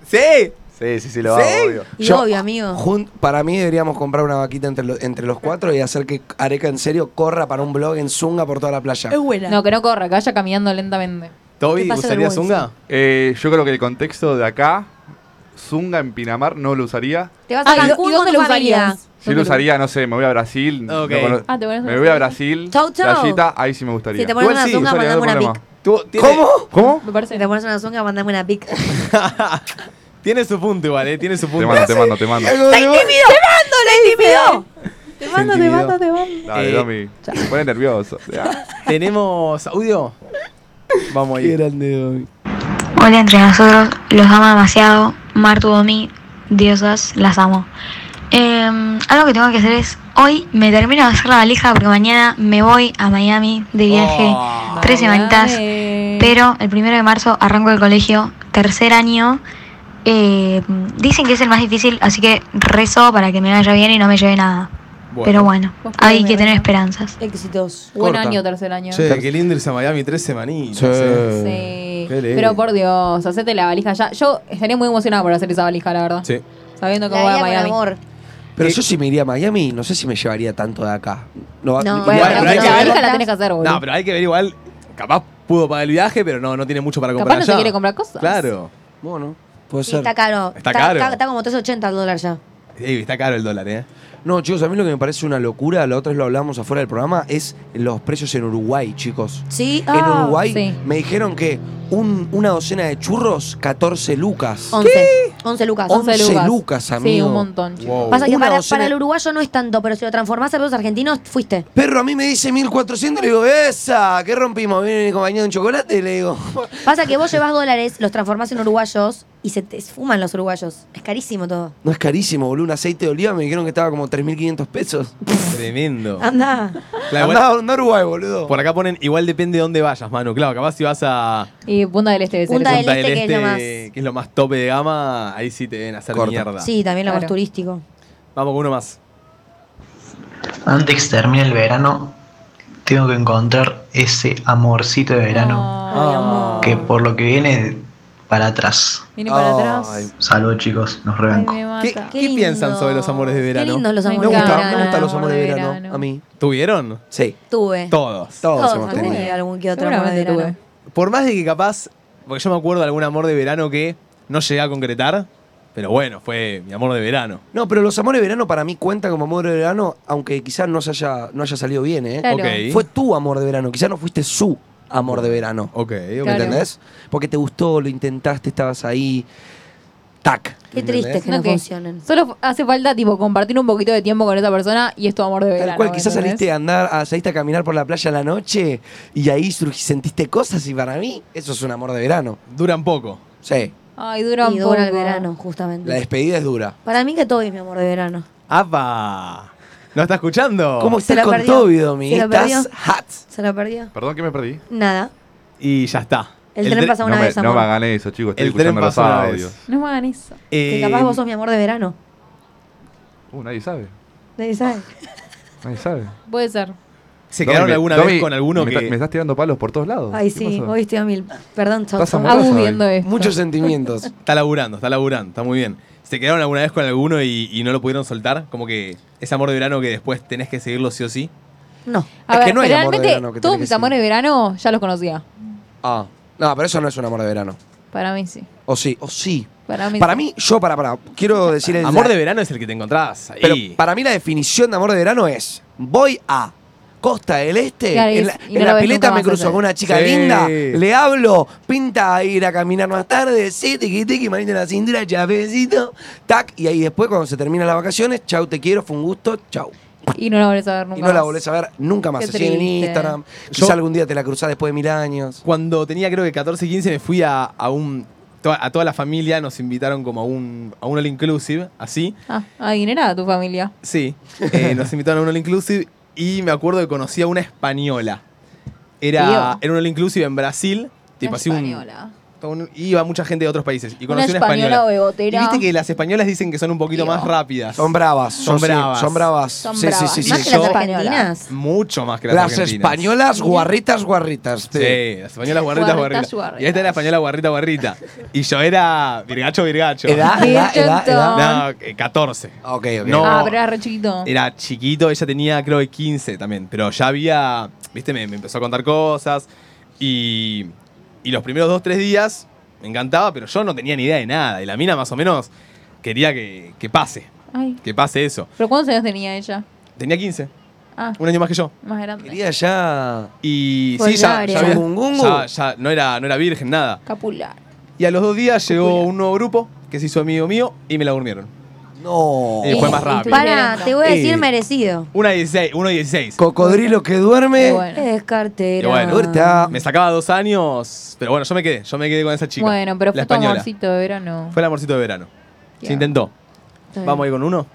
Speaker 1: ¡Sí!
Speaker 6: Sí, sí, sí, lo hago, obvio.
Speaker 2: Y obvio, amigo.
Speaker 3: jun- para mí deberíamos comprar una vaquita entre, lo- entre los cuatro y hacer que Areca en serio corra para un blog en Zunga por toda la playa.
Speaker 2: buena.
Speaker 4: No, que no corra, que vaya caminando lentamente.
Speaker 2: Te
Speaker 1: ¿Toby
Speaker 2: pasa
Speaker 1: usaría
Speaker 2: vergüenza.
Speaker 1: zunga?
Speaker 5: Eh, yo creo que el contexto de acá, Zunga en Pinamar no lo usaría.
Speaker 2: Te vas
Speaker 4: Ah,
Speaker 2: a
Speaker 4: ¿y do-
Speaker 2: Cancún
Speaker 4: y
Speaker 2: con
Speaker 4: dónde
Speaker 2: tu
Speaker 4: lo
Speaker 2: familia.
Speaker 4: usarías?
Speaker 5: Yo lo usaría, no sé, me voy a Brasil. no
Speaker 1: Ok.
Speaker 5: cono-
Speaker 4: Ah, te pones
Speaker 5: me
Speaker 4: una
Speaker 5: voy a
Speaker 4: zunga.
Speaker 5: Brasil.
Speaker 2: Chau, chau.
Speaker 5: playita, ahí sí me gustaría.
Speaker 2: Si te pones
Speaker 1: Igual
Speaker 2: una
Speaker 1: sí,
Speaker 2: zunga,
Speaker 5: usaría, no
Speaker 2: mandame
Speaker 5: hay
Speaker 2: una pic.
Speaker 5: problema.
Speaker 1: Tú- tiene-
Speaker 3: ¿Cómo?
Speaker 5: ¿Cómo?
Speaker 4: Me
Speaker 2: Si
Speaker 4: parece.
Speaker 2: te pones una zunga, mandame una pic.
Speaker 1: tiene su punto igual, ¿eh? Tiene su
Speaker 5: Te
Speaker 1: punto.
Speaker 5: mando, te mando, te mando.
Speaker 2: Te mando, te mando, te mando.
Speaker 5: Dale,
Speaker 1: Eh,
Speaker 5: Domi. Me pone nervioso. Ya.
Speaker 1: ¿Tenemos audio? Vamos a ir.
Speaker 8: Hola entre nosotros, los amo demasiado. Martu, Domi, diosas, las amo. Eh, algo que tengo que hacer es, hoy me termino de hacer la valija porque mañana me voy a Miami de viaje.
Speaker 1: Oh.
Speaker 8: Tres semanitas.
Speaker 4: Dale.
Speaker 8: Pero el primero de marzo arranco el colegio, tercer año. Eh, dicen que es el más difícil, así que rezo para que me vaya bien y no me lleve nada. Pero bueno,
Speaker 4: Vos podés
Speaker 8: hay que
Speaker 4: ver,
Speaker 8: tener
Speaker 4: ¿no?
Speaker 8: esperanzas.
Speaker 2: Éxitos.
Speaker 4: Buen
Speaker 3: corta.
Speaker 4: año, tercer año.
Speaker 1: Che, qué lindo irse a Miami tres semanitas. eh.
Speaker 4: Sí.
Speaker 1: Qué lindo.
Speaker 4: Pero por Dios, hacete la valija ya. Yo estaría muy emocionada por hacer esa valija, la verdad.
Speaker 1: Sí.
Speaker 4: Sabiendo
Speaker 2: La
Speaker 4: que voy
Speaker 2: vida
Speaker 4: a
Speaker 2: con
Speaker 4: Miami.
Speaker 2: amor.
Speaker 3: Pero yo si me iría a Miami, no sé si me llevaría tanto de acá. No,
Speaker 2: No,
Speaker 4: Bueno,
Speaker 1: Igual,
Speaker 4: pero
Speaker 1: pero hay que
Speaker 4: la
Speaker 1: ver-
Speaker 4: valija la tenés que hacer, boludo.
Speaker 1: No, pero hay que ver igual. Capaz pudo pagar el viaje, pero no, no tiene mucho para comprar
Speaker 4: Capaz no se
Speaker 1: allá.
Speaker 4: quiere comprar cosas.
Speaker 1: Claro.
Speaker 3: Bueno, puede
Speaker 2: Sí,
Speaker 3: ser.
Speaker 2: está caro.
Speaker 1: Está caro.
Speaker 2: Está, como 380 el dólar ya.
Speaker 1: Ey, está caro el dólar, ¿eh?
Speaker 3: No, chicos, a mí lo que me parece una locura, la otra vez lo hablamos afuera del programa, es los precios en Uruguay, chicos.
Speaker 2: Sí.
Speaker 3: en
Speaker 2: Ah,
Speaker 3: Uruguay
Speaker 4: sí.
Speaker 3: me dijeron que un- una docena de churros, 14 lucas.
Speaker 2: 11. 11 Ah. lucas.
Speaker 1: Oh,
Speaker 3: 11 lucas, amigo.
Speaker 4: Sí, un montón. chicos.
Speaker 1: Wow.
Speaker 2: Pasa que
Speaker 3: Una
Speaker 2: para,
Speaker 3: docena-
Speaker 2: para el uruguayo no es tanto, pero si lo transformás a pesos argentinos, fuiste.
Speaker 3: Perro, a mí me dice 1400, le digo, ¡esa! ¿Qué rompimos? ¿Viene el compañero de un chocolate? Le digo,
Speaker 2: Pasa que vos llevas dólares, los transformás en uruguayos y se te esfuman los uruguayos. Es carísimo todo.
Speaker 3: no es carísimo, boludo, un aceite de oliva me dijeron que estaba como 3500 pesos.
Speaker 1: Tremendo.
Speaker 2: Anda.
Speaker 1: Claro, igual-
Speaker 3: Andá, andá a Uruguay, boludo.
Speaker 1: por acá ponen, igual depende de dónde vayas, mano. Claro, capaz si vas a
Speaker 4: Y Punta del Este de
Speaker 2: Punta
Speaker 4: Ceres.
Speaker 2: del- Ah, Este, que es lo más-
Speaker 1: que es lo más tope de gama, ahí sí te deben hacer
Speaker 3: Corta.
Speaker 1: mierda.
Speaker 2: Sí, también lo más
Speaker 4: Claro.
Speaker 2: turístico.
Speaker 1: Vamos con uno más.
Speaker 9: Antes que se termine el verano, tengo que encontrar ese amorcito de verano
Speaker 4: Ay, amor.
Speaker 9: que por lo que viene para atrás.
Speaker 4: Viene para
Speaker 3: Ay,
Speaker 4: atrás.
Speaker 9: Saludos chicos, nos
Speaker 4: Ay,
Speaker 9: rebanco.
Speaker 4: me mata.
Speaker 1: ¿Qué, qué piensan sobre los amores de verano?
Speaker 2: Qué lindos los
Speaker 4: Me
Speaker 2: amores
Speaker 3: me,
Speaker 2: de
Speaker 4: encanta.
Speaker 3: gusta,
Speaker 2: verano.
Speaker 3: me gustan los
Speaker 4: amor
Speaker 3: amores
Speaker 4: de
Speaker 3: de verano,
Speaker 4: verano.
Speaker 3: a mí.
Speaker 1: ¿Tuvieron?
Speaker 3: Sí,
Speaker 2: Tuve.
Speaker 1: Todos.
Speaker 3: todos,
Speaker 2: Todos
Speaker 3: hemos
Speaker 2: tuve
Speaker 3: tenido.
Speaker 2: algún que otro amor de
Speaker 4: Seguramente
Speaker 2: verano.
Speaker 4: tuve.
Speaker 1: Por más de que capaz, porque yo me acuerdo de algún amor de verano que no llegué a concretar, pero bueno, fue mi amor de verano.
Speaker 3: No, pero los amores de verano para mí cuentan como amor de verano, aunque quizás no, se haya, no haya salido bien, ¿eh?
Speaker 4: Claro.
Speaker 1: Ok.
Speaker 3: Fue tu amor de verano, quizás no fuiste su amor de verano.
Speaker 1: Ok, ok.
Speaker 4: Claro.
Speaker 3: ¿Entendés? Porque te gustó, lo intentaste, estabas ahí. Tac.
Speaker 2: Qué triste que no,
Speaker 4: No, que
Speaker 2: funcionen.
Speaker 4: Solo hace falta tipo compartir un poquito de tiempo con esa persona y es tu amor de verano.
Speaker 3: Tal cual, quizás
Speaker 4: ¿entendés?
Speaker 3: saliste a andar, a- saliste a caminar por la playa a la noche y ahí surgi- sentiste cosas y para mí eso es un amor de verano.
Speaker 1: Duran poco.
Speaker 3: Sí,
Speaker 4: Ay, dura un
Speaker 2: y dura el
Speaker 4: poco.
Speaker 2: verano, justamente.
Speaker 3: la despedida es dura.
Speaker 2: Para mí que todo es mi amor de verano.
Speaker 1: ¡Apa! ¿Lo está escuchando?
Speaker 3: ¿Cómo
Speaker 2: Se
Speaker 3: estás
Speaker 2: la
Speaker 3: con
Speaker 2: perdió.
Speaker 3: Toby, Domi?
Speaker 2: Se la
Speaker 3: Estás
Speaker 2: perdió.
Speaker 3: hot.
Speaker 2: ¿Se la perdió?
Speaker 5: Perdón que me perdí.
Speaker 2: Nada.
Speaker 1: Y ya está.
Speaker 2: El tren
Speaker 1: tre-
Speaker 2: pasa Una
Speaker 5: no,
Speaker 2: vez,
Speaker 5: me, no
Speaker 2: amor.
Speaker 5: me hagan eso, chicos. Estoy
Speaker 1: El tren
Speaker 5: escuchando los
Speaker 1: pasó una vez.
Speaker 5: audios.
Speaker 4: No me hagan eso.
Speaker 2: que
Speaker 1: Eh,
Speaker 2: capaz vos sos mi amor de verano.
Speaker 5: Uh, nadie sabe.
Speaker 2: Nadie sabe.
Speaker 5: Nadie sabe.
Speaker 4: Puede ser.
Speaker 1: ¿Se
Speaker 5: Domi,
Speaker 1: quedaron
Speaker 5: me-
Speaker 1: alguna
Speaker 5: Domi,
Speaker 1: vez con alguno
Speaker 5: me,
Speaker 1: que...?
Speaker 5: está- me estás tirando palos por todos lados.
Speaker 2: Ay,
Speaker 5: ¿Qué
Speaker 2: sí,
Speaker 5: pasó?
Speaker 2: hoy estoy a mil. Perdón, chao.
Speaker 5: Estás
Speaker 2: chao.
Speaker 5: amorosa.
Speaker 4: Agus
Speaker 5: hoy.
Speaker 4: viendo esto.
Speaker 3: Muchos sentimientos.
Speaker 1: Está laburando, está laburando, está muy bien. ¿Se quedaron alguna vez con alguno y, y no lo pudieron soltar? Como que ese amor de verano que después tenés que seguirlo sí o sí.
Speaker 2: No.
Speaker 4: A
Speaker 3: Es que
Speaker 4: ver,
Speaker 3: no hay amor de
Speaker 4: generalmente
Speaker 3: verano que
Speaker 4: todos
Speaker 3: tenés
Speaker 4: mis
Speaker 3: que
Speaker 4: amores de verano ya los conocía.
Speaker 3: Ah, no, pero eso no es un amor de verano.
Speaker 4: Para mí sí.
Speaker 3: O sí, o sí.
Speaker 4: Para mí.
Speaker 3: Para
Speaker 4: sí.
Speaker 3: mí, yo, para, para, quiero decir el.
Speaker 1: Amor de verano es el que te encontrás ahí.
Speaker 3: Pero para mí la definición de amor de verano es, voy a Costa del Este,
Speaker 4: Claro, y-
Speaker 3: en la,
Speaker 4: y
Speaker 3: en
Speaker 4: no la
Speaker 3: la
Speaker 4: ves
Speaker 3: pileta
Speaker 4: nunca
Speaker 3: me
Speaker 4: más, o
Speaker 3: cruzo
Speaker 4: sea.
Speaker 3: con una chica
Speaker 1: Sí.
Speaker 3: linda, le hablo, pinta a ir a caminar más tarde, sí, tiqui tiqui, manito en la cintura, chapecito, tac, y ahí después cuando se terminan las vacaciones, chau, te quiero, fue un gusto, chau.
Speaker 4: Y no la volvés a ver nunca.
Speaker 3: y no la
Speaker 4: más.
Speaker 3: volvés a ver nunca más,
Speaker 4: Qué
Speaker 3: se siguen en
Speaker 4: triste.
Speaker 3: Instagram,
Speaker 1: Yo-
Speaker 3: quizá algún día te la cruzás después de mil años.
Speaker 1: Cuando tenía creo que 14, 15 me fui a, a un... to- A toda la familia nos invitaron como a un, a un all inclusive, así.
Speaker 4: Ah, adinerada tu familia.
Speaker 1: Sí, eh, nos invitaron a un all inclusive y me acuerdo que conocí a una española. Era,
Speaker 4: Tío.
Speaker 1: era un all inclusive en Brasil. Tipo
Speaker 4: Una
Speaker 1: así un-
Speaker 4: española.
Speaker 1: un- iba mucha gente de otros países. Y
Speaker 4: Una
Speaker 1: conocí
Speaker 4: española,
Speaker 1: Y
Speaker 4: bebotera.
Speaker 1: viste que las españolas dicen que son un poquito
Speaker 4: Tío.
Speaker 1: más rápidas.
Speaker 3: Son bravas,
Speaker 1: Son
Speaker 3: yo sí,
Speaker 1: bravas.
Speaker 3: son bravas.
Speaker 4: Son
Speaker 3: sí,
Speaker 4: bravas.
Speaker 3: sí, sí,
Speaker 2: Más
Speaker 3: sí.
Speaker 2: que las
Speaker 3: Yo-
Speaker 2: argentinas.
Speaker 1: Mucho más que las,
Speaker 3: las
Speaker 1: argentinas.
Speaker 3: españolas, guarritas, guarritas. sí.
Speaker 1: Sí, las españolas guarritas, guarritas.
Speaker 4: Guarritas, guarritas.
Speaker 1: Y esta era española guarrita, guarrita. Y yo era virgacho, virgacho.
Speaker 3: Edad, edad, edad, edad.
Speaker 1: No, eh, 14.
Speaker 3: Ok, ok.
Speaker 1: No.
Speaker 4: Ah, pero era re chiquito.
Speaker 1: Era chiquito, ella tenía creo que 15 también, pero ya había, viste, me, me empezó a contar cosas y, y los primeros dos, tres días me encantaba, pero yo no tenía ni idea de nada y la mina más o menos quería que, que pase,
Speaker 4: Ay.
Speaker 1: que pase eso.
Speaker 4: ¿Pero cuántos años tenía ella?
Speaker 1: Tenía 15,
Speaker 4: Ah,
Speaker 1: un año más que yo.
Speaker 4: más grande.
Speaker 3: Quería ya.
Speaker 1: Y
Speaker 2: Pues
Speaker 1: sí, ya,
Speaker 2: ya
Speaker 1: ya,
Speaker 2: era.
Speaker 1: había-
Speaker 3: Gungungu.
Speaker 1: ya- ya no, era, no era virgen, nada.
Speaker 4: Capular.
Speaker 1: Y a los dos días llegó
Speaker 4: Cucula.
Speaker 1: un nuevo grupo que se hizo amigo mío y me la durmieron.
Speaker 3: No.
Speaker 1: Eh, fue más
Speaker 4: Y-
Speaker 1: rápido.
Speaker 2: Para, te voy a decir
Speaker 1: Eh.
Speaker 2: merecido.
Speaker 1: Una 16, uno 16.
Speaker 3: Cocodrilo que duerme.
Speaker 4: Qué bueno.
Speaker 2: Es cartera.
Speaker 1: Y bueno,
Speaker 3: ahorita-
Speaker 2: Ah,
Speaker 1: Me sacaba dos años, pero bueno, yo me quedé, yo me quedé con esa chica.
Speaker 4: Bueno, pero
Speaker 1: la
Speaker 4: fue tu
Speaker 1: española.
Speaker 4: amorcito de verano.
Speaker 1: Fue el amorcito de verano.
Speaker 4: Bien.
Speaker 1: Se intentó.
Speaker 2: Está bien.
Speaker 1: Vamos a ir con uno.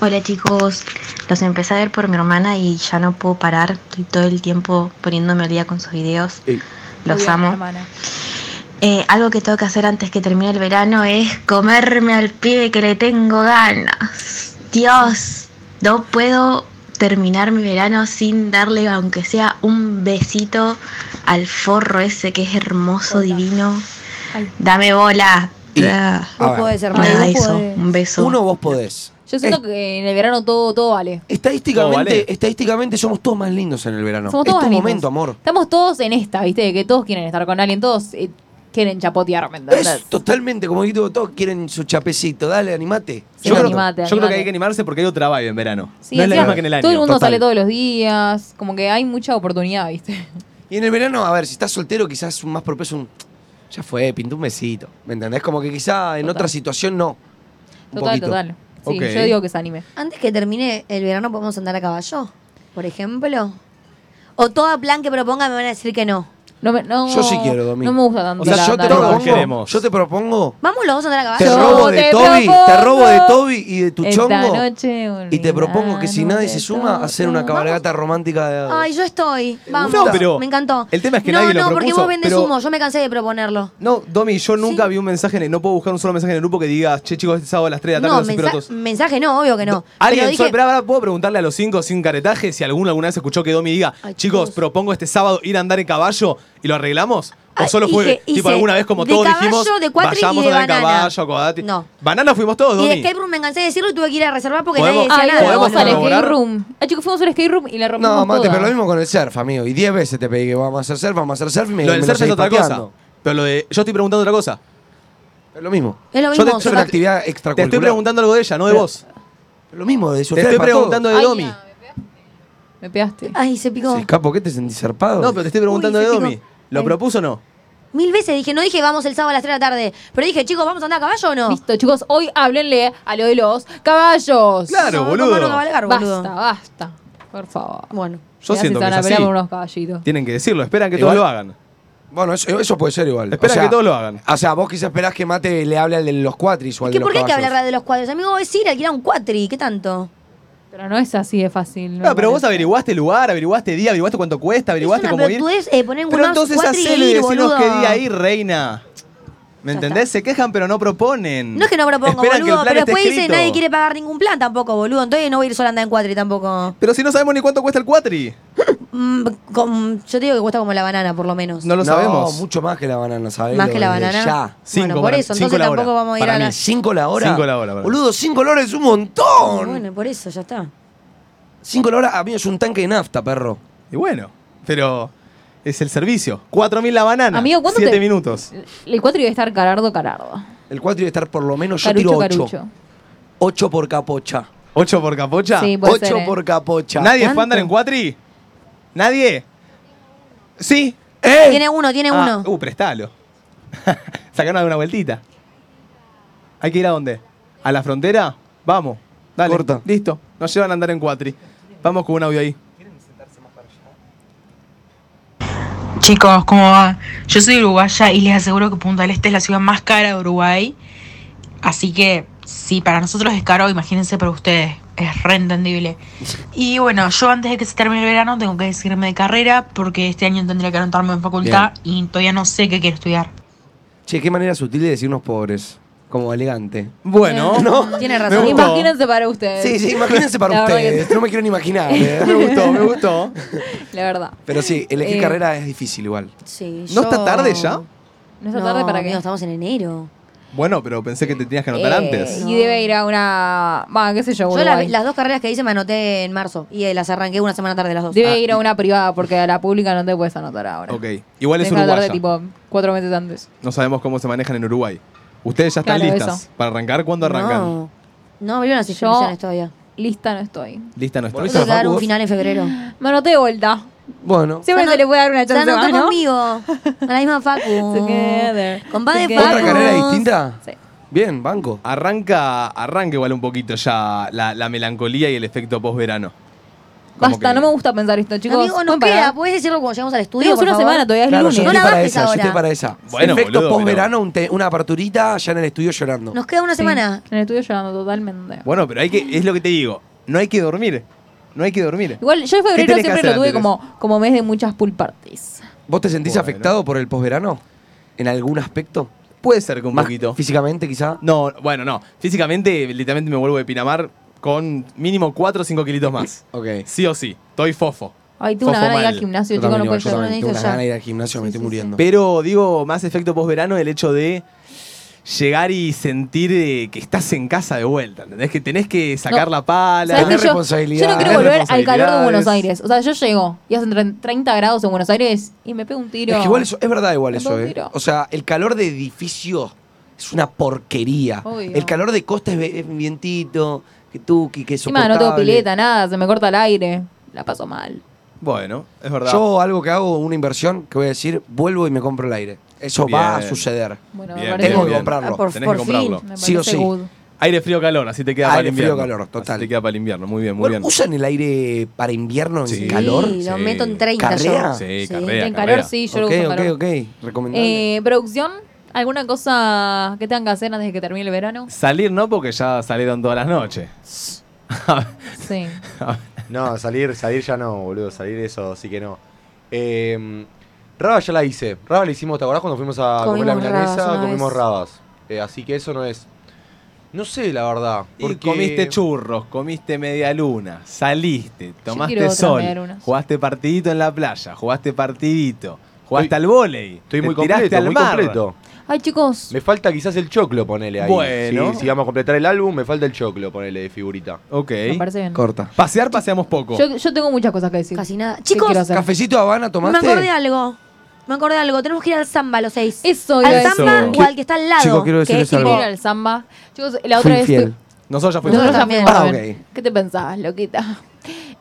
Speaker 8: Hola chicos, los empecé a ver por mi hermana y ya no puedo parar. Estoy todo el tiempo poniéndome al día con sus videos.
Speaker 3: Ey.
Speaker 4: Muy
Speaker 8: Los
Speaker 4: bien,
Speaker 8: amo.
Speaker 4: hermana.
Speaker 8: Eh, algo que tengo que hacer antes que termine el verano es comerme al pibe que le tengo ganas. Dios, no puedo terminar mi verano sin darle, aunque sea un besito al forro ese que es hermoso,
Speaker 4: Hola.
Speaker 8: divino.
Speaker 4: Ay.
Speaker 8: Dame bola.
Speaker 3: Y-
Speaker 8: Ah,
Speaker 3: A
Speaker 2: Vos
Speaker 3: ver.
Speaker 2: podés, hermano.
Speaker 8: Nada,
Speaker 2: vos
Speaker 8: eso.
Speaker 2: podés.
Speaker 8: Un beso.
Speaker 3: Uno vos podés.
Speaker 4: Yo siento que en el verano todo, todo vale.
Speaker 3: Estadísticamente,
Speaker 1: No, vale.
Speaker 3: estadísticamente somos todos más lindos en el verano.
Speaker 4: Somos
Speaker 3: es
Speaker 4: todos
Speaker 3: tu
Speaker 4: más lindos.
Speaker 3: momento, amor.
Speaker 4: Estamos todos en esta, ¿viste? De que todos quieren estar con alguien, todos eh, quieren chapotear, ¿me entendés?
Speaker 3: Es totalmente, como digo, todos quieren su chapecito. Dale, animate.
Speaker 4: Sí,
Speaker 1: yo creo,
Speaker 4: animate,
Speaker 1: yo creo
Speaker 4: animate.
Speaker 1: que hay que animarse porque hay otra vibe en verano.
Speaker 4: Sí,
Speaker 1: no es la
Speaker 4: encima
Speaker 1: misma que en el año.
Speaker 4: Todo el mundo
Speaker 1: total.
Speaker 4: sale todos los días, como que hay mucha oportunidad, ¿viste?
Speaker 3: Y en el verano, a ver, si estás soltero, quizás más propenso un. Ya fue, pintó un besito. ¿Me entendés? Como que quizá en
Speaker 4: Total.
Speaker 3: otra situación no. Un
Speaker 4: Total,
Speaker 3: poquito.
Speaker 4: total. Sí,
Speaker 1: Ok.
Speaker 4: yo digo que se anime.
Speaker 2: Antes que termine el verano podemos andar a caballo, por ejemplo. O todo plan que proponga me van a decir que no.
Speaker 4: No me- no-
Speaker 3: Yo sí quiero, Domi.
Speaker 4: No me gusta tanto.
Speaker 3: O sea,
Speaker 4: la-
Speaker 3: yo te,
Speaker 4: tanto.
Speaker 1: Todos
Speaker 3: propongo,
Speaker 1: queremos.
Speaker 3: yo te propongo.
Speaker 2: Vamos los dos a andar a
Speaker 3: Te
Speaker 4: Yo
Speaker 2: caballo.
Speaker 3: robo de
Speaker 4: te
Speaker 3: Toby, te robo de
Speaker 4: propongo
Speaker 3: Toby y de tu
Speaker 4: Esta
Speaker 3: chongo.
Speaker 4: noche
Speaker 3: Y te propongo que si
Speaker 4: olvidar,
Speaker 3: nadie
Speaker 4: no
Speaker 3: se
Speaker 4: te
Speaker 3: suma, hacer una
Speaker 4: toca.
Speaker 3: cabalgata romántica de.
Speaker 2: Ay, yo estoy. Vamos.
Speaker 1: No, pero
Speaker 2: me encantó.
Speaker 1: el tema es que
Speaker 2: no,
Speaker 1: nadie lo
Speaker 2: no, porque
Speaker 1: propuso,
Speaker 2: vos vendés
Speaker 1: pero-
Speaker 2: humo, yo me cansé de proponerlo.
Speaker 1: No, Domi, yo nunca vi un mensaje en el, No puedo buscar un solo mensaje en el grupo que diga, che, chicos, este sábado a las 3 de la tarde
Speaker 2: No,
Speaker 1: los
Speaker 2: mensa-
Speaker 1: pilotos.
Speaker 2: mensaje no, obvio que no.
Speaker 1: Alguien,
Speaker 2: pero dije,
Speaker 1: soy- pará, pará, ¿puedo preguntarle a los cinco sin caretaje si alguno alguna vez escuchó que Domi diga,
Speaker 2: Ay,
Speaker 1: chicos,
Speaker 2: chicos.
Speaker 1: propongo este sábado ir a andar en caballo y lo arreglamos? ¿O
Speaker 2: Ay,
Speaker 1: solo fue
Speaker 2: hice-
Speaker 1: tipo
Speaker 2: hice
Speaker 1: alguna vez como
Speaker 2: de
Speaker 1: todos
Speaker 2: caballo,
Speaker 1: dijimos,
Speaker 2: de cuatro y
Speaker 1: vayamos
Speaker 2: de
Speaker 1: a andar en
Speaker 2: banana"?
Speaker 1: caballo, acordate?
Speaker 2: No.
Speaker 1: Banana fuimos todos,
Speaker 2: Y de
Speaker 1: Domi.
Speaker 2: escape room me cansé de decirlo y tuve que ir a reservar porque
Speaker 1: ¿Podemos- Ah,
Speaker 2: nadie
Speaker 4: Ay,
Speaker 2: decía nada.
Speaker 1: ¿podemos
Speaker 4: vamos al skate
Speaker 1: colaborar?
Speaker 4: room. Ah, chicos, fuimos a un skate room y la rompimos
Speaker 3: No, mate,
Speaker 4: toda.
Speaker 3: pero lo mismo con el surf, amigo. Y 10 veces te pedí que vamos a hacer surf, vamos a hacer surf y me
Speaker 1: lo del
Speaker 3: me
Speaker 1: surf es
Speaker 3: seguís
Speaker 1: otra
Speaker 3: pateando.
Speaker 1: cosa. Pero lo de. Yo estoy preguntando otra cosa.
Speaker 3: Es lo mismo.
Speaker 2: Es lo
Speaker 1: Yo te-
Speaker 2: mismo.
Speaker 3: Es
Speaker 1: yo
Speaker 3: una
Speaker 2: Sofía.
Speaker 1: te-
Speaker 3: actividad
Speaker 1: Te
Speaker 3: extracurricular.
Speaker 1: estoy preguntando algo de ella, no de
Speaker 3: Pero-
Speaker 1: vos.
Speaker 3: Es Lo mismo, de
Speaker 1: Te estoy preguntando de
Speaker 4: Ay,
Speaker 1: Domi.
Speaker 4: ya, me pegaste. Me pegaste.
Speaker 2: Ay, se picó.
Speaker 3: ¿Capo, qué te sentís zarpado?
Speaker 1: No, pero te estoy preguntando
Speaker 2: Uy,
Speaker 1: de
Speaker 2: se
Speaker 1: Domi.
Speaker 2: picó.
Speaker 1: ¿Lo
Speaker 2: Ay.
Speaker 1: propuso o no?
Speaker 2: Mil veces dije, no dije vamos el sábado a las 3 de la tarde, pero dije, chicos, ¿vamos a andar a caballo o no?
Speaker 4: Listo, chicos, hoy háblenle a lo de los caballos.
Speaker 1: Claro,
Speaker 2: No,
Speaker 1: boludo.
Speaker 2: no, no, no, cabalgar, boludo.
Speaker 4: Basta, basta. Por favor.
Speaker 2: Bueno.
Speaker 1: Yo
Speaker 4: Mirá si
Speaker 1: siento
Speaker 4: se
Speaker 1: que
Speaker 4: van
Speaker 1: es
Speaker 4: a
Speaker 1: así.
Speaker 4: pelear por unos caballitos.
Speaker 1: Tienen que decirlo, esperan que
Speaker 3: Igual-
Speaker 1: todos lo hagan.
Speaker 3: Bueno, eso, eso puede ser igual.
Speaker 1: Esperan
Speaker 3: O sea,
Speaker 1: que todos lo hagan.
Speaker 3: O sea, vos quizás esperás que Mate le hable al de los cuatris o al
Speaker 2: ¿Qué,
Speaker 3: de
Speaker 2: ¿Por
Speaker 3: los
Speaker 2: qué hay que
Speaker 3: caballos.
Speaker 2: hablar de los cuadros? Amigo, vos decís, alquilar un cuatri, ¿qué tanto?
Speaker 4: Pero no es así de fácil. me
Speaker 1: No, pero vos
Speaker 4: parece.
Speaker 1: averiguaste el lugar, averiguaste día, averiguaste cuánto cuesta, averiguaste
Speaker 2: es
Speaker 1: cómo
Speaker 2: una
Speaker 1: ir.
Speaker 2: pelotudez, eh, poner en
Speaker 1: Pero
Speaker 2: Google Maps
Speaker 1: entonces
Speaker 2: cuatri
Speaker 1: hacelo
Speaker 2: y
Speaker 1: y
Speaker 2: ir,
Speaker 1: decinos
Speaker 2: boludo.
Speaker 1: qué día ir, reina. ¿Me
Speaker 2: Ya
Speaker 1: entendés? Se quejan pero no proponen.
Speaker 2: No es que no propongo,
Speaker 1: Esperan que el
Speaker 2: boludo,
Speaker 1: plan
Speaker 2: pero
Speaker 1: esté
Speaker 2: después dice
Speaker 1: escrito.
Speaker 2: nadie quiere pagar ningún plan tampoco, boludo. Entonces no voy a ir sola a andar en cuatri tampoco.
Speaker 1: Pero si no sabemos ni cuánto cuesta el cuatri.
Speaker 2: Mm, con- yo te digo que cuesta como la banana, por lo menos.
Speaker 1: No lo
Speaker 3: no,
Speaker 1: sabemos.
Speaker 3: mucho más que la banana, ¿sabes?
Speaker 2: Más que la
Speaker 3: Desde
Speaker 2: banana.
Speaker 3: Ya.
Speaker 1: Cinco
Speaker 2: bueno, por
Speaker 1: para-
Speaker 2: eso,
Speaker 1: cinco
Speaker 2: entonces
Speaker 1: la hora.
Speaker 2: tampoco vamos a ir
Speaker 3: Para
Speaker 2: a la.
Speaker 3: mí, ¿cinco la hora?
Speaker 1: Cinco la hora, para mí.
Speaker 3: Boludo, cinco la hora es un montón.
Speaker 2: Bueno, por eso, ya está.
Speaker 3: Cinco la hora, a mí es un tanque de nafta, perro.
Speaker 1: Y bueno, pero es el servicio. 4.000 la banana.
Speaker 4: Amigo, ¿cuánto
Speaker 1: 7
Speaker 4: te-
Speaker 1: minutos.
Speaker 4: El 4 iba a estar carardo, carardo.
Speaker 3: El cuatri debe estar por lo menos, yo
Speaker 4: Carucho,
Speaker 3: tiro ocho.
Speaker 4: carucho.
Speaker 3: Ocho por capocha.
Speaker 1: 8 por capocha.
Speaker 4: Sí, puede
Speaker 3: Ocho
Speaker 4: ser, eh.
Speaker 3: por capocha.
Speaker 1: ¿Nadie es
Speaker 4: ¿Tanto?
Speaker 1: fan del cuatri? ¿Nadie? Sí.
Speaker 2: Tiene uno, tiene
Speaker 1: Ah,
Speaker 2: uno.
Speaker 1: Uh, prestalo. Sacaron alguna vueltita. ¿Hay que ir a dónde? ¿A la frontera? Vamos. Dale.
Speaker 3: Corta.
Speaker 1: Listo. Nos llevan a andar en cuatri. Vamos con un audio ahí.
Speaker 7: Chicos, ¿cómo va? Yo soy uruguaya y les aseguro que Punta del Este es la ciudad más cara de Uruguay. Así que, si para nosotros es caro, imagínense para ustedes. Es reentendible. Y bueno, yo antes de que se termine el verano tengo que decirme de carrera porque este año tendría que anotarme en facultad y todavía no sé qué quiero estudiar.
Speaker 3: Che, qué manera sutil de decirnos pobres. Como elegante.
Speaker 1: Bueno.
Speaker 2: No. Tiene
Speaker 1: Me
Speaker 2: razón.
Speaker 1: gustó.
Speaker 4: Imagínense para ustedes.
Speaker 3: Sí, sí, imagínense para
Speaker 4: La verdad
Speaker 3: ustedes. No me quiero ni imaginar. eh.
Speaker 1: Me gustó, me gustó.
Speaker 4: La verdad.
Speaker 3: Pero sí, elegir
Speaker 4: Eh.
Speaker 3: carrera es difícil igual.
Speaker 2: Sí,
Speaker 1: ¿No
Speaker 2: yo-
Speaker 1: está tarde ya?
Speaker 4: No está tarde para que.
Speaker 2: amigo, estamos en enero.
Speaker 1: Bueno, pero pensé que te tenías que anotar
Speaker 4: Eh,
Speaker 1: antes.
Speaker 4: Y debe ir a una. Va, qué sé yo,
Speaker 2: Yo la-
Speaker 4: Uruguay.
Speaker 2: las dos carreras que hice me anoté en marzo y eh, las arranqué una semana tarde las dos.
Speaker 3: Ah,
Speaker 4: Debe ir a una privada porque a la pública no te puedes anotar ahora.
Speaker 1: Ah. Ok. Igual es
Speaker 4: Tenés que anotarte,
Speaker 1: uruguaya.
Speaker 4: tipo cuatro meses antes.
Speaker 1: No sabemos cómo se manejan en Uruguay. Ustedes ya están
Speaker 4: Claro,
Speaker 1: listas.
Speaker 4: eso.
Speaker 1: ¿Para arrancar? ¿Cuándo arrancan?
Speaker 2: No, no abrieron las
Speaker 4: Yo-
Speaker 2: inscripciones todavía.
Speaker 4: Lista no estoy.
Speaker 1: Lista no está.
Speaker 2: Yo tengo que dar un final en febrero.
Speaker 4: Me anoté de vuelta.
Speaker 3: Bueno.
Speaker 4: Siempre
Speaker 2: Se
Speaker 4: se le puede dar una
Speaker 2: Se
Speaker 4: chance
Speaker 2: anotó
Speaker 4: más, ¿no?
Speaker 2: conmigo. A la misma Facu.
Speaker 4: Together.
Speaker 2: Compadre
Speaker 4: Together.
Speaker 2: Facu.
Speaker 3: ¿Otra carrera distinta?
Speaker 4: Sí.
Speaker 3: Bien, banco.
Speaker 1: Arranca, arranca igual un poquito ya la, la melancolía y el efecto post-verano. Como
Speaker 4: Basta,
Speaker 1: que-
Speaker 4: no me gusta pensar esto, chicos.
Speaker 2: Amigo, no
Speaker 4: ¿Pueden parar?
Speaker 2: queda. ¿Puedes decirlo cuando llegamos al estudio?
Speaker 4: Tenemos
Speaker 2: por
Speaker 4: una
Speaker 2: favor?
Speaker 4: semana, todavía es
Speaker 3: Claro,
Speaker 4: lunes.
Speaker 3: yo
Speaker 2: No
Speaker 3: estoy
Speaker 2: la
Speaker 3: para
Speaker 2: bajes
Speaker 3: esa, yo
Speaker 2: ahora.
Speaker 3: estoy para esa.
Speaker 1: Bueno,
Speaker 3: Efecto
Speaker 1: boludo,
Speaker 3: posverano, un te- una aperturita ya en el estudio llorando.
Speaker 2: Nos queda una
Speaker 4: Sí,
Speaker 2: semana.
Speaker 4: En el estudio llorando totalmente.
Speaker 1: Bueno, pero hay que, es lo que te digo. No hay que dormir. No hay que dormir.
Speaker 4: Igual yo en
Speaker 1: ¿Qué
Speaker 4: febrero
Speaker 1: tenés que
Speaker 4: siempre
Speaker 1: hacer
Speaker 4: lo tuve
Speaker 1: antes?
Speaker 4: como, como mes de muchas pool parties.
Speaker 3: ¿Vos te sentís
Speaker 1: Bueno.
Speaker 3: afectado por el posverano? ¿En algún aspecto?
Speaker 1: Puede ser que un
Speaker 3: Más
Speaker 1: poquito.
Speaker 3: Físicamente, quizá.
Speaker 1: No, bueno, no. Físicamente, literalmente me vuelvo de Pinamar con mínimo 4 o 5 kilitos más.
Speaker 3: Ok.
Speaker 1: Sí o sí. Estoy fofo.
Speaker 4: Ay, tengo una
Speaker 1: Fofo
Speaker 4: gana de ir al
Speaker 1: mal.
Speaker 4: gimnasio,
Speaker 3: Yo
Speaker 4: chicos, no
Speaker 3: también, igual,
Speaker 4: puede
Speaker 3: yo
Speaker 4: ser.
Speaker 3: también tengo
Speaker 2: Yo
Speaker 3: unas
Speaker 2: ya.
Speaker 3: ganas de ir al gimnasio, me estoy muriendo.
Speaker 1: Pero digo, más efecto posverano el hecho de llegar y sentir eh, que estás en casa de vuelta. ¿Entendés? Que tenés que sacar
Speaker 4: No.
Speaker 1: la pala.
Speaker 4: ¿Sabes
Speaker 3: Tener
Speaker 4: que yo, yo
Speaker 3: responsabilidades.
Speaker 4: no quiero volver al calor de
Speaker 1: Responsabilidades.
Speaker 4: Buenos Aires. O sea, yo llego y hacen tre- 30 grados en Buenos Aires y me pego un tiro.
Speaker 3: Es que igual eso, es verdad igual
Speaker 4: Me
Speaker 3: eso,
Speaker 4: pongo
Speaker 3: ¿eh?
Speaker 4: tiro.
Speaker 3: O sea, el calor de edificio es una porquería.
Speaker 4: Obvio.
Speaker 3: El calor de costa es, ve- es vientito, que tuki, que
Speaker 4: Encima
Speaker 3: soportable.
Speaker 4: no tengo pileta, nada, se me corta el aire. La paso mal.
Speaker 1: Bueno, es verdad.
Speaker 3: Yo algo que hago, una inversión, que voy a decir, vuelvo y me compro el aire. Eso va a
Speaker 1: Bien.
Speaker 3: suceder.
Speaker 4: Bueno,
Speaker 1: Bien,
Speaker 4: me parece,
Speaker 1: bien,
Speaker 3: Tengo que
Speaker 1: bien.
Speaker 3: comprarlo.
Speaker 2: Ah, por-
Speaker 1: Tenés que
Speaker 2: por
Speaker 1: comprarlo.
Speaker 4: me
Speaker 3: sí o
Speaker 4: parece
Speaker 3: sí.
Speaker 4: good.
Speaker 1: Aire frío calor, así te queda para
Speaker 3: Aire
Speaker 1: el
Speaker 3: frío,
Speaker 1: invierno.
Speaker 3: calor, total.
Speaker 1: Así te queda para el invierno, muy bien, muy
Speaker 3: Bueno,
Speaker 1: bien.
Speaker 3: ¿Usan el aire para invierno en
Speaker 1: Sí.
Speaker 3: calor?
Speaker 2: Sí, lo
Speaker 1: Sí.
Speaker 2: meto en 30
Speaker 3: Carrea.
Speaker 2: yo.
Speaker 1: Sí,
Speaker 2: Sí,
Speaker 1: carrea,
Speaker 4: en
Speaker 1: carrea.
Speaker 4: calor sí, yo lo
Speaker 3: ok,
Speaker 4: uso en
Speaker 3: ok,
Speaker 4: calor.
Speaker 3: ok. Recomendable.
Speaker 4: Eh, producción, ¿alguna cosa que tengan que hacer antes de que termine el verano?
Speaker 1: Salir no, porque ya salieron todas las noches.
Speaker 4: Sí.
Speaker 6: No, salir, salir ya no, boludo. Salir eso sí que no. Eh, Raba ya la hice. Raba la hicimos, ¿te acordás cuando fuimos a comer la
Speaker 2: Comimos
Speaker 6: milanesa?
Speaker 2: rabas una
Speaker 6: comimos
Speaker 2: vez.
Speaker 6: rabas. Eh, así que eso no es. No sé, la verdad.
Speaker 1: Y
Speaker 6: porque-
Speaker 1: comiste churros, comiste media luna, saliste, tomaste
Speaker 4: quiero otra
Speaker 1: sol,
Speaker 4: medialuna.
Speaker 1: jugaste partidito en la playa, jugaste partidito, jugaste al volei,
Speaker 6: Estoy
Speaker 1: te
Speaker 6: muy
Speaker 1: tiraste
Speaker 6: completo,
Speaker 1: al
Speaker 6: muy
Speaker 1: mar.
Speaker 6: completo.
Speaker 4: Ay, chicos.
Speaker 6: Me falta quizás el choclo, ponele ahí.
Speaker 1: Bueno.
Speaker 6: Si, si vamos a completar el álbum, me falta el choclo, ponele de figurita.
Speaker 1: Ok.
Speaker 4: Me parece bien.
Speaker 3: Corta.
Speaker 1: Pasear, paseamos poco.
Speaker 4: Yo, yo tengo muchas cosas que decir.
Speaker 2: Casi nada.
Speaker 4: ¿Qué
Speaker 2: Chicos,
Speaker 4: quiero hacer?
Speaker 3: ¿Cafecito
Speaker 2: me
Speaker 3: Habana
Speaker 2: acordé de
Speaker 3: tomaste?
Speaker 2: algo. Me acordé de algo. Tenemos que ir al samba a los seis.
Speaker 4: Eso iba a
Speaker 2: al
Speaker 4: decir.
Speaker 1: Eso.
Speaker 2: samba o al que está al lado.
Speaker 3: Chicos, quiero
Speaker 2: que es
Speaker 3: decirles
Speaker 4: Quiero
Speaker 2: tipo-
Speaker 4: ir al samba. Chicos, la
Speaker 3: Fui
Speaker 4: otra vez.
Speaker 3: infiel.
Speaker 1: Nosotros ya fuimos.
Speaker 4: Nosotros ya
Speaker 2: también.
Speaker 4: fuimos
Speaker 3: Ah,
Speaker 4: también. ¿Qué te pensabas, loquita?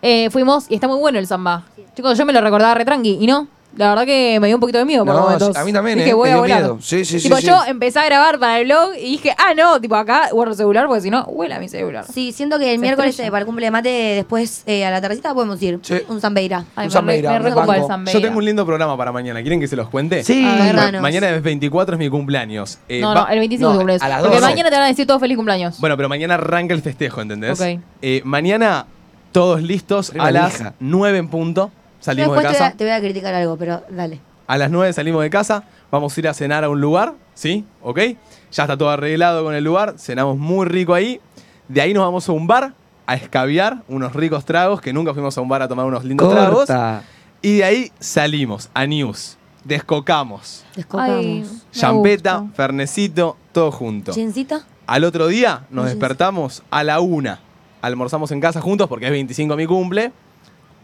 Speaker 4: Eh, fuimos y está muy bueno el samba. Chicos, yo me lo recordaba re tranqui, ¿y no? La verdad que me dio un poquito de miedo por
Speaker 3: No,
Speaker 4: momentos.
Speaker 3: a mí también,
Speaker 4: Dije,
Speaker 3: eh,
Speaker 4: voy
Speaker 3: me
Speaker 4: a
Speaker 3: dio
Speaker 4: volar.
Speaker 3: miedo. Sí, sí, sí,
Speaker 4: tipo,
Speaker 3: sí.
Speaker 4: yo empecé a grabar para el blog y dije, ah, no, tipo, acá guardo el celular porque si no, huela mi celular.
Speaker 2: Sí, siento que el
Speaker 4: Se
Speaker 2: miércoles
Speaker 4: estrella.
Speaker 2: eh, para el cumple de mate, después eh, a la tardecita podemos ir.
Speaker 3: Sí.
Speaker 2: Un zambeira.
Speaker 4: Ay,
Speaker 3: Un
Speaker 4: me
Speaker 3: Zambeira,
Speaker 4: re-
Speaker 3: un
Speaker 4: me recopa
Speaker 3: banco.
Speaker 4: el Zambeira.
Speaker 1: Yo tengo un lindo programa para mañana. ¿Quieren que se los cuente?
Speaker 3: Sí.
Speaker 2: A ver, danos.
Speaker 1: Mañana es 24, es mi cumpleaños. Eh,
Speaker 4: No,
Speaker 1: va-
Speaker 4: no, el 25
Speaker 3: no,
Speaker 4: de cumpleaños.
Speaker 3: a las
Speaker 4: Porque
Speaker 3: 12.
Speaker 4: mañana te van a decir todo feliz cumpleaños.
Speaker 1: Bueno, pero mañana arranca el festejo, ¿entendés?
Speaker 4: Ok.
Speaker 1: Eh, mañana, todos listos,
Speaker 3: Re
Speaker 1: a las
Speaker 3: manija.
Speaker 1: 9 en punto.
Speaker 2: Yo
Speaker 1: Salimos de
Speaker 2: después te voy,
Speaker 1: casa.
Speaker 2: a, te voy a criticar algo, pero dale.
Speaker 1: A las 9 salimos de casa, vamos a ir a cenar a un lugar, ¿sí? ¿Ok? Ya está todo arreglado con el lugar, cenamos muy rico ahí. De ahí nos vamos a un bar a escabiar unos ricos tragos, que nunca fuimos a un bar a tomar unos lindos tragos.
Speaker 3: Corta.
Speaker 1: Y de ahí salimos a News, descocamos.
Speaker 4: Ay,
Speaker 2: Descocamos.
Speaker 4: me
Speaker 1: Champeta,
Speaker 4: gusta.
Speaker 1: fernecito, todo junto.
Speaker 2: ¿Chencita?
Speaker 1: Al otro día nos
Speaker 2: Oye, sí.
Speaker 1: despertamos a la una. Almorzamos en casa juntos porque es 25 mi cumple.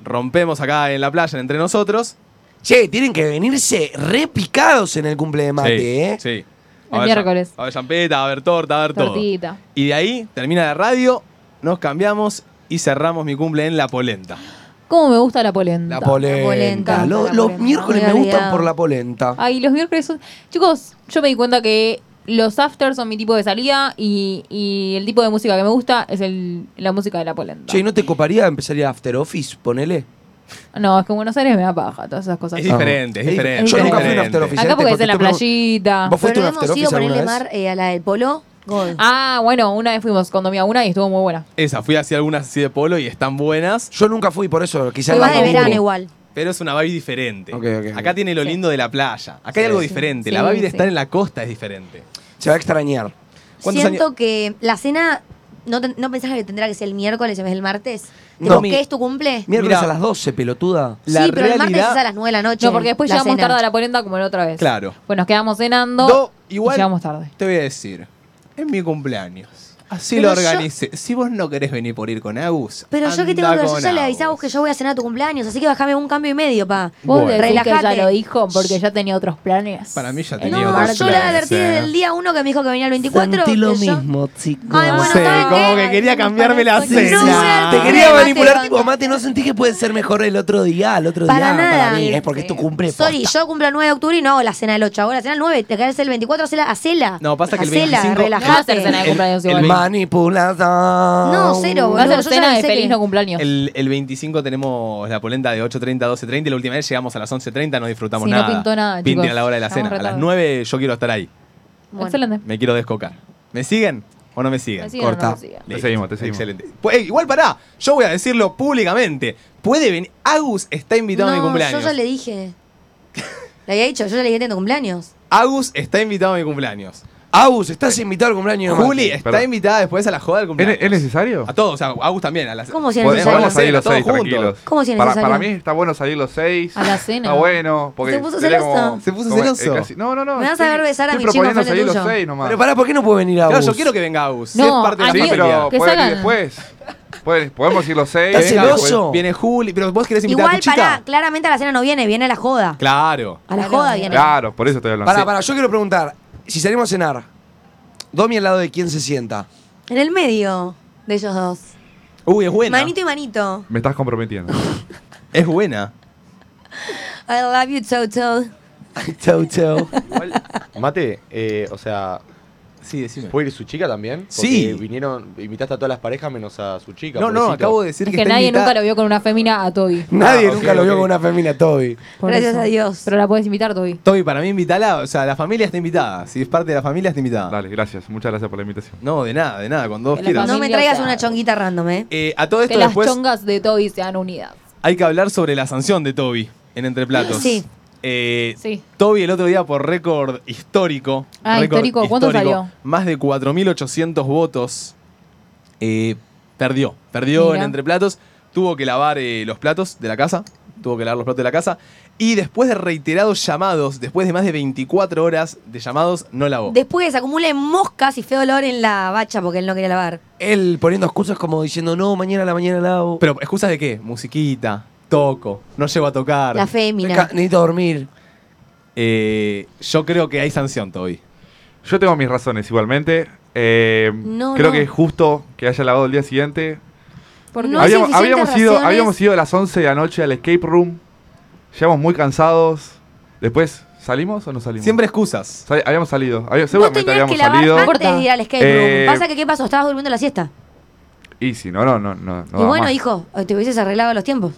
Speaker 1: Rompemos acá en la playa entre nosotros.
Speaker 3: Che, tienen que venirse repicados en el cumple de mate,
Speaker 1: sí,
Speaker 3: ¿eh?
Speaker 1: sí.
Speaker 4: El miércoles.
Speaker 1: A ver champeta, va a ver torta, va a ver todo.
Speaker 4: Tortita.
Speaker 1: Y de ahí termina la radio, nos cambiamos y cerramos mi cumple en La Polenta.
Speaker 4: ¿Cómo me gusta la polenta?
Speaker 3: La polenta.
Speaker 2: La polenta.
Speaker 3: Lo-
Speaker 2: La
Speaker 3: los
Speaker 2: polenta.
Speaker 3: miércoles
Speaker 2: Me
Speaker 3: me
Speaker 2: había
Speaker 3: gustan
Speaker 2: olvidado.
Speaker 3: por la polenta.
Speaker 4: Ay, los miércoles son... Chicos, yo me di cuenta que los afters son mi tipo de salida y, y el tipo de música que me gusta es el, la música de la polenta.
Speaker 3: Che, ¿no te coparía empezar a ir a After Office? Ponele.
Speaker 4: No, es que en Buenos Aires me da paja, todas esas cosas.
Speaker 1: Es diferente, es
Speaker 3: Es
Speaker 1: diferente.
Speaker 4: diferente. Yo nunca
Speaker 1: es
Speaker 4: fui a un
Speaker 1: diferente.
Speaker 3: After Office.
Speaker 4: Acá porque es en la
Speaker 3: Porque te
Speaker 4: playita.
Speaker 3: ¿Vos fuiste
Speaker 2: Pero
Speaker 3: a un
Speaker 2: hemos
Speaker 3: After
Speaker 2: ido
Speaker 3: Office
Speaker 2: ponerle
Speaker 3: alguna vez?
Speaker 2: mar eh, a la del polo. God.
Speaker 4: Ah, bueno, una vez fuimos con Domi a una y estuvo muy buena.
Speaker 1: Esa, fui así algunas así de polo y están buenas,
Speaker 3: Yo nunca fui, por eso quizás...
Speaker 2: Fue
Speaker 3: la
Speaker 2: más de
Speaker 3: cumple.
Speaker 2: verano igual.
Speaker 1: pero es una babi diferente.
Speaker 3: Ok, ok, ok.
Speaker 1: Acá tiene lo lindo de la playa. Acá hay
Speaker 3: Sí,
Speaker 1: algo
Speaker 3: sí.
Speaker 1: diferente.
Speaker 4: Sí,
Speaker 1: la babi de
Speaker 4: sí.
Speaker 1: estar en la costa es diferente.
Speaker 3: Se va a extrañar.
Speaker 1: ¿Cuántos
Speaker 2: Siento
Speaker 1: años-
Speaker 2: que la cena, ¿no, ten- ¿no pensás que tendrá que ser el miércoles en vez del martes?
Speaker 3: No.
Speaker 2: ¿Por qué es tu cumple?
Speaker 1: Mira.
Speaker 3: Miércoles a las 12, pelotuda.
Speaker 1: La
Speaker 2: sí, pero el martes
Speaker 1: realidad-
Speaker 2: es a las 9 de la noche.
Speaker 4: No, porque después
Speaker 2: la
Speaker 4: llegamos
Speaker 2: cena.
Speaker 4: tarde a la polenta como la otra vez.
Speaker 1: Claro.
Speaker 4: Pues nos quedamos cenando
Speaker 1: Do-
Speaker 4: y
Speaker 1: igual
Speaker 4: llegamos tarde.
Speaker 1: te voy a decir, es mi cumpleaños. Así
Speaker 2: Pero
Speaker 1: lo
Speaker 2: yo-
Speaker 1: organicé. Si vos no querés venir por ir con Agus,
Speaker 2: Pero yo que tengo que
Speaker 1: anda
Speaker 2: ver, yo
Speaker 1: con
Speaker 2: ya le
Speaker 1: Agus.
Speaker 2: avisaba que yo voy a cenar a tu cumpleaños, así que bajame un cambio y medio, pa.
Speaker 4: Vos
Speaker 1: Bueno.
Speaker 4: decís que ya
Speaker 2: Relájate.
Speaker 4: lo dijo porque ya tenía otros planes.
Speaker 1: Para mí ya tenía
Speaker 2: No,
Speaker 1: otros
Speaker 2: yo le
Speaker 1: planes,
Speaker 2: advertí
Speaker 1: eh.
Speaker 2: desde el día uno que me dijo que venía el 24.
Speaker 3: Sentí lo
Speaker 2: que yo-
Speaker 3: mismo, chicos.
Speaker 2: Ay, bueno,
Speaker 1: sé,
Speaker 2: ¿saben
Speaker 1: como
Speaker 2: qué?
Speaker 1: que quería
Speaker 4: Ay, me
Speaker 1: cambiarme la
Speaker 4: parece que
Speaker 1: cena.
Speaker 2: no voy al
Speaker 3: Te
Speaker 2: cumple,
Speaker 3: quería
Speaker 2: mate,
Speaker 3: manipular,
Speaker 2: banca.
Speaker 3: tipo, mate, ¿no sentí que puede ser mejor el otro día? El otro
Speaker 2: Para
Speaker 3: día, para
Speaker 2: nada. eh,
Speaker 3: mí, es porque
Speaker 4: Sí.
Speaker 3: tú cumples
Speaker 2: Sorry, yo cumplo el 9 de octubre y no hago la cena del 8. Ahora la cena del 9, te querés el 24, hacela, hacela.
Speaker 1: No, pasa que el
Speaker 2: Hacela,
Speaker 1: 25
Speaker 4: No va a ser
Speaker 2: relajate.
Speaker 4: cena de cumpleaños
Speaker 1: el
Speaker 4: igual.
Speaker 1: veinte-
Speaker 3: Manipulación.
Speaker 2: No, cero,
Speaker 4: Va a
Speaker 2: boludo.
Speaker 4: ser
Speaker 2: Yo
Speaker 4: cena
Speaker 2: ya
Speaker 4: de
Speaker 2: sé
Speaker 4: feliz
Speaker 2: que-
Speaker 4: no cumpleaños.
Speaker 1: El, el 25 tenemos la polenta de 8.30 a 12.30 y la última vez llegamos a las 11.30, no disfrutamos
Speaker 4: Sí, no
Speaker 1: nada.
Speaker 4: pintó nada,
Speaker 1: Pinten
Speaker 4: chicos.
Speaker 1: a la hora de la cena.
Speaker 4: Estamos
Speaker 1: A las
Speaker 4: retados.
Speaker 1: 9 yo quiero estar ahí.
Speaker 2: Bueno.
Speaker 4: Excelente.
Speaker 1: Me quiero descocar. ¿Me siguen o no me siguen?
Speaker 4: Me siguen o no
Speaker 3: corta.
Speaker 4: me siguen.
Speaker 5: Te seguimos, te seguimos.
Speaker 1: Excelente. Pues, eh, igual pará, yo voy a decirlo públicamente. Puede venir. Agus está invitado a mi
Speaker 2: No,
Speaker 1: cumpleaños.
Speaker 2: Yo ya le dije. Le había dicho, yo ya le dije tengo cumpleaños.
Speaker 1: Agus está invitado a mi cumpleaños.
Speaker 3: Agus, estás
Speaker 1: Eh,
Speaker 3: invitado al cumpleaños de
Speaker 1: Juli
Speaker 3: Mati.
Speaker 1: está
Speaker 5: perdón.
Speaker 1: invitada después a la joda del
Speaker 5: ¿Es,
Speaker 1: cumpleaños.
Speaker 5: es necesario?
Speaker 1: A todos, o sea, Agus también. A las,
Speaker 2: ¿Cómo si es
Speaker 5: Podemos
Speaker 2: necesario?
Speaker 5: podemos salir los
Speaker 1: Todos
Speaker 5: seis
Speaker 1: juntos.
Speaker 5: tranquilos.
Speaker 2: ¿Cómo si es
Speaker 5: Para,
Speaker 2: necesario?
Speaker 5: para mí está bueno salir los seis.
Speaker 4: A la cena.
Speaker 5: Está bueno. Porque
Speaker 2: Se puso
Speaker 5: sería
Speaker 2: celoso.
Speaker 1: ¿Se puso
Speaker 5: como- eh,
Speaker 1: celoso?
Speaker 5: casi- no, no, no.
Speaker 2: Me vas a
Speaker 5: estoy-
Speaker 2: ver besar a
Speaker 5: estoy
Speaker 2: mi chico
Speaker 5: proponiendo
Speaker 2: enfrente
Speaker 5: salir los
Speaker 2: tuyo.
Speaker 5: seis nomás.
Speaker 3: Pero pará, ¿por qué no puede venir Agus?
Speaker 1: Claro, yo quiero que venga Agus. eh,
Speaker 4: No,
Speaker 1: es parte de la
Speaker 4: a mí-
Speaker 5: Sí,
Speaker 1: familia.
Speaker 5: pero
Speaker 4: Que
Speaker 5: pueden ir
Speaker 4: salgan.
Speaker 5: después. Pueden, podemos ir los seis.
Speaker 3: ¿Estás
Speaker 5: después-
Speaker 3: celoso?
Speaker 1: Viene Juli, pero vos querés invitar a
Speaker 2: Igual,
Speaker 1: tu chica.
Speaker 2: pará, claramente a la cena no viene, viene a la joda.
Speaker 1: Claro.
Speaker 2: A la
Speaker 4: Claro.
Speaker 2: joda viene.
Speaker 1: Ah,
Speaker 5: Claro, por eso estoy hablando.
Speaker 3: Pará, pará, yo quiero preguntar. Si salimos a cenar, Domi al lado de quién se sienta.
Speaker 2: En el medio de ellos dos.
Speaker 1: Uy, es buena.
Speaker 2: Manito y manito.
Speaker 5: Me estás comprometiendo.
Speaker 1: Es buena.
Speaker 2: I love you, Toto.
Speaker 3: Chau, chau.
Speaker 6: Igual, mate, eh, o sea,
Speaker 1: Sí, decime.
Speaker 6: ¿puede ir su chica también? Porque
Speaker 1: Sí.
Speaker 6: vinieron, invitaste a todas las parejas menos a su chica.
Speaker 1: No, no,
Speaker 6: pobrecito.
Speaker 1: acabo de decir
Speaker 4: Es
Speaker 1: que,
Speaker 4: que
Speaker 1: está
Speaker 4: nadie
Speaker 1: invitada-
Speaker 4: nunca lo vio con una fémina a Toby.
Speaker 3: Nadie
Speaker 1: Ah, ok,
Speaker 3: nunca lo vio
Speaker 1: ok.
Speaker 3: con una femina, Toby.
Speaker 4: Por
Speaker 2: Gracias a Dios.
Speaker 4: Pero la puedes invitar, Toby.
Speaker 1: Toby, para mí invitala, o sea, la familia está invitada. Si es parte de la familia, está invitada.
Speaker 5: Dale, gracias. Muchas gracias por la invitación.
Speaker 1: No, de nada, de nada, cuando vos
Speaker 4: Que la
Speaker 1: quieras.
Speaker 2: No me
Speaker 4: Familia,
Speaker 2: traigas
Speaker 4: o sea,
Speaker 2: una chonguita random, ¿eh?
Speaker 1: Eh, a todo
Speaker 4: Que
Speaker 1: esto
Speaker 4: las
Speaker 1: después
Speaker 4: chongas de Toby sean unidas.
Speaker 1: hay que hablar sobre la sanción de Toby en Entre Platos.
Speaker 2: Sí.
Speaker 1: Eh,
Speaker 4: Sí.
Speaker 1: Toby el otro día por récord histórico.
Speaker 4: Ah,
Speaker 1: récord
Speaker 4: histórico, ¿cuánto salió?
Speaker 1: Más de 4.800 votos. Eh, perdió. Perdió
Speaker 4: Mira.
Speaker 1: en Entre Platos. Tuvo que lavar eh, los platos de la casa. Tuvo que lavar los platos de la casa. Y después de reiterados llamados, después de más de 24 horas de llamados, no lavó.
Speaker 2: Después que se acumulen moscas y feo olor en la bacha porque él no quería lavar.
Speaker 3: Él poniendo excusas como diciendo, no, mañana a la mañana lavo.
Speaker 1: Pero, ¿excusas de qué? Musiquita, toco, no llego a tocar.
Speaker 2: La
Speaker 3: Ca-
Speaker 2: fémina.
Speaker 3: Necesito dormir.
Speaker 1: Eh, yo creo que hay sanción, Toby.
Speaker 5: Yo tengo mis razones igualmente. Eh,
Speaker 2: No,
Speaker 5: creo
Speaker 2: no.
Speaker 5: que es justo que haya lavado el día siguiente.
Speaker 2: No hay
Speaker 5: habíamos,
Speaker 2: suficientes
Speaker 5: habíamos ido,
Speaker 2: razones.
Speaker 5: habíamos ido a las 11 de la noche al escape room. llegamos muy cansados. Después, ¿salimos o no salimos?
Speaker 1: Siempre excusas.
Speaker 5: Sali- habíamos salido. Había-
Speaker 2: Vos
Speaker 5: seguramente
Speaker 2: tenías
Speaker 5: habíamos
Speaker 2: que lavar
Speaker 5: salido.
Speaker 2: antes de ir al escape room.
Speaker 5: Eh,
Speaker 2: Pasa que, ¿qué pasó? Estabas durmiendo la siesta.
Speaker 5: Y si no, no, no. no, no
Speaker 2: y
Speaker 5: da
Speaker 2: bueno,
Speaker 5: más.
Speaker 2: hijo, te hubieses arreglado los tiempos.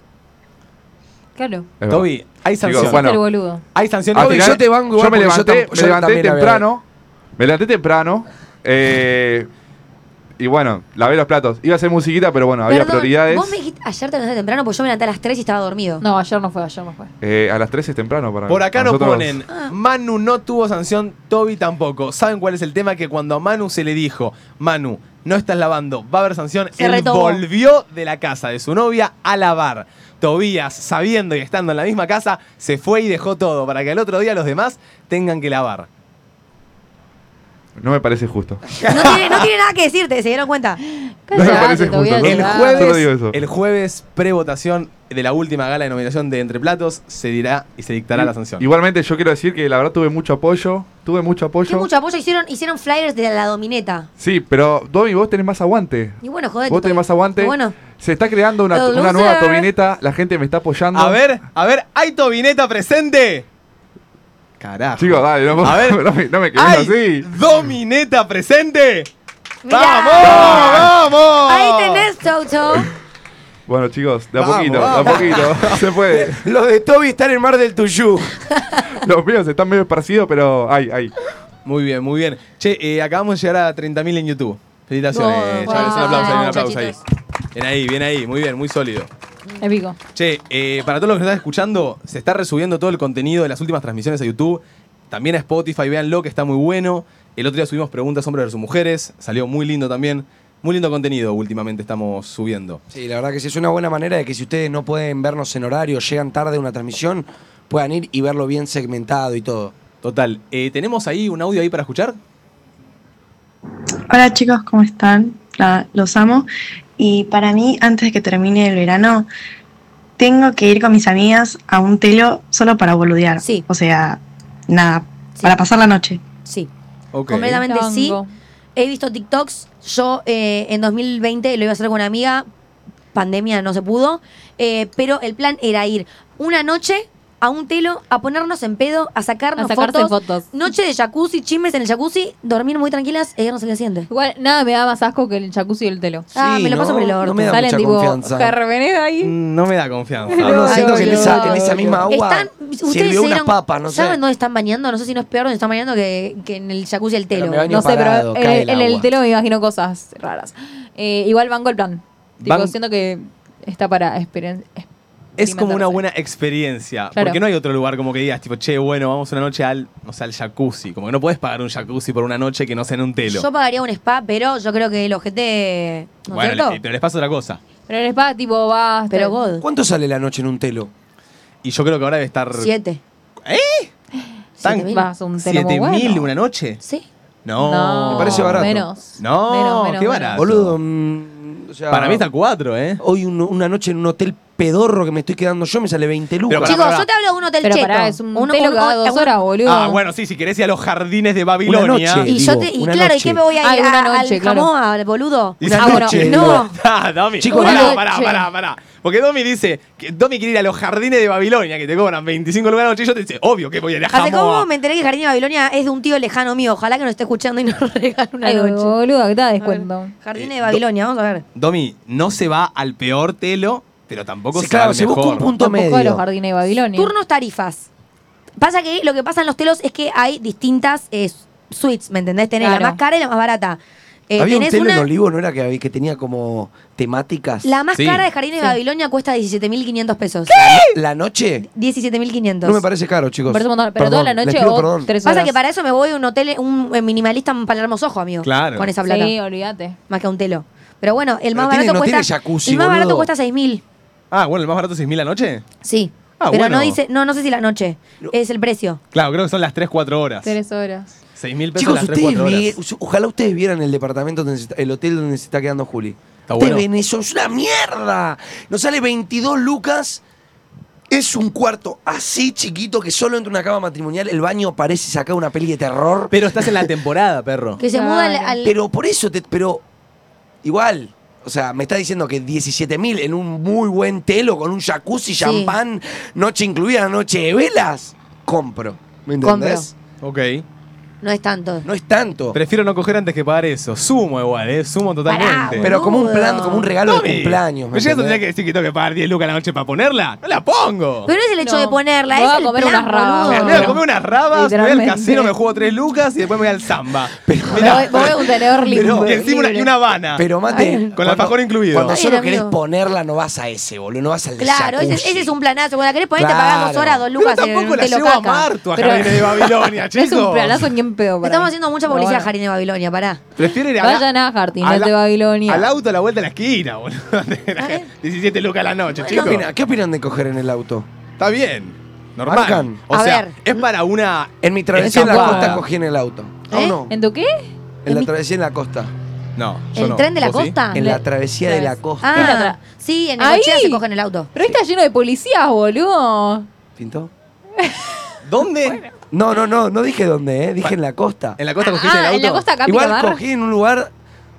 Speaker 4: Claro.
Speaker 5: Es verdad.
Speaker 1: Toby, hay sanción.
Speaker 5: bueno.
Speaker 4: El boludo.
Speaker 1: hay sanción. Toby,
Speaker 5: tirar-
Speaker 3: yo te banco igual
Speaker 5: me
Speaker 3: porque yo
Speaker 5: levanté,
Speaker 3: tam-
Speaker 5: me
Speaker 3: yo
Speaker 5: levanté
Speaker 3: también había-
Speaker 5: temprano. Me levanté temprano. eh, y bueno, lavé los platos. Iba a hacer musiquita, pero bueno, había
Speaker 2: Perdón,
Speaker 5: prioridades.
Speaker 2: Vos me dijiste ayer te levantaste temprano porque yo me levanté a las 3 y estaba dormido.
Speaker 4: No, ayer no fue, ayer no fue.
Speaker 5: Eh, a las 3 es temprano para
Speaker 1: Por acá
Speaker 5: para
Speaker 1: nos
Speaker 5: nosotros.
Speaker 1: ponen,
Speaker 2: Ah.
Speaker 1: Manu no tuvo sanción, Toby tampoco. ¿Saben cuál es el tema? Que cuando a Manu se le dijo, Manu, no estás lavando, va a haber sanción,
Speaker 2: Se
Speaker 1: él
Speaker 2: retomó.
Speaker 1: volvió de la casa de su novia a lavar. Tobías, sabiendo y estando en la misma casa, se fue y dejó todo para que al otro día los demás tengan que lavar.
Speaker 5: No me parece justo.
Speaker 2: No tiene, no tiene nada que decirte, ¿se dieron cuenta?
Speaker 5: No me parece
Speaker 4: Cállate,
Speaker 5: justo,
Speaker 4: Tobias,
Speaker 5: ¿no?
Speaker 4: te
Speaker 1: El
Speaker 4: da-
Speaker 5: Solo digo
Speaker 1: jueves,
Speaker 5: eso.
Speaker 1: el jueves prevotación de la última gala de nominación de Entre Platos se dirá y se dictará la sanción.
Speaker 5: Igualmente, yo quiero decir que la verdad tuve mucho apoyo. Tuve mucho
Speaker 2: Que
Speaker 5: apoyo.
Speaker 2: mucho apoyo hicieron, hicieron flyers de la domineta.
Speaker 5: Sí, pero Domi, vos tenés más aguante.
Speaker 2: Y bueno, joder.
Speaker 5: Vos tenés más aguante.
Speaker 2: Bueno,
Speaker 5: Se está creando una,
Speaker 2: El
Speaker 5: una nueva
Speaker 2: loser.
Speaker 5: tobineta. La gente me está apoyando.
Speaker 1: A ver, a ver, ¿hay Tobineta presente? Carajo.
Speaker 5: Chicos, dale, no,
Speaker 1: A ver.
Speaker 5: no me, no me quedes
Speaker 1: ¡Ay!
Speaker 5: así.
Speaker 1: ¡Domineta presente!
Speaker 2: mirá.
Speaker 1: ¡Vamos! ¡Vamos!
Speaker 2: Ahí tenés, Toto.
Speaker 5: Bueno, chicos, de a
Speaker 1: Vamos,
Speaker 5: poquito,
Speaker 1: vamos.
Speaker 5: de a poquito. Se puede.
Speaker 3: Los de Toby están en el mar del Tuyú.
Speaker 5: Los míos están medio esparcidos, pero ay, ay.
Speaker 1: Muy bien, muy bien. Che, eh, acabamos de llegar a 30.000 en YouTube. Felicitaciones,
Speaker 4: Wow.
Speaker 1: chavales. Un aplauso ahí, un
Speaker 4: Wow,
Speaker 1: aplauso ahí. Bien ahí, bien ahí. Muy bien, muy sólido.
Speaker 4: Épico.
Speaker 1: Che, eh, para todos los que nos están escuchando, se está resubiendo todo el contenido de las últimas transmisiones a YouTube. También a Spotify, véanlo, que está muy bueno. El otro día subimos preguntas hombres versus mujeres. Salió muy lindo también. Muy lindo contenido últimamente estamos subiendo.
Speaker 3: Sí, la verdad que sí, es una buena manera de que si ustedes no pueden vernos en horario, llegan tarde a una transmisión, puedan ir y verlo bien segmentado y todo.
Speaker 1: Total. eh, ¿Tenemos ahí un audio ahí para escuchar?
Speaker 7: Hola chicos, ¿cómo están? La- los amo. Y para mí, antes de que termine el verano, tengo que ir con mis amigas a un telo solo para boludear.
Speaker 2: Sí.
Speaker 7: O sea, nada,
Speaker 2: Sí.
Speaker 7: para pasar la noche.
Speaker 2: Sí.
Speaker 1: Ok.
Speaker 2: Completamente. Realmente sí.
Speaker 4: Tango.
Speaker 2: He visto TikToks. Yo eh, en 2020 lo iba a hacer con una amiga. Pandemia no se pudo. eh, pero el plan era ir una noche a un telo, a ponernos en pedo, a
Speaker 4: A
Speaker 2: sacarnos
Speaker 4: sacarse
Speaker 2: fotos.
Speaker 4: fotos.
Speaker 2: Noche de jacuzzi, chismes en el jacuzzi, dormir muy tranquilas e irnos al día siguiente.
Speaker 4: Igual nada me da más asco que el jacuzzi y el telo.
Speaker 2: Ah,
Speaker 3: Sí,
Speaker 2: me lo paso
Speaker 3: ¿no?
Speaker 2: por el orto.
Speaker 3: No me da
Speaker 4: Salen
Speaker 3: mucha
Speaker 4: tipo
Speaker 3: confianza. Ah,
Speaker 4: Carmené ahí.
Speaker 1: Mm, No me da confianza.
Speaker 3: No, no,
Speaker 4: Ay,
Speaker 3: siento que en
Speaker 4: boludo.
Speaker 3: esa, en esa misma agua
Speaker 2: Están, ustedes se
Speaker 3: sirvió unas
Speaker 2: dieron-
Speaker 3: papas, no sé.
Speaker 2: ¿Saben dónde están bañando? No sé si no es peor donde están bañando que, que en el jacuzzi del
Speaker 3: Pero
Speaker 2: telo.
Speaker 3: me baño
Speaker 4: No sé,
Speaker 3: parado,
Speaker 4: pero eh,
Speaker 3: cae
Speaker 4: en,
Speaker 3: el
Speaker 4: en el
Speaker 3: agua.
Speaker 4: telo me imagino cosas raras. Eh, igual banco el plan. Tipo,
Speaker 1: Ban-
Speaker 4: siento que está para experien-
Speaker 1: Es como una
Speaker 4: experimentarse.
Speaker 1: buena experiencia.
Speaker 4: Claro.
Speaker 1: Porque no hay otro lugar como que digas, tipo, che, bueno, vamos una noche al, no sé, al jacuzzi. Como que no puedes pagar un jacuzzi por una noche que no sea en un telo.
Speaker 2: Yo pagaría un spa, pero yo creo que el ojete. ¿No es
Speaker 1: bueno,
Speaker 2: cierto?
Speaker 1: le- pero les pasa otra cosa.
Speaker 4: Pero en el spa, tipo, vas.
Speaker 2: pero God.
Speaker 3: ¿Cuánto sale la noche en un telo?
Speaker 1: Y yo creo que ahora debe estar.
Speaker 2: Siete.
Speaker 1: ¿Eh?
Speaker 2: Tan-
Speaker 1: Siete mil.
Speaker 4: Vas a un telo muy
Speaker 1: ¿Siete
Speaker 4: bueno.
Speaker 1: mil una noche?
Speaker 2: Sí.
Speaker 1: No.
Speaker 4: No,
Speaker 3: Me parece barato.
Speaker 4: Menos.
Speaker 1: No,
Speaker 4: Menos,
Speaker 1: qué
Speaker 4: menos,
Speaker 1: barato.
Speaker 3: Boludo, mm, o sea,
Speaker 1: Para mí está cuatro, ¿eh?
Speaker 3: hoy un- una noche en un hotel pedorro que me estoy quedando yo me sale 20 lucas.
Speaker 1: Pero Pará,
Speaker 2: Chicos,
Speaker 1: pará.
Speaker 2: yo te hablo de un hotel
Speaker 4: Pero
Speaker 2: cheto.
Speaker 4: pará, es un
Speaker 2: Uno-
Speaker 4: telo
Speaker 2: un-
Speaker 4: cada
Speaker 2: un-
Speaker 4: dos horas, boludo.
Speaker 1: Ah, bueno, sí, si querés ir a los jardines de Babilonia.
Speaker 3: noche.
Speaker 2: Y, yo te, y
Speaker 3: Eh, Digo, una
Speaker 2: claro, ¿y qué
Speaker 3: noche.
Speaker 2: me voy a ir?
Speaker 4: Ah, una
Speaker 2: a-
Speaker 4: noche,
Speaker 2: al
Speaker 4: claro.
Speaker 2: jamón, al boludo.
Speaker 1: Dice,
Speaker 4: Ah, bueno,
Speaker 3: noche,
Speaker 2: no.
Speaker 1: Ah, Domi.
Speaker 3: Chicos,
Speaker 1: pará,
Speaker 4: digo-
Speaker 1: pará,
Speaker 4: Che.
Speaker 1: pará, pará. Porque Domi dice que Domi quiere ir a los jardines de Babilonia, que te cobran 25 lugares noche. Y yo te dice, obvio que voy a ir a
Speaker 2: Hace como
Speaker 1: Jamoa.
Speaker 2: me enteré que Jardín de Babilonia es de un tío lejano mío. Ojalá que nos esté escuchando y nos regale una
Speaker 4: Ay,
Speaker 2: noche.
Speaker 4: boludo, que te da
Speaker 2: A ver,
Speaker 4: descuento.
Speaker 2: Jardín
Speaker 1: Eh,
Speaker 2: de
Speaker 1: do-
Speaker 2: Babilonia, vamos a ver.
Speaker 1: Domi no se va al peor telo, pero tampoco se
Speaker 3: Sí,
Speaker 1: va
Speaker 3: claro,
Speaker 1: al
Speaker 3: se busca
Speaker 1: mejor.
Speaker 3: un punto
Speaker 4: Tampoco de los
Speaker 3: medio.
Speaker 4: jardines de Babilonia.
Speaker 2: Turnos tarifas. Pasa que lo que pasa en los telos es que hay distintas eh, suites, ¿me entendés? Tenés
Speaker 4: Claro.
Speaker 2: la más cara y la más barata. Eh,
Speaker 3: Había un
Speaker 2: tenés
Speaker 3: telo en
Speaker 2: una,
Speaker 3: Olivo, ¿no era que, había- que tenía como temáticas?
Speaker 2: la más
Speaker 1: Sí.
Speaker 2: cara de Jardines
Speaker 4: Sí.
Speaker 2: de Babilonia cuesta 17.500 pesos.
Speaker 3: ¿La noche?
Speaker 2: 17.500.
Speaker 3: No me parece caro, chicos.
Speaker 4: Me parece un montón. Pero
Speaker 3: Perdón,
Speaker 4: toda la
Speaker 3: les
Speaker 4: noche
Speaker 3: pido
Speaker 4: o
Speaker 3: perdón.
Speaker 4: tres horas.
Speaker 2: Pasa que para eso me voy a un hotel, un eh, minimalista en Palermo Sojo, amigo.
Speaker 1: Claro.
Speaker 2: Con esa plata.
Speaker 4: Sí, olvídate.
Speaker 2: Más que un telo. Pero bueno, el
Speaker 3: Pero
Speaker 2: más
Speaker 3: tiene-
Speaker 2: barato
Speaker 3: no
Speaker 2: cuesta.
Speaker 3: tiene jacuzzi,
Speaker 2: el más barato
Speaker 3: boludo.
Speaker 2: cuesta 6.000.
Speaker 1: Ah, bueno, el más barato es 6.000 la noche.
Speaker 2: Sí.
Speaker 1: Ah,
Speaker 2: Pero
Speaker 1: bueno.
Speaker 2: no dice, no, no sé si la noche. Es el precio.
Speaker 1: Claro, creo que son las 3-4 horas.
Speaker 4: Tres horas.
Speaker 1: 6.000 pesos
Speaker 3: Chicos,
Speaker 1: las 3-4
Speaker 3: ustedes
Speaker 1: horas.
Speaker 3: vi- us- ojalá ustedes vieran el departamento, donde se está- el hotel donde se está quedando Juli.
Speaker 1: Está
Speaker 3: ustedes
Speaker 1: bueno.
Speaker 3: ven eso, es una mierda. Nos sale 22 lucas. Es un cuarto así chiquito que solo entra una cama matrimonial. El baño parece sacar una peli de terror.
Speaker 1: Pero estás en la temporada, perro.
Speaker 2: Que se
Speaker 4: Claro.
Speaker 2: muda al. al-
Speaker 3: Pero por eso te. Pero. Igual. O sea, me está diciendo que 17.000 en un muy buen telo con un jacuzzi, champán, noche incluida, noche de velas. Compro. ¿Me entendés?
Speaker 1: Ok.
Speaker 2: No es tanto.
Speaker 3: No es tanto.
Speaker 1: Prefiero no coger antes que pagar eso. Sumo igual, ¿eh? Sumo totalmente.
Speaker 2: boludo.
Speaker 3: Pero como un plan, como un regalo
Speaker 1: Tommy,
Speaker 3: de cumpleaños. ¿me
Speaker 1: ¿Me llegas a
Speaker 3: entendés?
Speaker 1: tener que decir que tengo que pagar 10 lucas a la noche para ponerla? ¡No la pongo!
Speaker 2: Pero no es el hecho
Speaker 4: No.
Speaker 2: de ponerla,
Speaker 4: Me voy
Speaker 2: es
Speaker 4: a
Speaker 2: el
Speaker 4: comer
Speaker 2: plan,
Speaker 4: unas rabas.
Speaker 1: Me
Speaker 2: boludo.
Speaker 1: voy a comer unas rabas, me voy al
Speaker 4: Literalmente.
Speaker 1: casino, me juego 3 lucas y después me voy al samba.
Speaker 4: Me voy, me voy a un tenedor libre.
Speaker 1: y encima una, y una habana.
Speaker 3: Pero mate.
Speaker 1: Con el alfajor incluido.
Speaker 3: Cuando
Speaker 2: Está
Speaker 3: solo
Speaker 2: bien,
Speaker 3: querés
Speaker 2: amigo.
Speaker 3: ponerla, no vas a ese, boludo. No vas al de
Speaker 2: Claro, ese,
Speaker 3: jacuzzi.
Speaker 2: ese es un planazo. Cuando la querés poner, te
Speaker 3: Claro.
Speaker 2: pagás dos horas, dos
Speaker 1: Pero
Speaker 2: lucas en
Speaker 1: tampoco
Speaker 2: un
Speaker 1: la
Speaker 2: telo
Speaker 1: llevo
Speaker 2: caca.
Speaker 1: a Marto a
Speaker 4: Pero-
Speaker 1: Jardines de Babilonia,
Speaker 4: No
Speaker 1: chicos.
Speaker 4: es un planazo ni en pedo. para
Speaker 2: Estamos
Speaker 4: mí.
Speaker 2: haciendo mucha
Speaker 4: Pero
Speaker 2: publicidad a
Speaker 4: bueno.
Speaker 2: Jardín de Babilonia, pará.
Speaker 1: Prefiero ir a
Speaker 4: Vayan a Jardines
Speaker 1: la-
Speaker 4: de Babilonia.
Speaker 1: Al auto a la vuelta de la esquina, boludo.
Speaker 4: ¿Ah, eh?
Speaker 1: 17 lucas a la noche,
Speaker 3: ¿Qué,
Speaker 1: chicos.
Speaker 3: opina- qué opinan de coger en el auto?
Speaker 1: Está bien. Normal.
Speaker 3: Marcan.
Speaker 1: O
Speaker 2: A
Speaker 1: sea,
Speaker 2: ver.
Speaker 1: es para una.
Speaker 3: En mi travesía en la
Speaker 4: Escapada.
Speaker 3: costa cogí en el auto. ¿O
Speaker 2: ¿Eh?
Speaker 3: no?
Speaker 4: ¿En tu qué?
Speaker 3: En la travesía en la costa.
Speaker 1: No. yo
Speaker 2: ¿El
Speaker 1: no.
Speaker 2: tren Ah, de la
Speaker 1: ¿Vos sí?
Speaker 2: costa?
Speaker 3: En la travesía de la costa.
Speaker 4: Es la otra.
Speaker 2: Ah, sí, en
Speaker 4: Ahí.
Speaker 2: Necochea se cogen el auto.
Speaker 4: Pero ahí está lleno de policías, boludo.
Speaker 3: ¿Pintó?
Speaker 1: ¿Dónde?
Speaker 3: No, no, no, no dije dónde, ¿eh? dije en la costa.
Speaker 1: ¿En la costa cogiste el
Speaker 4: Ah,
Speaker 1: auto?
Speaker 4: en la costa acá,
Speaker 3: Igual
Speaker 4: Miramar.
Speaker 3: cogí en un lugar,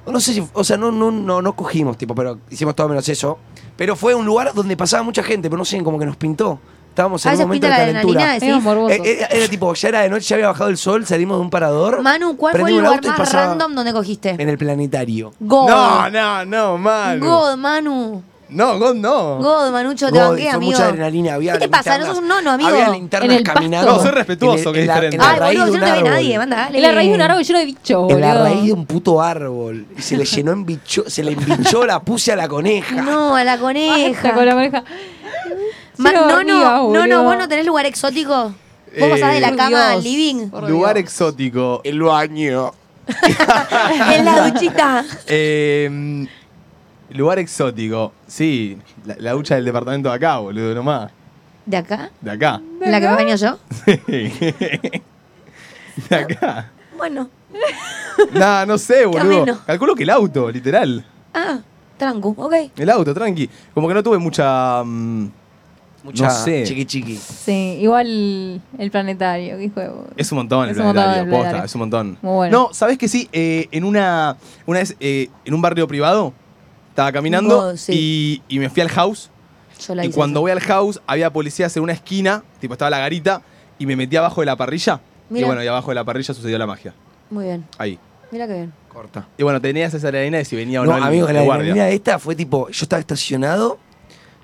Speaker 3: no sé si, o sea, no, no, no, no cogimos, tipo, pero hicimos todo menos eso. Pero fue un lugar donde pasaba mucha gente, pero no sé, como que nos pintó. Estábamos
Speaker 2: Ah, A
Speaker 3: en un
Speaker 2: veces pinta
Speaker 3: momento de
Speaker 2: la
Speaker 3: calentura.
Speaker 2: adrenalina,
Speaker 4: Medio
Speaker 2: decís.
Speaker 4: morboso.
Speaker 3: Eh, era, era tipo, ya era de noche, ya había bajado el sol, salimos de un parador.
Speaker 2: Manu, ¿cuál fue
Speaker 3: prendí
Speaker 2: el
Speaker 3: un
Speaker 2: lugar
Speaker 3: auto y
Speaker 2: más
Speaker 3: pasaba
Speaker 2: random donde cogiste?
Speaker 3: En el planetario.
Speaker 2: God.
Speaker 1: No, no, no, Manu.
Speaker 2: God, Manu.
Speaker 1: No, God no.
Speaker 2: God, Manucho, te
Speaker 3: God,
Speaker 2: banqué,
Speaker 3: fue
Speaker 2: amigo.
Speaker 3: mucha adrenalina, había
Speaker 2: ¿Qué te pasa? No
Speaker 3: linternas-
Speaker 2: sos un nono, amigo.
Speaker 3: Había linternas
Speaker 4: En el
Speaker 3: caminando.
Speaker 4: pasto. No,
Speaker 1: soy respetuoso, que es
Speaker 3: la-
Speaker 1: diferente.
Speaker 3: la
Speaker 2: Ay,
Speaker 3: raíz
Speaker 2: boludo,
Speaker 3: de
Speaker 2: si
Speaker 3: un
Speaker 2: no te ve
Speaker 3: árbol.
Speaker 2: nadie, manda, dale.
Speaker 4: En la raíz de un árbol lleno de bichos, boludo.
Speaker 3: En la raíz de un puto árbol. Y se le llenó en bicho, se le embichó la puse a la coneja.
Speaker 2: No, a la
Speaker 4: Basta
Speaker 2: coneja.
Speaker 4: con la oreja.
Speaker 2: Ma-
Speaker 4: Cero
Speaker 2: no,
Speaker 4: arriba,
Speaker 2: no, no, no,
Speaker 4: boludo.
Speaker 2: vos no tenés lugar exótico. Vos
Speaker 1: Eh,
Speaker 2: pasás de la
Speaker 4: por
Speaker 2: cama
Speaker 4: Dios.
Speaker 2: al living.
Speaker 4: Por
Speaker 1: Lugar
Speaker 4: Dios.
Speaker 1: exótico.
Speaker 3: El baño.
Speaker 2: en la duchita.
Speaker 1: Eh, lugar exótico. Sí, la, la ducha del departamento de acá, boludo, nomás.
Speaker 2: ¿De acá?
Speaker 1: De acá.
Speaker 2: ¿En la que me baño yo?
Speaker 1: de acá.
Speaker 2: Bueno.
Speaker 1: Nah, no sé, boludo.
Speaker 2: ameno.
Speaker 1: Calculo que el auto, literal.
Speaker 2: Ah, tranco, ok.
Speaker 1: El auto, tranqui. Como que no tuve mucha. mm,
Speaker 3: Mucha
Speaker 1: no sé.
Speaker 3: chiqui chiqui.
Speaker 4: Sí, igual el planetario, qué juego.
Speaker 1: Es un montón el
Speaker 4: Es un montón
Speaker 1: planetario,
Speaker 4: el
Speaker 1: posta,
Speaker 4: planetario.
Speaker 1: es un montón.
Speaker 4: Muy bueno.
Speaker 1: No, ¿sabés que sí? Eh, en una, una vez, eh, en un barrio privado, estaba caminando
Speaker 2: Oh, sí.
Speaker 1: y, y me fui al house.
Speaker 2: Yo la
Speaker 1: y
Speaker 2: hice
Speaker 1: cuando
Speaker 2: esa.
Speaker 1: voy al house, había policías en una esquina, tipo estaba la garita, y me metí abajo de la parrilla. Y
Speaker 2: Mirá.
Speaker 1: bueno, y abajo de la parrilla sucedió la magia.
Speaker 2: Muy bien,
Speaker 1: Ahí.
Speaker 2: mira qué bien.
Speaker 3: Corta.
Speaker 1: Y bueno, tenías esa arena de si venía o
Speaker 3: No,
Speaker 1: no, el-
Speaker 3: amigo,
Speaker 1: el
Speaker 3: la
Speaker 1: guardia.
Speaker 3: adrenalina esta fue tipo, yo estaba estacionado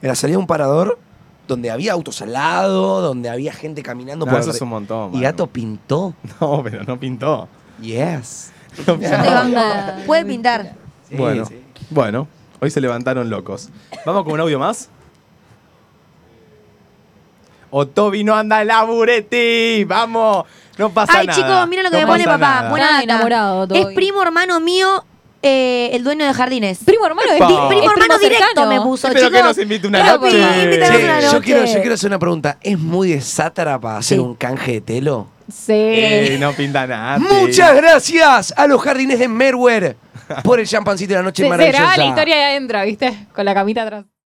Speaker 3: en la salida de un parador donde había autos al lado, donde había gente caminando
Speaker 1: No,
Speaker 3: por
Speaker 1: eso
Speaker 3: el-
Speaker 1: es un montón.
Speaker 3: Y
Speaker 1: mano.
Speaker 3: gato pintó.
Speaker 1: No, pero no pintó.
Speaker 3: Yes.
Speaker 1: No
Speaker 2: Yo te
Speaker 1: pintó.
Speaker 2: banco. Puede pintar.
Speaker 3: Sí,
Speaker 1: bueno,
Speaker 3: sí.
Speaker 1: bueno, hoy se levantaron locos. ¿Vamos con un audio más? O Toby no anda en la bureti, vamos, no pasa
Speaker 2: Ay,
Speaker 1: nada.
Speaker 2: chicos, miren lo que
Speaker 1: No
Speaker 2: me pone
Speaker 1: pasa
Speaker 2: papá.
Speaker 1: nada.
Speaker 2: Buena
Speaker 4: Ah,
Speaker 2: data.
Speaker 4: enamorado, todo
Speaker 2: Es
Speaker 4: bien.
Speaker 2: primo hermano mío, eh, el dueño de jardines.
Speaker 4: Primo hermano de
Speaker 1: Epa.
Speaker 4: Di-
Speaker 1: Primo
Speaker 4: es
Speaker 2: primo hermano directo
Speaker 4: cercano.
Speaker 2: me puso,
Speaker 1: Espero que
Speaker 2: chicos.
Speaker 1: nos invite una
Speaker 2: Claro,
Speaker 1: noche.
Speaker 2: porque invitanos
Speaker 1: Sí,
Speaker 2: una
Speaker 3: Che, yo
Speaker 2: noche.
Speaker 3: quiero, yo quiero hacer una pregunta. ¿Es muy de sátara para hacer
Speaker 2: Sí.
Speaker 3: un canje de telo?
Speaker 4: Sí.
Speaker 1: Eh, no pinta nada.
Speaker 3: Muchas gracias a los jardines de Merwer por el champancito de la noche
Speaker 4: Se-
Speaker 3: maravillosa.
Speaker 4: Será la historia ahí adentro, ¿viste? Con la camita atrás.